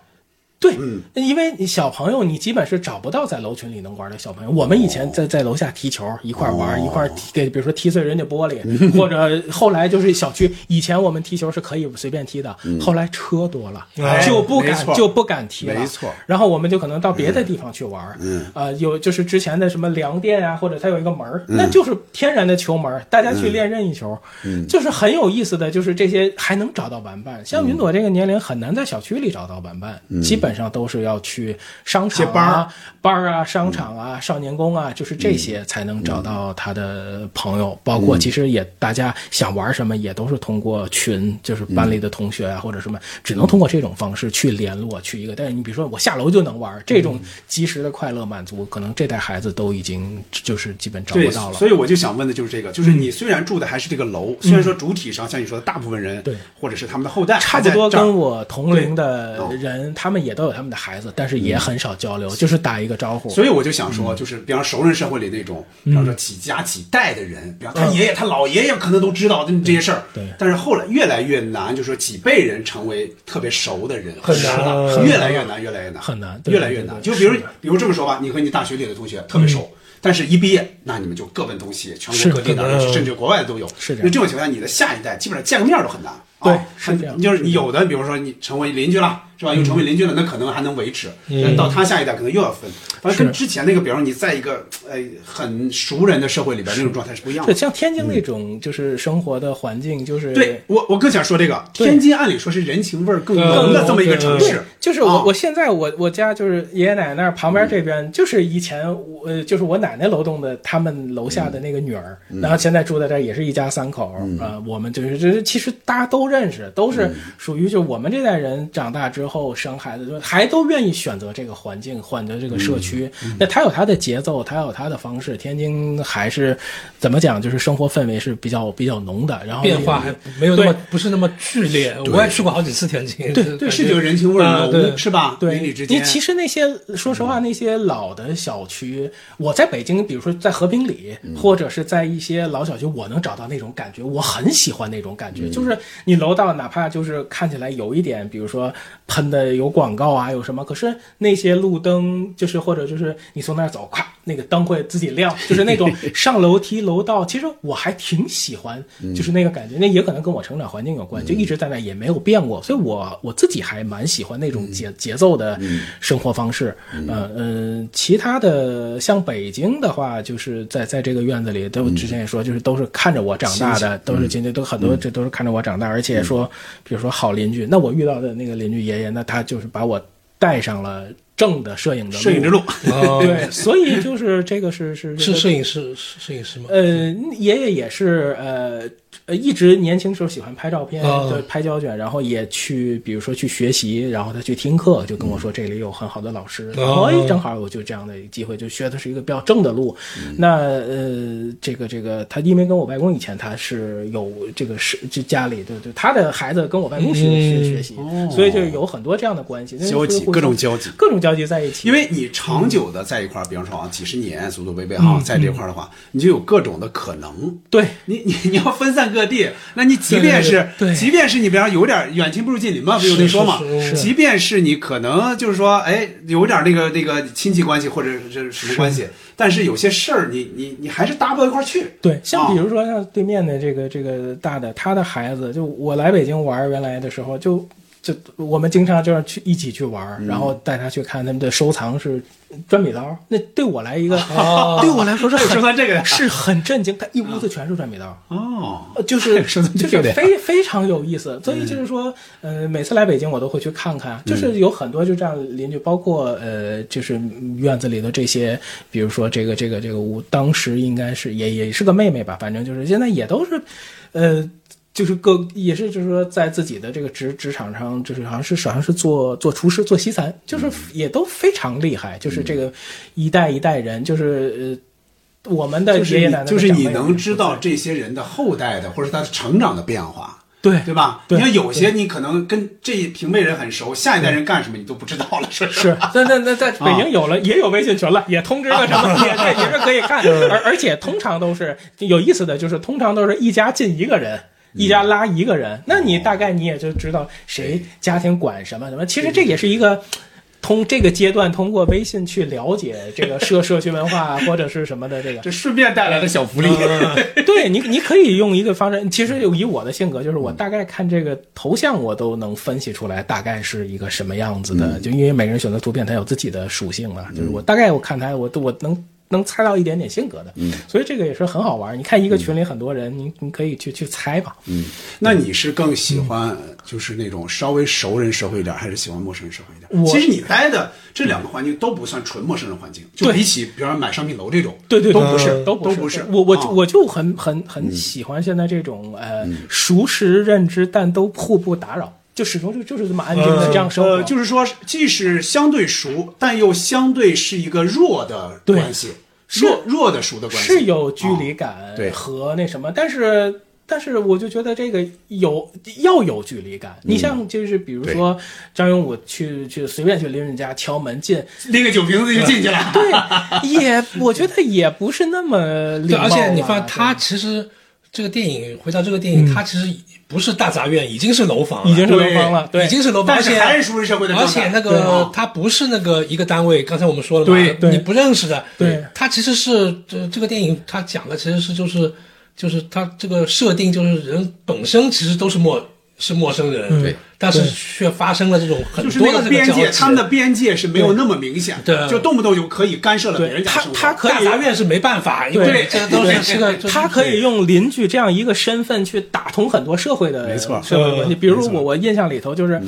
对，嗯因为你小朋友，你基本是找不到在楼群里能玩的小朋友。我们以前在在楼下踢球，一块儿玩，一块儿踢，给比如说踢碎人家玻璃，或者后来就是小区，以前我们踢球是可以随便踢的，后来车多了，哎就不没敢错就不敢踢了。没错然后我们就可能到别的地方去玩，嗯，啊，有就是之前的什么粮店啊，或者它有一个门儿，嗯那就是天然的球门儿，大家去练任意球，嗯，就是很有意思的，就是这些还能找到玩伴。像嗯云朵这个年龄很难在小区里找到玩伴，基本上都是要去商场接啊、班儿班儿啊、商场啊、少年宫啊，就是这些才能找到他的朋友。包括其实也大家想玩什么，也都是通过群，就是班里的同学啊或者什么，只能通过这种方式去联络去一个。但是你比如说我下楼就能玩，这种及时的快乐满足，可能这代孩子都已经就是基本找对不到，了。嗯所以我就想问的就是这个，就是你虽然住的还是这个楼，虽然说主体上像你说的大部分人，对或者是他们的后代，差不多还在这儿跟我同龄的人，他们也都有他们的孩子，但是也很少交流，就是打一个招呼。所以我就想嗯说，就是比方熟人社会里那种，比方说几家几代的人，比方他爷爷、他老爷爷可能都知道这这些事儿，嗯对但是后来越来越难，就说几辈人成为特别熟的人，很难啊是吧越来越难，越来越难，很难对越来越难。就对对比如是的嗯比如这么说吧，你和你大学里的同学特别熟。但是，一毕业，那你们就各奔东西，全是嗯国各地可的，能甚至国外的都有。是这样那这种情况下，你的下一代基本上见个面都很难。对啊是这样就是你有的，比如说你成为邻居了，是吧？又嗯成为邻居了，那可能还能维持。但到他下一代可能又要分。反正跟是之前那个，比方说你在一个呃很熟人的社会里边，那种状态是不一样的对，。像天津那种就是生活的环境，就是对我，我更想说这个，对呃天津按理说是人情味儿更对浓的对这么一个对城对市，就是我、啊我现在我我家就是爷爷奶奶那儿旁边这嗯边，就是以前我呃就是我奶奶楼栋的他们楼嗯下的那个女儿，然后现在住在这儿也是一家三口嗯啊、呃我们就是就是其实大家都认识，都是属于就我们这代人长大之之后生孩子，就还都愿意选择这个环境，选择这个社区。嗯那他有他的节奏，他有他的方式。天津还是怎么讲，就是生活氛围是比较比较浓的，然后变化还没有那么对不是那么剧烈。我也去过好几次天津，对对，是觉得人情味儿啊对浓，是吧？对，邻里之因间，嗯为其实那些说实话，那些老的小区，我在北京，比如说在和平里，嗯或者是在一些老小区，我能找到那种感觉，我很喜欢那种嗯感觉，就是你楼道哪怕就是看起来有一点，比如说喷的有广告啊，有什么，可是那些路灯就是或者就是你从那儿走，咵，那个灯会自己亮，就 (laughs) 是那种上楼梯楼道，其实我还挺喜欢，嗯就是那个感觉，那也可能跟我成长环境有关，就一直在那儿也没有变过，所以我我自己还蛮喜欢那种节嗯节奏的生活方式，呃嗯，其他的像北京的话，就是在在这个院子里，都嗯之前也说，就是都是看着我长大的，都是今天都很嗯多这都是看着我长大，而且说，比如说好邻居，那我遇到的那个邻居爷爷，那他就是把我带上了正的摄影的摄影之路，哦对，所以就是这个是是是摄影师，是摄影师吗？呃，爷爷也是呃呃，一直年轻时候喜欢拍照片，哦对，拍胶卷，然后也去，比如说去学习，然后他去听课，就跟我说嗯这里有很好的老师，哦然后哎，正好我就这样的一个机会，就学的是一个比较正的路。嗯那呃，这个这个，他因为跟我外公以前他是有这个是就家里对对，他的孩子跟我外公学学学习，所以就有很多这样的关系，那嗯哦交集互相各种交集各种交集在一起，因为你长久的在一块儿，比方说啊，几十年祖祖辈辈嗯哈，在这块儿的话，你就有各种的可能。对你你你要分散各地，那你即便是对对对即便是你比方有点远亲不如近邻嘛，不有那说嘛是是，是即便是你可能就是说，哎，有点那个那个亲戚关系或者是什么关系，但是有些事儿你你你还是搭不到一块儿去。对，像比啊如说像对面的这个这个大的，他的孩子，就我来北京玩儿原来的时候，就就我们经常就是去一起去玩儿，然后带他去看他们的收藏是转笔刀，那对我来一个，对我来说是收藏很这个的是很震惊，他一屋子全是转笔刀，哦，呃就是 (laughs) 收藏就这是个的非非常有意思，所以嗯就是说，呃，每次来北京我都会去看看，就是有很多就这样邻居，包括呃，就是院子里的这些，比如说这个这个这个屋，当时应该是也也是个妹妹吧，反正就是现在也都是，呃。就是各也是，就是说，在自己的这个职职场上，就是好像是好像是做做厨师、做西餐，嗯就是也都非常厉害。就是这个一代一代人，就是呃，我们的就是爷爷你奶奶就是长辈啊你能们知道这些人的后代的或者他的成长的变化。对对吧？对你看有些你可能跟这一平辈人很熟，下一代人干什么你都不知道了，是不是，那那那在北京有了，也有微信群了，也通知了什么，也对，也是可以看。而而且通常都是有意思的，就是通常都是一家进一个人。一家拉一个人，那你大概你也就知道谁家庭管什么什么。其实这也是一个通这个阶段通过微信去了解这个社社区文化啊或者是什么的这个。这顺便带来的小福利。 (laughs) 对你，你可以用一个方式。其实以我的性格，就是我大概看这个头像，我都能分析出来大概是一个什么样子嗯的。就因为每个人选择图片，它有自己的属性嘛。就是我大概我看它，我都我能能猜到一点点性格的。嗯所以这个也是很好玩儿。你看一个群里很多人，你你可以去去猜嘛。嗯那你是更喜欢就是那种稍微熟人社会一点，还是喜欢陌生人社会一点？我其实你待的这两个环境都不算纯陌生人环境，就比起比方说买商品楼这种，对对，呃都对不是，嗯都不不是。我我啊嗯就我就很很很喜欢现在这种呃熟识认知，但都互不打扰，就始终就就是这么安静的这样生活。呃，就是说，既是相对熟，但又相对是一个弱的对关系，弱弱的熟的关系是有距离感啊对和那什么，但是但是我就觉得这个有要有距离感。嗯你像就是比如说张勇武去去随便去邻人家敲门进， (laughs) 拎个酒瓶子就进去了。对，也我觉得也不是那么礼对，貌啊。而且你发现对他其实这个电影，回到这个电影，他其实不是大杂院，已经是楼房了，已经是楼房了，对，已经是楼房，但而是且还是熟人社会的状而态且那对个他不是那个一个单位，刚才我们说了嘛，对对你不认识的，对他其实是这这个电影他讲的其实是就是就是他这个设定就是人本身其实都是陌是陌生人，对，但是对却发生了这种很嗯就是多那的个这边交界，集他们的边界是没有那么明显的，对就动不动就可以干涉了别对人家他生活他可大以杂院是没办法，因为对这都是这个，这他可以用邻居这样一个身份去打通很多社会的没错社会问题。嗯比如说我我印象里头就是，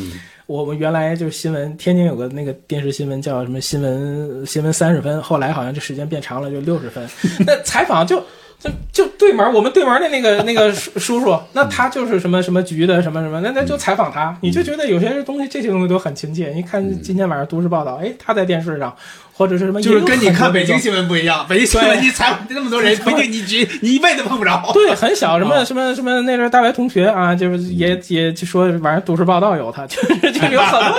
我们原来就是新闻，天津有个那个电视新闻叫什么新闻新闻三十分，后来好像这时间变长了就六十分。那采访就就就对门儿我们对门儿的那个那个叔叔叔，那他就是什么什么局的什么什么，那那就采访他，你就觉得有些东西这些东西都很亲切。你看今天晚上都市报道，哎，他在电视上，或者是什么，就是跟你看北京新新闻不一样，北京新闻你采访那么多 (laughs) 人，不一定你局你一辈子碰不着。对，很小，什么什么什么，那阵大白同学啊，就是也也就说，晚上都市报道有他，就是 (laughs) 就是有很多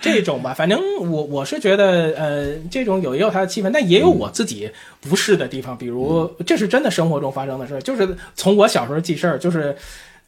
就是这种吧。反正我我是觉得，呃，这种有也有它的气氛，但也有我自己不适的地方，比如这是真的生活中发生的事儿，就是从我小时候记事儿，就是。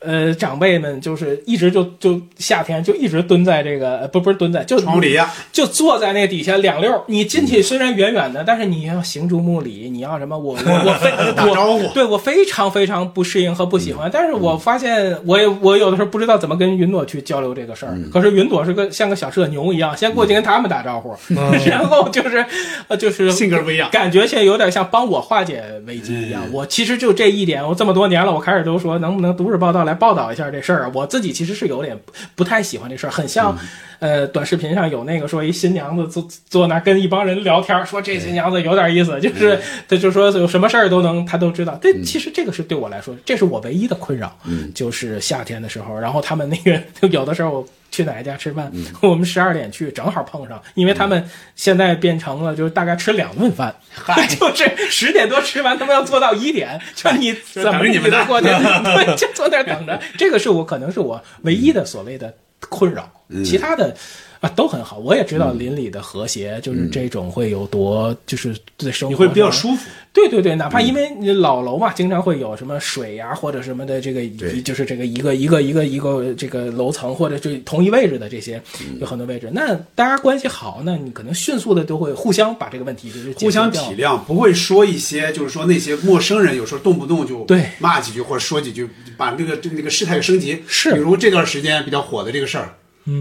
呃，长辈们就是一直就就夏天就一直蹲在这个呃不不是蹲在就床底下，就坐在那底下两溜儿。你进去虽然远远的，但是你要行注目礼，你要什么我我我非 (laughs) 打我招呼嗯对我非常非常不适应和不喜欢。但是我发现我也我有的时候不知道怎么跟云朵去交流这个事儿。嗯可是云朵是个像个小社牛一样，先过去跟他们打招呼， (laughs) 然后就是呃就是嗯性格不一样。感觉现在有点像帮我化解危机一样。我其实就这一点，我这么多年了，我开始都说能不能读日报道来报道一下这事儿啊。我自己其实是有点不不太喜欢这事儿，很像，呃，短视频上有那个说一新娘子坐坐那儿跟一帮人聊天儿，说这新娘子有点意思，就是他就说有什么事儿都能他都知道。这其实这个是对我来说，这是我唯一的困扰，就是夏天的时候，然后他们那个 (laughs) 有的时候。去哪一家吃嗯饭？我们十二点去，正好碰上，因为他们现在变成了就是大概吃两顿饭， (laughs) 就是十点多吃完，他们要做到一点，就你怎么等你们呢都 (laughs) 过去，对，就坐那儿等着。这个是我可能是我唯一的所谓的困扰，嗯其他的。啊，都很好。我也知道邻里的和谐，就是这种会有多，就是对生嗯活你会比较上舒服，对对对，嗯哪怕因为你老楼嘛，经常会有什么水呀、或者什么的，这个一就是这个一个一个一个一个这个楼层或者就同一位置的这些，嗯有很多位置。那大家关系好，那你可能迅速的都会互相把这个问题就是解决互相掉体谅，不会说一些就是说那些陌生人有时候动不动就对骂几句或者说几句，把那个这个那个事态给升级。是嗯比如这段时间比较火的这个事儿，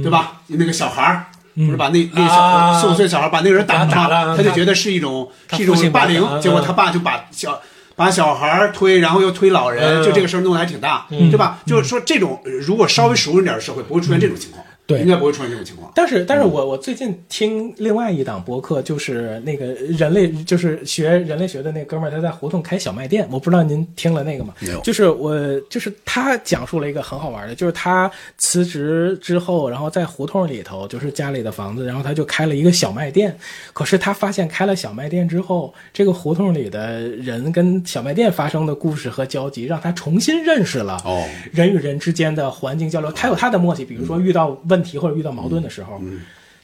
对吧？那个小孩儿。不是把那那个啊小四五岁小孩把那个人打打了他就觉得是一种他是一种父亲霸把他啊凌，嗯结果他爸就把小把小孩儿推，然后又推老人，嗯就这个事儿弄得还挺大，嗯对吧？就是说这种呃如果稍微熟人点儿的社会，不会出现这种情况，嗯对应该不会出现这种情况。但是，但是我我最近听另外一档播客，就是那个人类，就是学人类学的那哥们儿，他在胡同开小卖店。我不知道您听了那个吗？就是我，就是他讲述了一个很好玩的，就是他辞职之后，然后在胡同里头，就是家里的房子，然后他就开了一个小卖店。可是他发现开了小卖店之后，这个胡同里的人跟小卖店发生的故事和交集，让他重新认识了哦人与人之间的环境交流，他有他的默契。比如说遇到问题或者遇到矛盾的时候，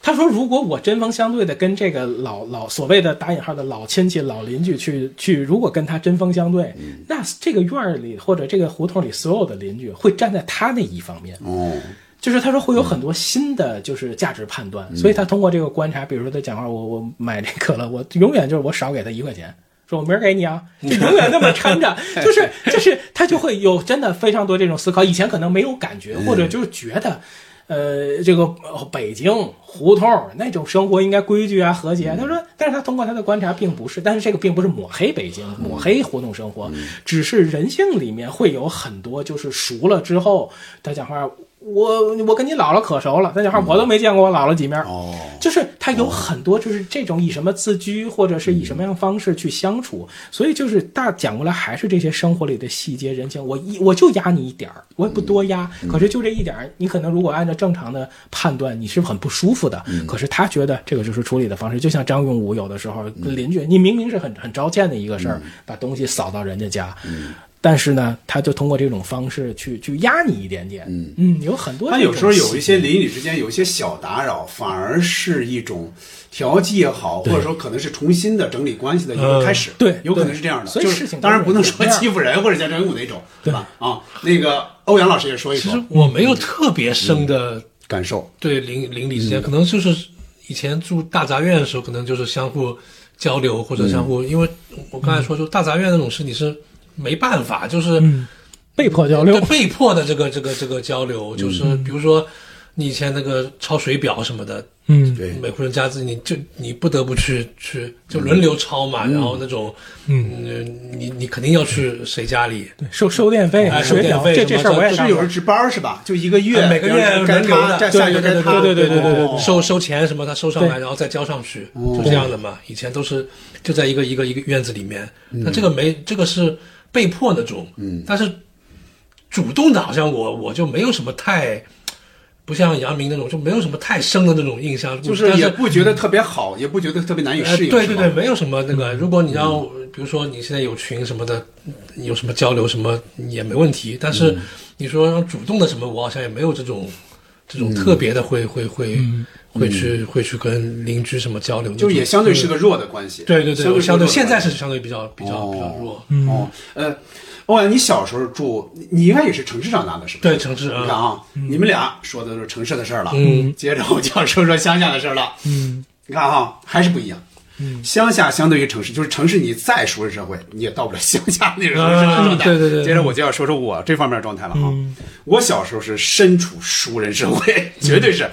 他说：“如果我针锋相对的跟这个老老所谓的打引号的老亲戚、老邻居去去，如果跟他针锋相对，那这个院儿里或者这个胡同里所有的邻居会站在他那一方面。”哦，就是他说会有很多新的就是价值判断，所以他通过这个观察，比如说他讲话，我我买这可乐，我永远就是我少给他一块钱。说我明儿给你啊，就永远那么掺着，就是就是他就会有真的非常多这种思考，以前可能没有感觉，或者就是觉得，呃，这个呃北京胡同儿那种生活应该规矩啊和谐啊。他说，但是他通过他的观察并不是，但是这个并不是抹黑北京、抹黑胡同生活，只是人性里面会有很多就是熟了之后，他讲话我我跟你姥姥可熟了，那讲话我都没见过我姥姥几面。嗯哦，嗯就是他有很多就是这种以什么自居，或者是以什么样的方式去相处，所以就是大讲过来还是这些生活里的细节人情。我一我就压你一点儿，我也不多压，可是就这一点儿，你可能如果按照正常的判断，你是很不舒服的。可是他觉得这个就是处理的方式，就像张永武有的时候跟邻居，你明明是很很招见的一个事儿，把东西扫到人家家。但是呢，他就通过这种方式去去压你一点点，嗯有很多他这有种时候有细一些邻里之间有一些小打扰，反而是一种调剂也好，或者说可能是重新的整理关系的一个开始。对有可能对是这样的。所以就事是情当然都不是能这说样欺负人或者像张武那种，对吧？啊，那个欧阳老师也说一其说实我没有特别深的感受。对邻邻里之间，可能就是以前住大杂院的时候，可能就是相互交流或者相互，因为我刚才说，就大杂院那种事，你是没办法，就是被迫交流对，被迫的这个这个这个交流，就是比如说。你以前那个抄水表什么的，嗯对每户人家自己你就你不得不去去就轮流抄嘛，然后那种嗯，嗯，你你肯定要去谁家里，收收电费哎、水表收电费这这什事么儿我也这干是有过人。值班是吧？就一个呃月，呃每个比方月说该轮流他，的，再下一个该他，对对对对对对哦收收钱什么，他收上来，对哦然后再交上去，就这样的嘛。以前都是就在一个一个一个院子里面，嗯那这个没这个是被迫那种，嗯，但是主动的，好像我我就没有什么太不像杨明那种，就没有什么太深的那种印象，就但是也不觉得特别好，也不觉得特别难以呃，适应。对是对吧对，没有什么那嗯个。如果你要，比如说你现在有群什么的，你有什么交流什么也没问题。但嗯是你说让主动的什么，我好像也没有这种这种嗯特别的会会会会去会去跟邻居什么交流那就种，也相对是个弱的关系。对对对，我相相对对现在是相对比较比较比较弱。嗯，哦，呃，欧阳，你小时候住，你你应该也是城市长大的，是吧？对，城市你看啊，啊，你们俩说的都是城市的事儿了，嗯，接着我就要说说乡下的事儿了。嗯，你看哈，还是不一样。嗯乡下相对于城市，就是城市你再熟人社会，你也到不了乡下那种熟人社会的状态。嗯对对嗯对接着我就要说说我这方面的状态了哈。我小时候是身处熟人社会， (laughs) 绝对嗯是，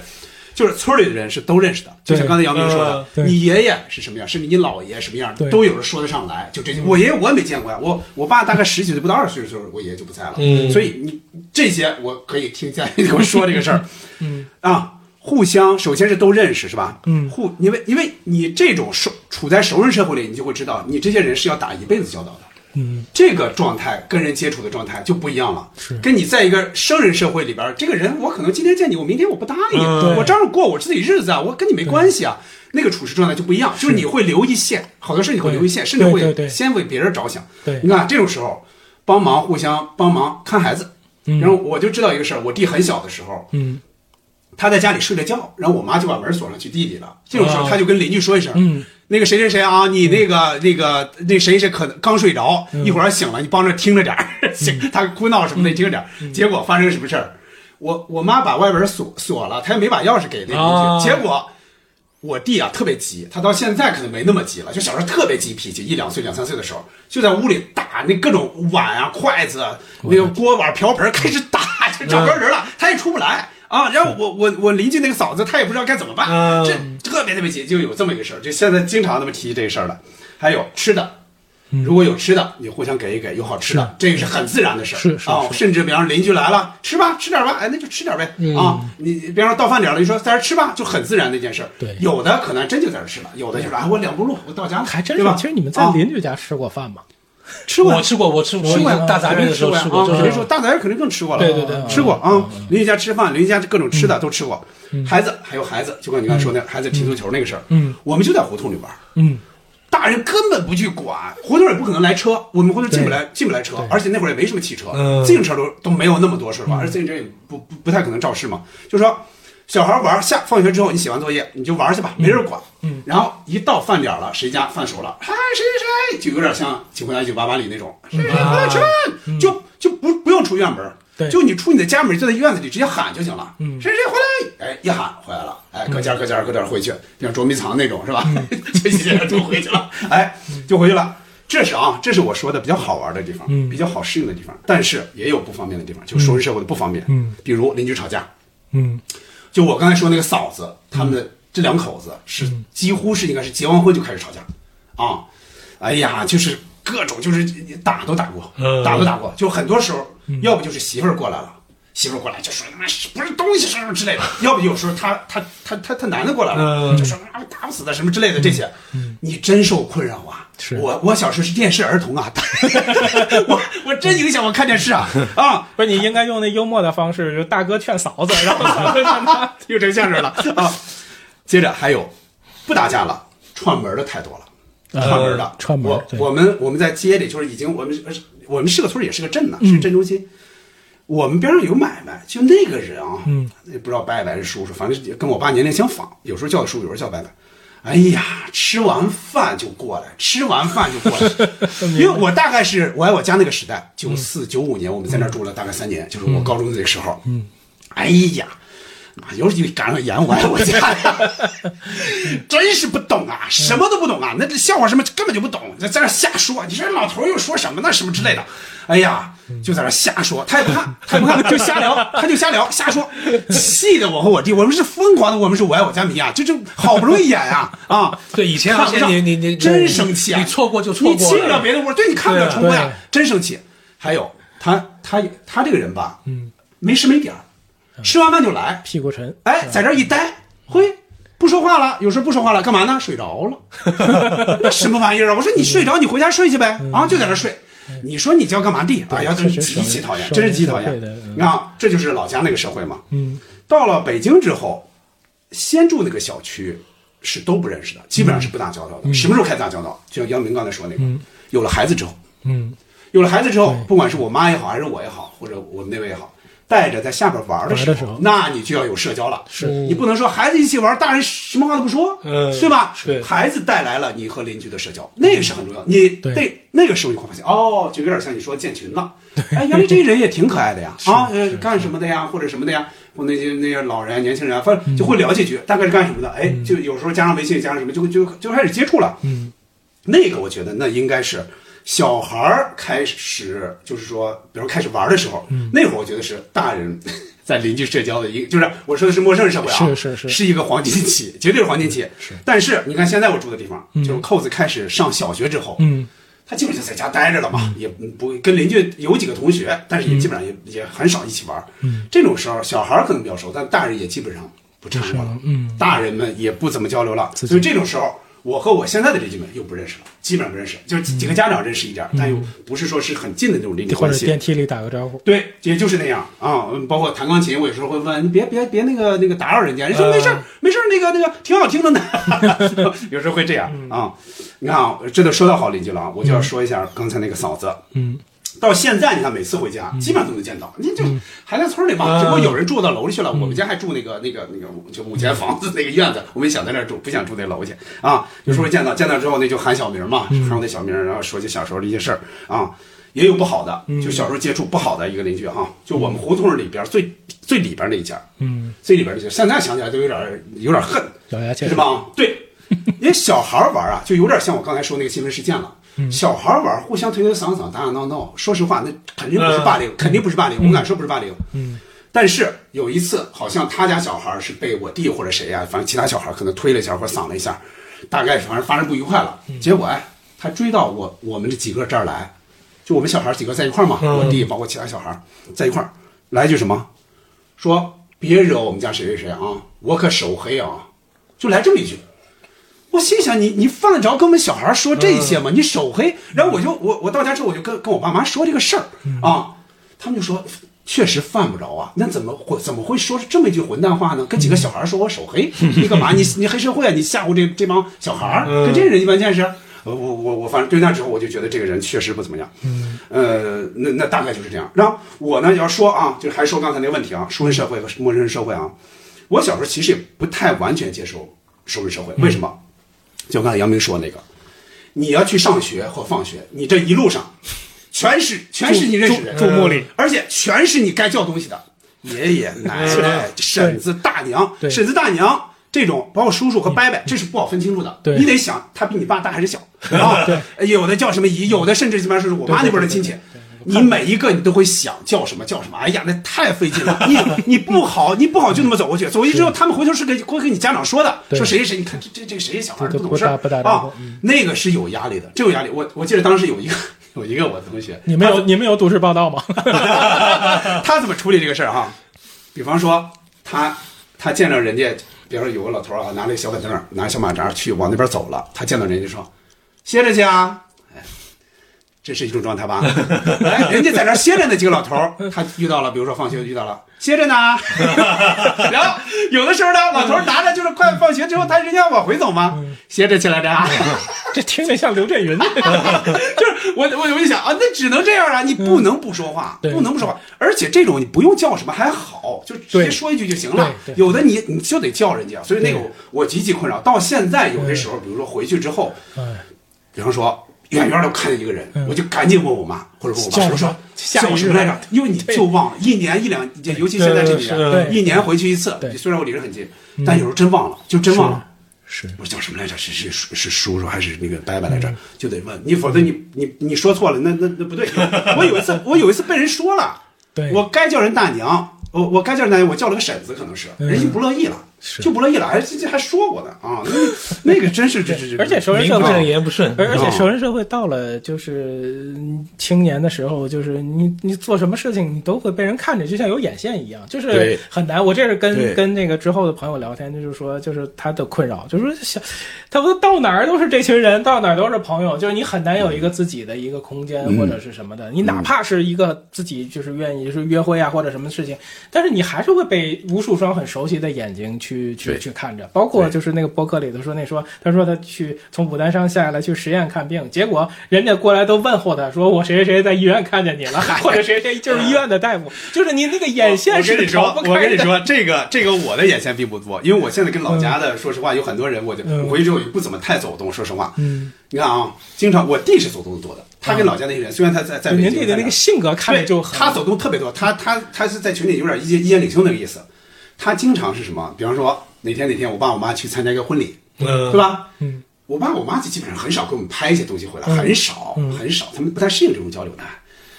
就是村里的人是都认识的。就像对刚才姚明说的，对你爷爷是什么样，甚至你姥爷什么样对，嗯都有人说得上来。就这些，我爷爷我也没见过呀。我我爸大概十几岁不到二十岁的时候，我爷爷就不在了。嗯所以你这些我可以听见你跟我说这个事儿。 (laughs) 嗯啊，互相首先是都认识是吧？嗯互因为因为你这种熟处在熟人社会里，你就会知道你这些人是要打一辈子交道的。嗯，这个状态跟人接触的状态就不一样了，是跟你在一个生人社会里边儿，这个人我可能今天见你，我明天我不搭理你，嗯我照样过我自己日子啊，我跟你没关系啊，那个处事状态就不一样，就是你会留一线，好多事你会留一线，对甚至对会对先为别人着想。对你看这种时候，帮忙互相帮忙看孩子，嗯然后我就知道一个事儿，我弟很小的时候，嗯他在家里睡了觉，然后我妈就把门锁上去弟弟了。这种时候，哦嗯他就跟邻居说一声：“嗯，那个谁谁谁啊，你那个那个那谁谁可能刚睡着，一会儿醒了，你帮着听着点嗯儿， (laughs) 醒他哭闹什么的，你听着点儿。”结果发生什么事儿？我我妈把外边锁锁了，她也没把钥匙给那哦邻居，结果。我弟啊特别急，他到现在可能没那么急了，就小时候特别急脾气，一两岁、两三岁的时候，就在屋里打那各种碗啊、筷子、那个锅碗瓢盆开始打，就找不着人了，他也出不来啊。然后我我我邻居那个嫂子，她也不知道该怎么办，嗯这特别特别急，就有这么一个事儿，就现在经常他们提这个事儿了。还有吃的，如果有吃的，你互相给一给，有好吃的，这个是很自然的事儿。是是啊，甚至比方说邻居来了，吃吧，吃点吧，哎，那就吃点呗。啊，你比方说到饭点了，你说在这儿吃吧，就很自然的一件事儿。对有的可能真就在这儿吃了，有的就是啊，我两步路我到家了，还真对是吧。其实你们在啊邻居家吃过饭吗？吃过呀我吃过，我吃我吃以过呀前大杂院的时候吃吃过过，呀啊，肯就定是说大杂院肯定更吃过了，对对嗯对吃过啊，邻居家吃饭，邻居家各种吃的都吃过，嗯孩子还有孩子，就跟你刚才说那孩子踢足球那个事儿，嗯，我们就在胡同里玩儿，嗯，大人根本不去管，胡同也不可能来车，我们胡同进不来，进不来车，而且那会儿也没什么汽车，嗯自行车都都没有那么多是吧？而自行车也不不不太可能肇事嘛，就说小孩玩下放学之后，你写完作业你就玩去吧，没人管。嗯，然后一到饭点了，谁家饭熟了，嗨，谁谁谁，就有点像《请回答一九八八》里那种，嗯嗯谁谁谁过来吃饭，就就不不用出院门。啊对就你出你的家门，就在院子里直接喊就行了。嗯，谁谁回来？哎，一喊回来了。哎，嗯搁家搁家搁点回去，像捉迷藏那种是吧？ (laughs) 这些人都回去了，哎，就回去了。这是啊，这是我说的比较好玩的地方，嗯比较好适应的地方，但是也有不方便的地方，就是熟人社会的不方便。嗯，比如邻居吵架，嗯就我刚才说那个嫂子，他嗯们的这两口子是几乎是应该是结完婚就开始吵架，啊，哎呀，就是各种就是打都打过，嗯打都打过，就很多时候，要不就是媳妇儿过来了。媳妇儿过来就说他妈是不是东西什么之类的，要不有时候他他他他他男的过来了，嗯就说啊打不死的什么之类的这些，你真受困扰啊！是我我小时候是电视儿童啊， (laughs) 我我真影响我看电视啊啊！不是，你应该用那幽默的方式，就大哥劝嫂子， (laughs) (laughs) 然后嫂子劝他。又成相声了啊！接着还有，不打架了，串门的太多了，串门的，呃串门我对我们我们在街里就是已经我们是我们是个村儿也是个镇呢，是个嗯镇中心。我们边上有买卖，就那个人啊，嗯，不知道伯伯是叔叔，反正跟我爸年龄相仿，有时候叫叔，有时候叫伯伯。哎呀，吃完饭就过来，吃完饭就过来，因 (laughs) 为我大概是我爱我家那个时代，嗯九四九五年我们在那儿住了大概三年，就是我高中的那个时候。嗯，哎呀，妈，尤其赶上演我爱我家 (laughs) 呀，真是不懂啊，什么都不懂啊，那这笑话什么根本就不懂，在在那瞎说。你说老头又说什么呢？什么之类的，哎呀，就在那瞎说，他也不看，他也不看，就瞎聊，他就瞎聊，瞎说，气得我和我弟，我们是疯狂的，我们是我爱我家迷啊，这这好不容易演啊啊， (laughs) 对，以前看那不些上你你你真生气啊！你错过就错过了，你进不了别的屋，对你看不了重播对呀啊，真生气。还有他他他这个人吧，嗯，没时没点儿，嗯吃完饭就来，屁股沉，嗯哎，在这儿一待，嘿，不说话了，有时候不说话了，干嘛呢？睡着了，那什么玩意儿啊？我说你睡着，你回家睡去呗，啊，就在那儿睡。你说你叫干嘛地？哎呀，真是极其讨厌，真是极其讨厌。你看啊，这就是老家那个社会嘛。嗯，到了北京之后，先住那个小区是都不认识的，基本上是不打交道的。什么时候开始打交道？就像杨明刚才说那个，有了孩子之后，嗯，有了孩子之后，不管是我妈也好，还是我也好，或者我们那位也好，带着在下边玩的时候，玩的时候那你就要有社交了。是你不能说孩子一起玩，大人什么话都不说，嗯对吧？对孩子带来了你和邻居的社交，那个是很重要。你对对那个时候你会发现，哦，就有点像你说建群了。哎，原来这人也挺可爱的呀，啊，呃干什么的呀，或者什么的呀，或那些那些老人、年轻人啊，反正就会聊几句，大概是干什么的。哎，就有时候加上微信，加上什么，就就就开始接触了。嗯，那个我觉得那应该是小孩儿开始，就是说，比如开始玩的时候，嗯那会儿我觉得是大人 (laughs) 在邻居社交的一个，就是我说的是陌生人社会啊，是是嗯是是一个黄金期，绝对是黄金期。是，但是你看现在我住的地方，就是扣子开始上小学之后，嗯，他基本就在家待着了嘛，也不跟邻居有几个同学，但是嗯也基本上也、也很少一起玩。嗯，这种时候小孩儿可能比较熟，但大人也基本上不掺和了。嗯，大人们也不怎么交流了，所以这种时候。我和我现在的邻居们又不认识了，基本上不认识，就是几几个家长认识一点儿，但又不是说是很近的那种邻里嗯或关者系。电梯里打个招呼，对，也就是那样啊。嗯包括弹钢琴，我有时候会问，你别别别那个那个打扰人家，人说没事儿、没事儿，那个那个挺好听的呢。有时候会这样啊。你看啊，这都说到好邻居了啊，我就要说一下刚才那个嫂子。嗯，到现在你看每次回家，基本上都能见到，你就还在村里嘛，只不过有人住到楼里去了。我们家还住那个那个那个就五间房子那个院子，我们想在那儿住，不想住那楼去啊。有时候见到见到之后，那就喊小名嘛，喊我那小名，然后说起小时候的一些事儿啊。也有不好的，就小时候接触不好的一个邻居哈、就我们胡同里边最最里边那一家，嗯，最里边那家，现在想起来都有点有点恨，咬牙切是齿，吧？对， (laughs) 因为小孩儿玩儿啊，就有点像我刚才说那个新闻事件了。嗯小孩儿玩儿，互相推推搡搡，打打闹闹。说实话，那肯定不是霸凌，肯定不是霸凌，我敢说不是霸凌。嗯。但是有一次，好像他家小孩儿是被我弟或者谁呀、反正其他小孩儿可能推了一下或者搡了一下，大概反正发生不愉快了。嗯结果哎，他追到我我们这几个这儿来，就我们小孩儿几个在一块儿嘛，嗯我弟包括其他小孩儿在一块儿，来一句什么，说别惹我们家谁谁谁啊，我可手黑啊，就来这么一句。我心想你你犯得着跟我们小孩说这些吗？你手黑。然后我就我我到家之后我就跟跟我爸妈说这个事儿啊，他们就说确实犯不着啊，那怎么会怎么会说这么一句混蛋话呢？跟几个小孩说我手黑，嗯你干嘛？你你黑社会啊？你吓唬这这帮小孩儿，跟这人一般见识。我我我我反正对那之后我就觉得这个人确实不怎么样，嗯，呃，那那大概就是这样。然后我呢要说啊，就还说刚才那个问题啊，熟人社会和陌生人社会啊，我小时候其实也不太完全接受熟人社嗯会，为什么？就刚才杨明说那个，你要去上学或放学，你这一路上全是全是你认识的人，注注目礼而且全是你该叫东西的爷爷奶奶、婶子、大娘、嗯哎对嗯婶子、大娘。这种包括叔叔和伯伯，这是不好分清楚的。对你得想他比你爸大 (laughs) 还是小，然后哎有的叫什么姨，有的甚至基本上是我妈那辈儿的亲戚。你每一个你都会想叫什么叫什么，哎呀，那太费劲了。你你不好，你不好就那么走过去，走过去之后，他们回头是给会跟你家长说的，对说谁谁谁，你看这这这谁小孩这不都懂事儿不搭不搭嗯招呼啊，那个是有压力的，这有压力。我我记得当时有一个有一个我的同学，你们有你们有都市报道吗？ (laughs) (laughs) 他怎么处理这个事儿哈？比方说，他他见着人家，比方说有个老头儿啊，拿了一小板凳儿，拿小马扎去往那边走了，他见到人家说：“歇着去啊。”哎，这是一种状态吧？哎，人家在那儿歇着呢，几个老头儿，他遇到了，比如说放学遇到了， (laughs) 歇着呢。然后有的时候呢，老头儿拿着就是快放学之后，他人家要往回走嘛， (laughs) 歇着去来着啊。这听着像刘震云。(laughs) (laughs) 就是我我我就想啊，那只能这样啊，你不能不说话，嗯对不能不说话。而且这种你不用叫什么还好，就直接对说一句就行了。对对有的你你就得叫人家，所以那个对嗯我我极其困扰。到现在有的时候，比如说回去之后，哎，嗯比方说。远远的我看见一个人，我就赶紧问我妈，或者问我叫爸，我什说么下叫一什日么来着？因为你就忘了，一年一两，尤其现在这几对对年，一年回去一次对，嗯虽然我离着很近，但有时候真忘了，就真忘了。是我说叫什么来着？是是是是叔叔还是那个伯伯来嗯着？就得问你，否则你你你说错了，那那那不对。 (laughs) 我有一次我有一次被人说了，对我该叫人大娘，我我该叫人大娘，我叫了个婶子，可能是人家就不乐意了，嗯是就不乐意了，还这这还说我呢啊，那 (laughs) 那个真是这这这，而且熟人名社不正会。言不顺，而而且熟人社会到了就是嗯青年的时候，就是你你做什么事情，你都会被人看着，就像有眼线一样，就是对很难。我这是跟对跟那个之后的朋友聊天，就是说，就是他的困扰，就是说想，他不到哪儿都是这群人，到哪儿都是朋友，就是你很难有一个自己的一个空间嗯或者是什么的。你哪怕是一个自己就是愿意就是约会啊或者什么事情，但是你还是会被无数双很熟悉的眼睛去去对去看着，包括就是那个博客里头说那说，他说他去从牡丹山下来去实验看病，结果人家过来都问候他说我谁谁谁在医院看见你了，或者谁谁就是医院的大夫，就是你那个眼线我跟是你说逃不，我开跟你的。说，这个这个我的眼线并不多，因为我现在跟老家的，说实话，有很多人，我就嗯我回去之后也不怎么太走动。说实话，嗯，你看啊，经常我弟是走动的多的，他跟老家那些人，虽然他在在北您京，弟的那个在性格看着对，就很他走动特别多，他他他是在群里有点意见意见领袖那个意思。他经常是什么？比方说哪天哪天，我爸我妈去参加一个婚礼，嗯对吧？嗯，我爸我妈就基本上很少给我们拍一些东西回来，嗯很少、嗯很少，他们不太适应这种交流的。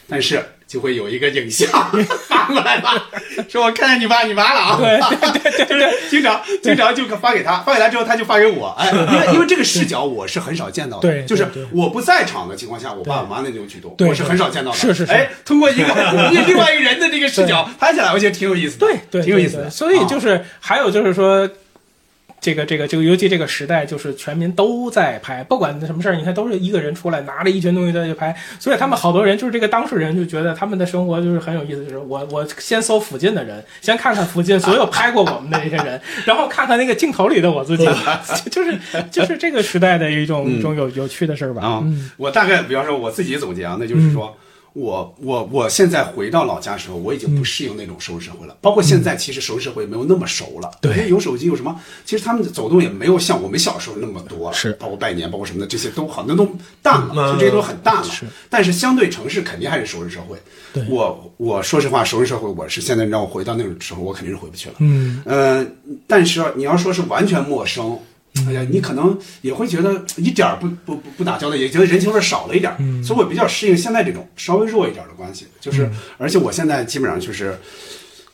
但是就会有一个影 (laughs) 像发过来了，说我看见你爸你妈了啊，对对对就是经常经常就发给他，发给他之后他就发给我， (laughs) 哎，因为因为这个视角我是很少见到的，对就是对对我不在场的情况下，我爸我妈那种举动对我是很少见到的，是是是哎，通过一个 (laughs) 另外一个人的这个视角拍下来，我觉得挺有意思的，对对，挺有意思对的。啊对所以就是是、还有就是说。这个这个这个，尤其这个时代，就是全民都在拍，不管什么事儿，你看都是一个人出来拿着一群东西在去拍，所以嗯他们好多人就是这个当事人就觉得他们的生活就是很有意思，就是我我先搜附近的人，先看看附近所有拍过我们的这些人， (laughs) 然后看看那个镜头里的我自己， (laughs) 就是就是这个时代的一种一种有有趣的事儿吧。嗯嗯啊、我大概比方说我自己总结啊，那就是说。我我我现在回到老家的时候，我已经不适应那种熟人社会了。包括现在，其实熟人社会没有那么熟了，嗯对因为有手机有什么，其实他们走动也没有像我们小时候那么多了。是包括拜年，包括什么的，这些都好，那都淡了，嗯就这些都很淡了。是但是相对城市肯定还是熟人社会。对我我说实话，熟人社会我是现在让我回到那种时候，我肯定是回不去了。嗯，嗯呃，但是你要说是完全陌生，哎呀，你可能也会觉得一点儿不不不不打交道，也觉得人情味儿少了一点儿。嗯所以我比较适应现在这种稍微弱一点儿的关系，就是、而且我现在基本上就是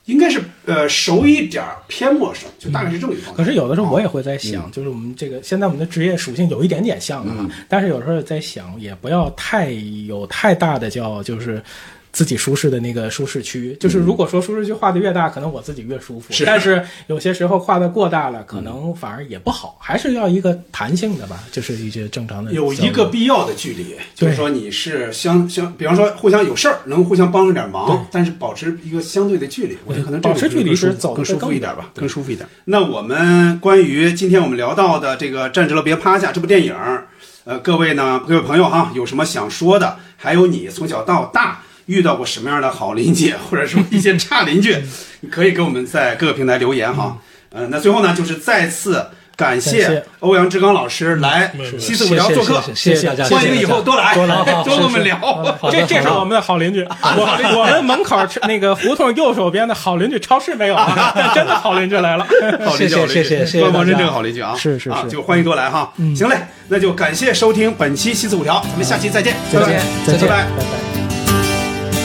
应该是呃熟一点儿偏陌生，就大概是这么一个状态。可是有的时候我也会在啊想，就是我们这个现在我们的职业属性有一点点像啊，嗯但是有时候在想，也不要太有太大的叫就是。自己舒适的那个舒适区，就是如果说舒适区画的越大，可能我自己越舒服。嗯是但是有些时候画的过大了，可能反而也不好，还是要一个弹性的吧，就是一些正常的交有流。一个必要的距离，就对是说你是相相，比方说互相有事儿能互相帮上点忙，但是保持一个相对的距离，我觉得可能这保个持可能距更离舒是服走得更舒服更一点吧，对更舒服一点。那我们关于今天我们聊到的这个《站直了别趴下》这部电影儿，呃，各位呢，各位朋友哈，有什么想说的？还有你从小到大。遇到过什么样的好邻居，或者说一些差邻居，嗯你可以给我们在各个平台留言哈。嗯、那最后呢，就是再次感感谢谢欧阳志刚老师来是西四五聊做客，谢谢大家，欢迎以后多来， (laughs) 多来，多跟我们聊。 (laughs) 好这的这是我们的好邻居，我我们门口吃那个胡同右手边的好邻居超市没有啊， (laughs) 但真的好邻居来了。好邻居，谢谢谢谢谢谢官方大家认证好邻居啊，是是啊是就欢迎多来哈。嗯行嘞，那就感谢收听本期西四五条，咱们下期再见，嗯再见拜再拜见拜拜。拜拜。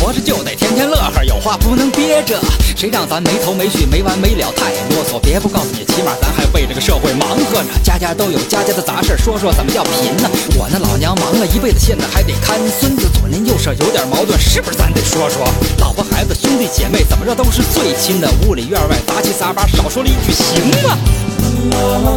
活着就得天天乐呵，有话不能憋着。谁让咱没头没绪、没完没了，太啰嗦。别不告诉你，起码咱还为这个社会忙活呢。家家都有家家的杂事，说说怎么叫贫呢？我那老娘忙了一辈子，现在还得看孙子，左邻右舍有点矛盾，是不是咱得说说？老婆孩子、兄弟姐妹，怎么着都是最亲的。屋里院外杂七杂八，少说了一句行吗？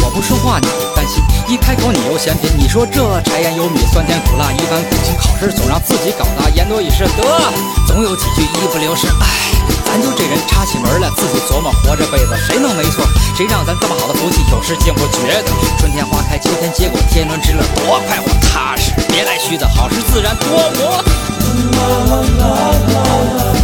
我不说话你就担心，一开口你又嫌贫。你说这柴盐油米酸甜苦辣，一番苦心，考试总让自己搞砸，言多语失得。总总有几句一不留神。唉，咱就这人插起门来自己琢磨活这辈子，谁能没错？谁让咱这么好的福气有时竟不觉得？春天花开，秋天结果，天伦之乐多快活踏实，别来虚的好事自然多磨。啦啦啦啦啦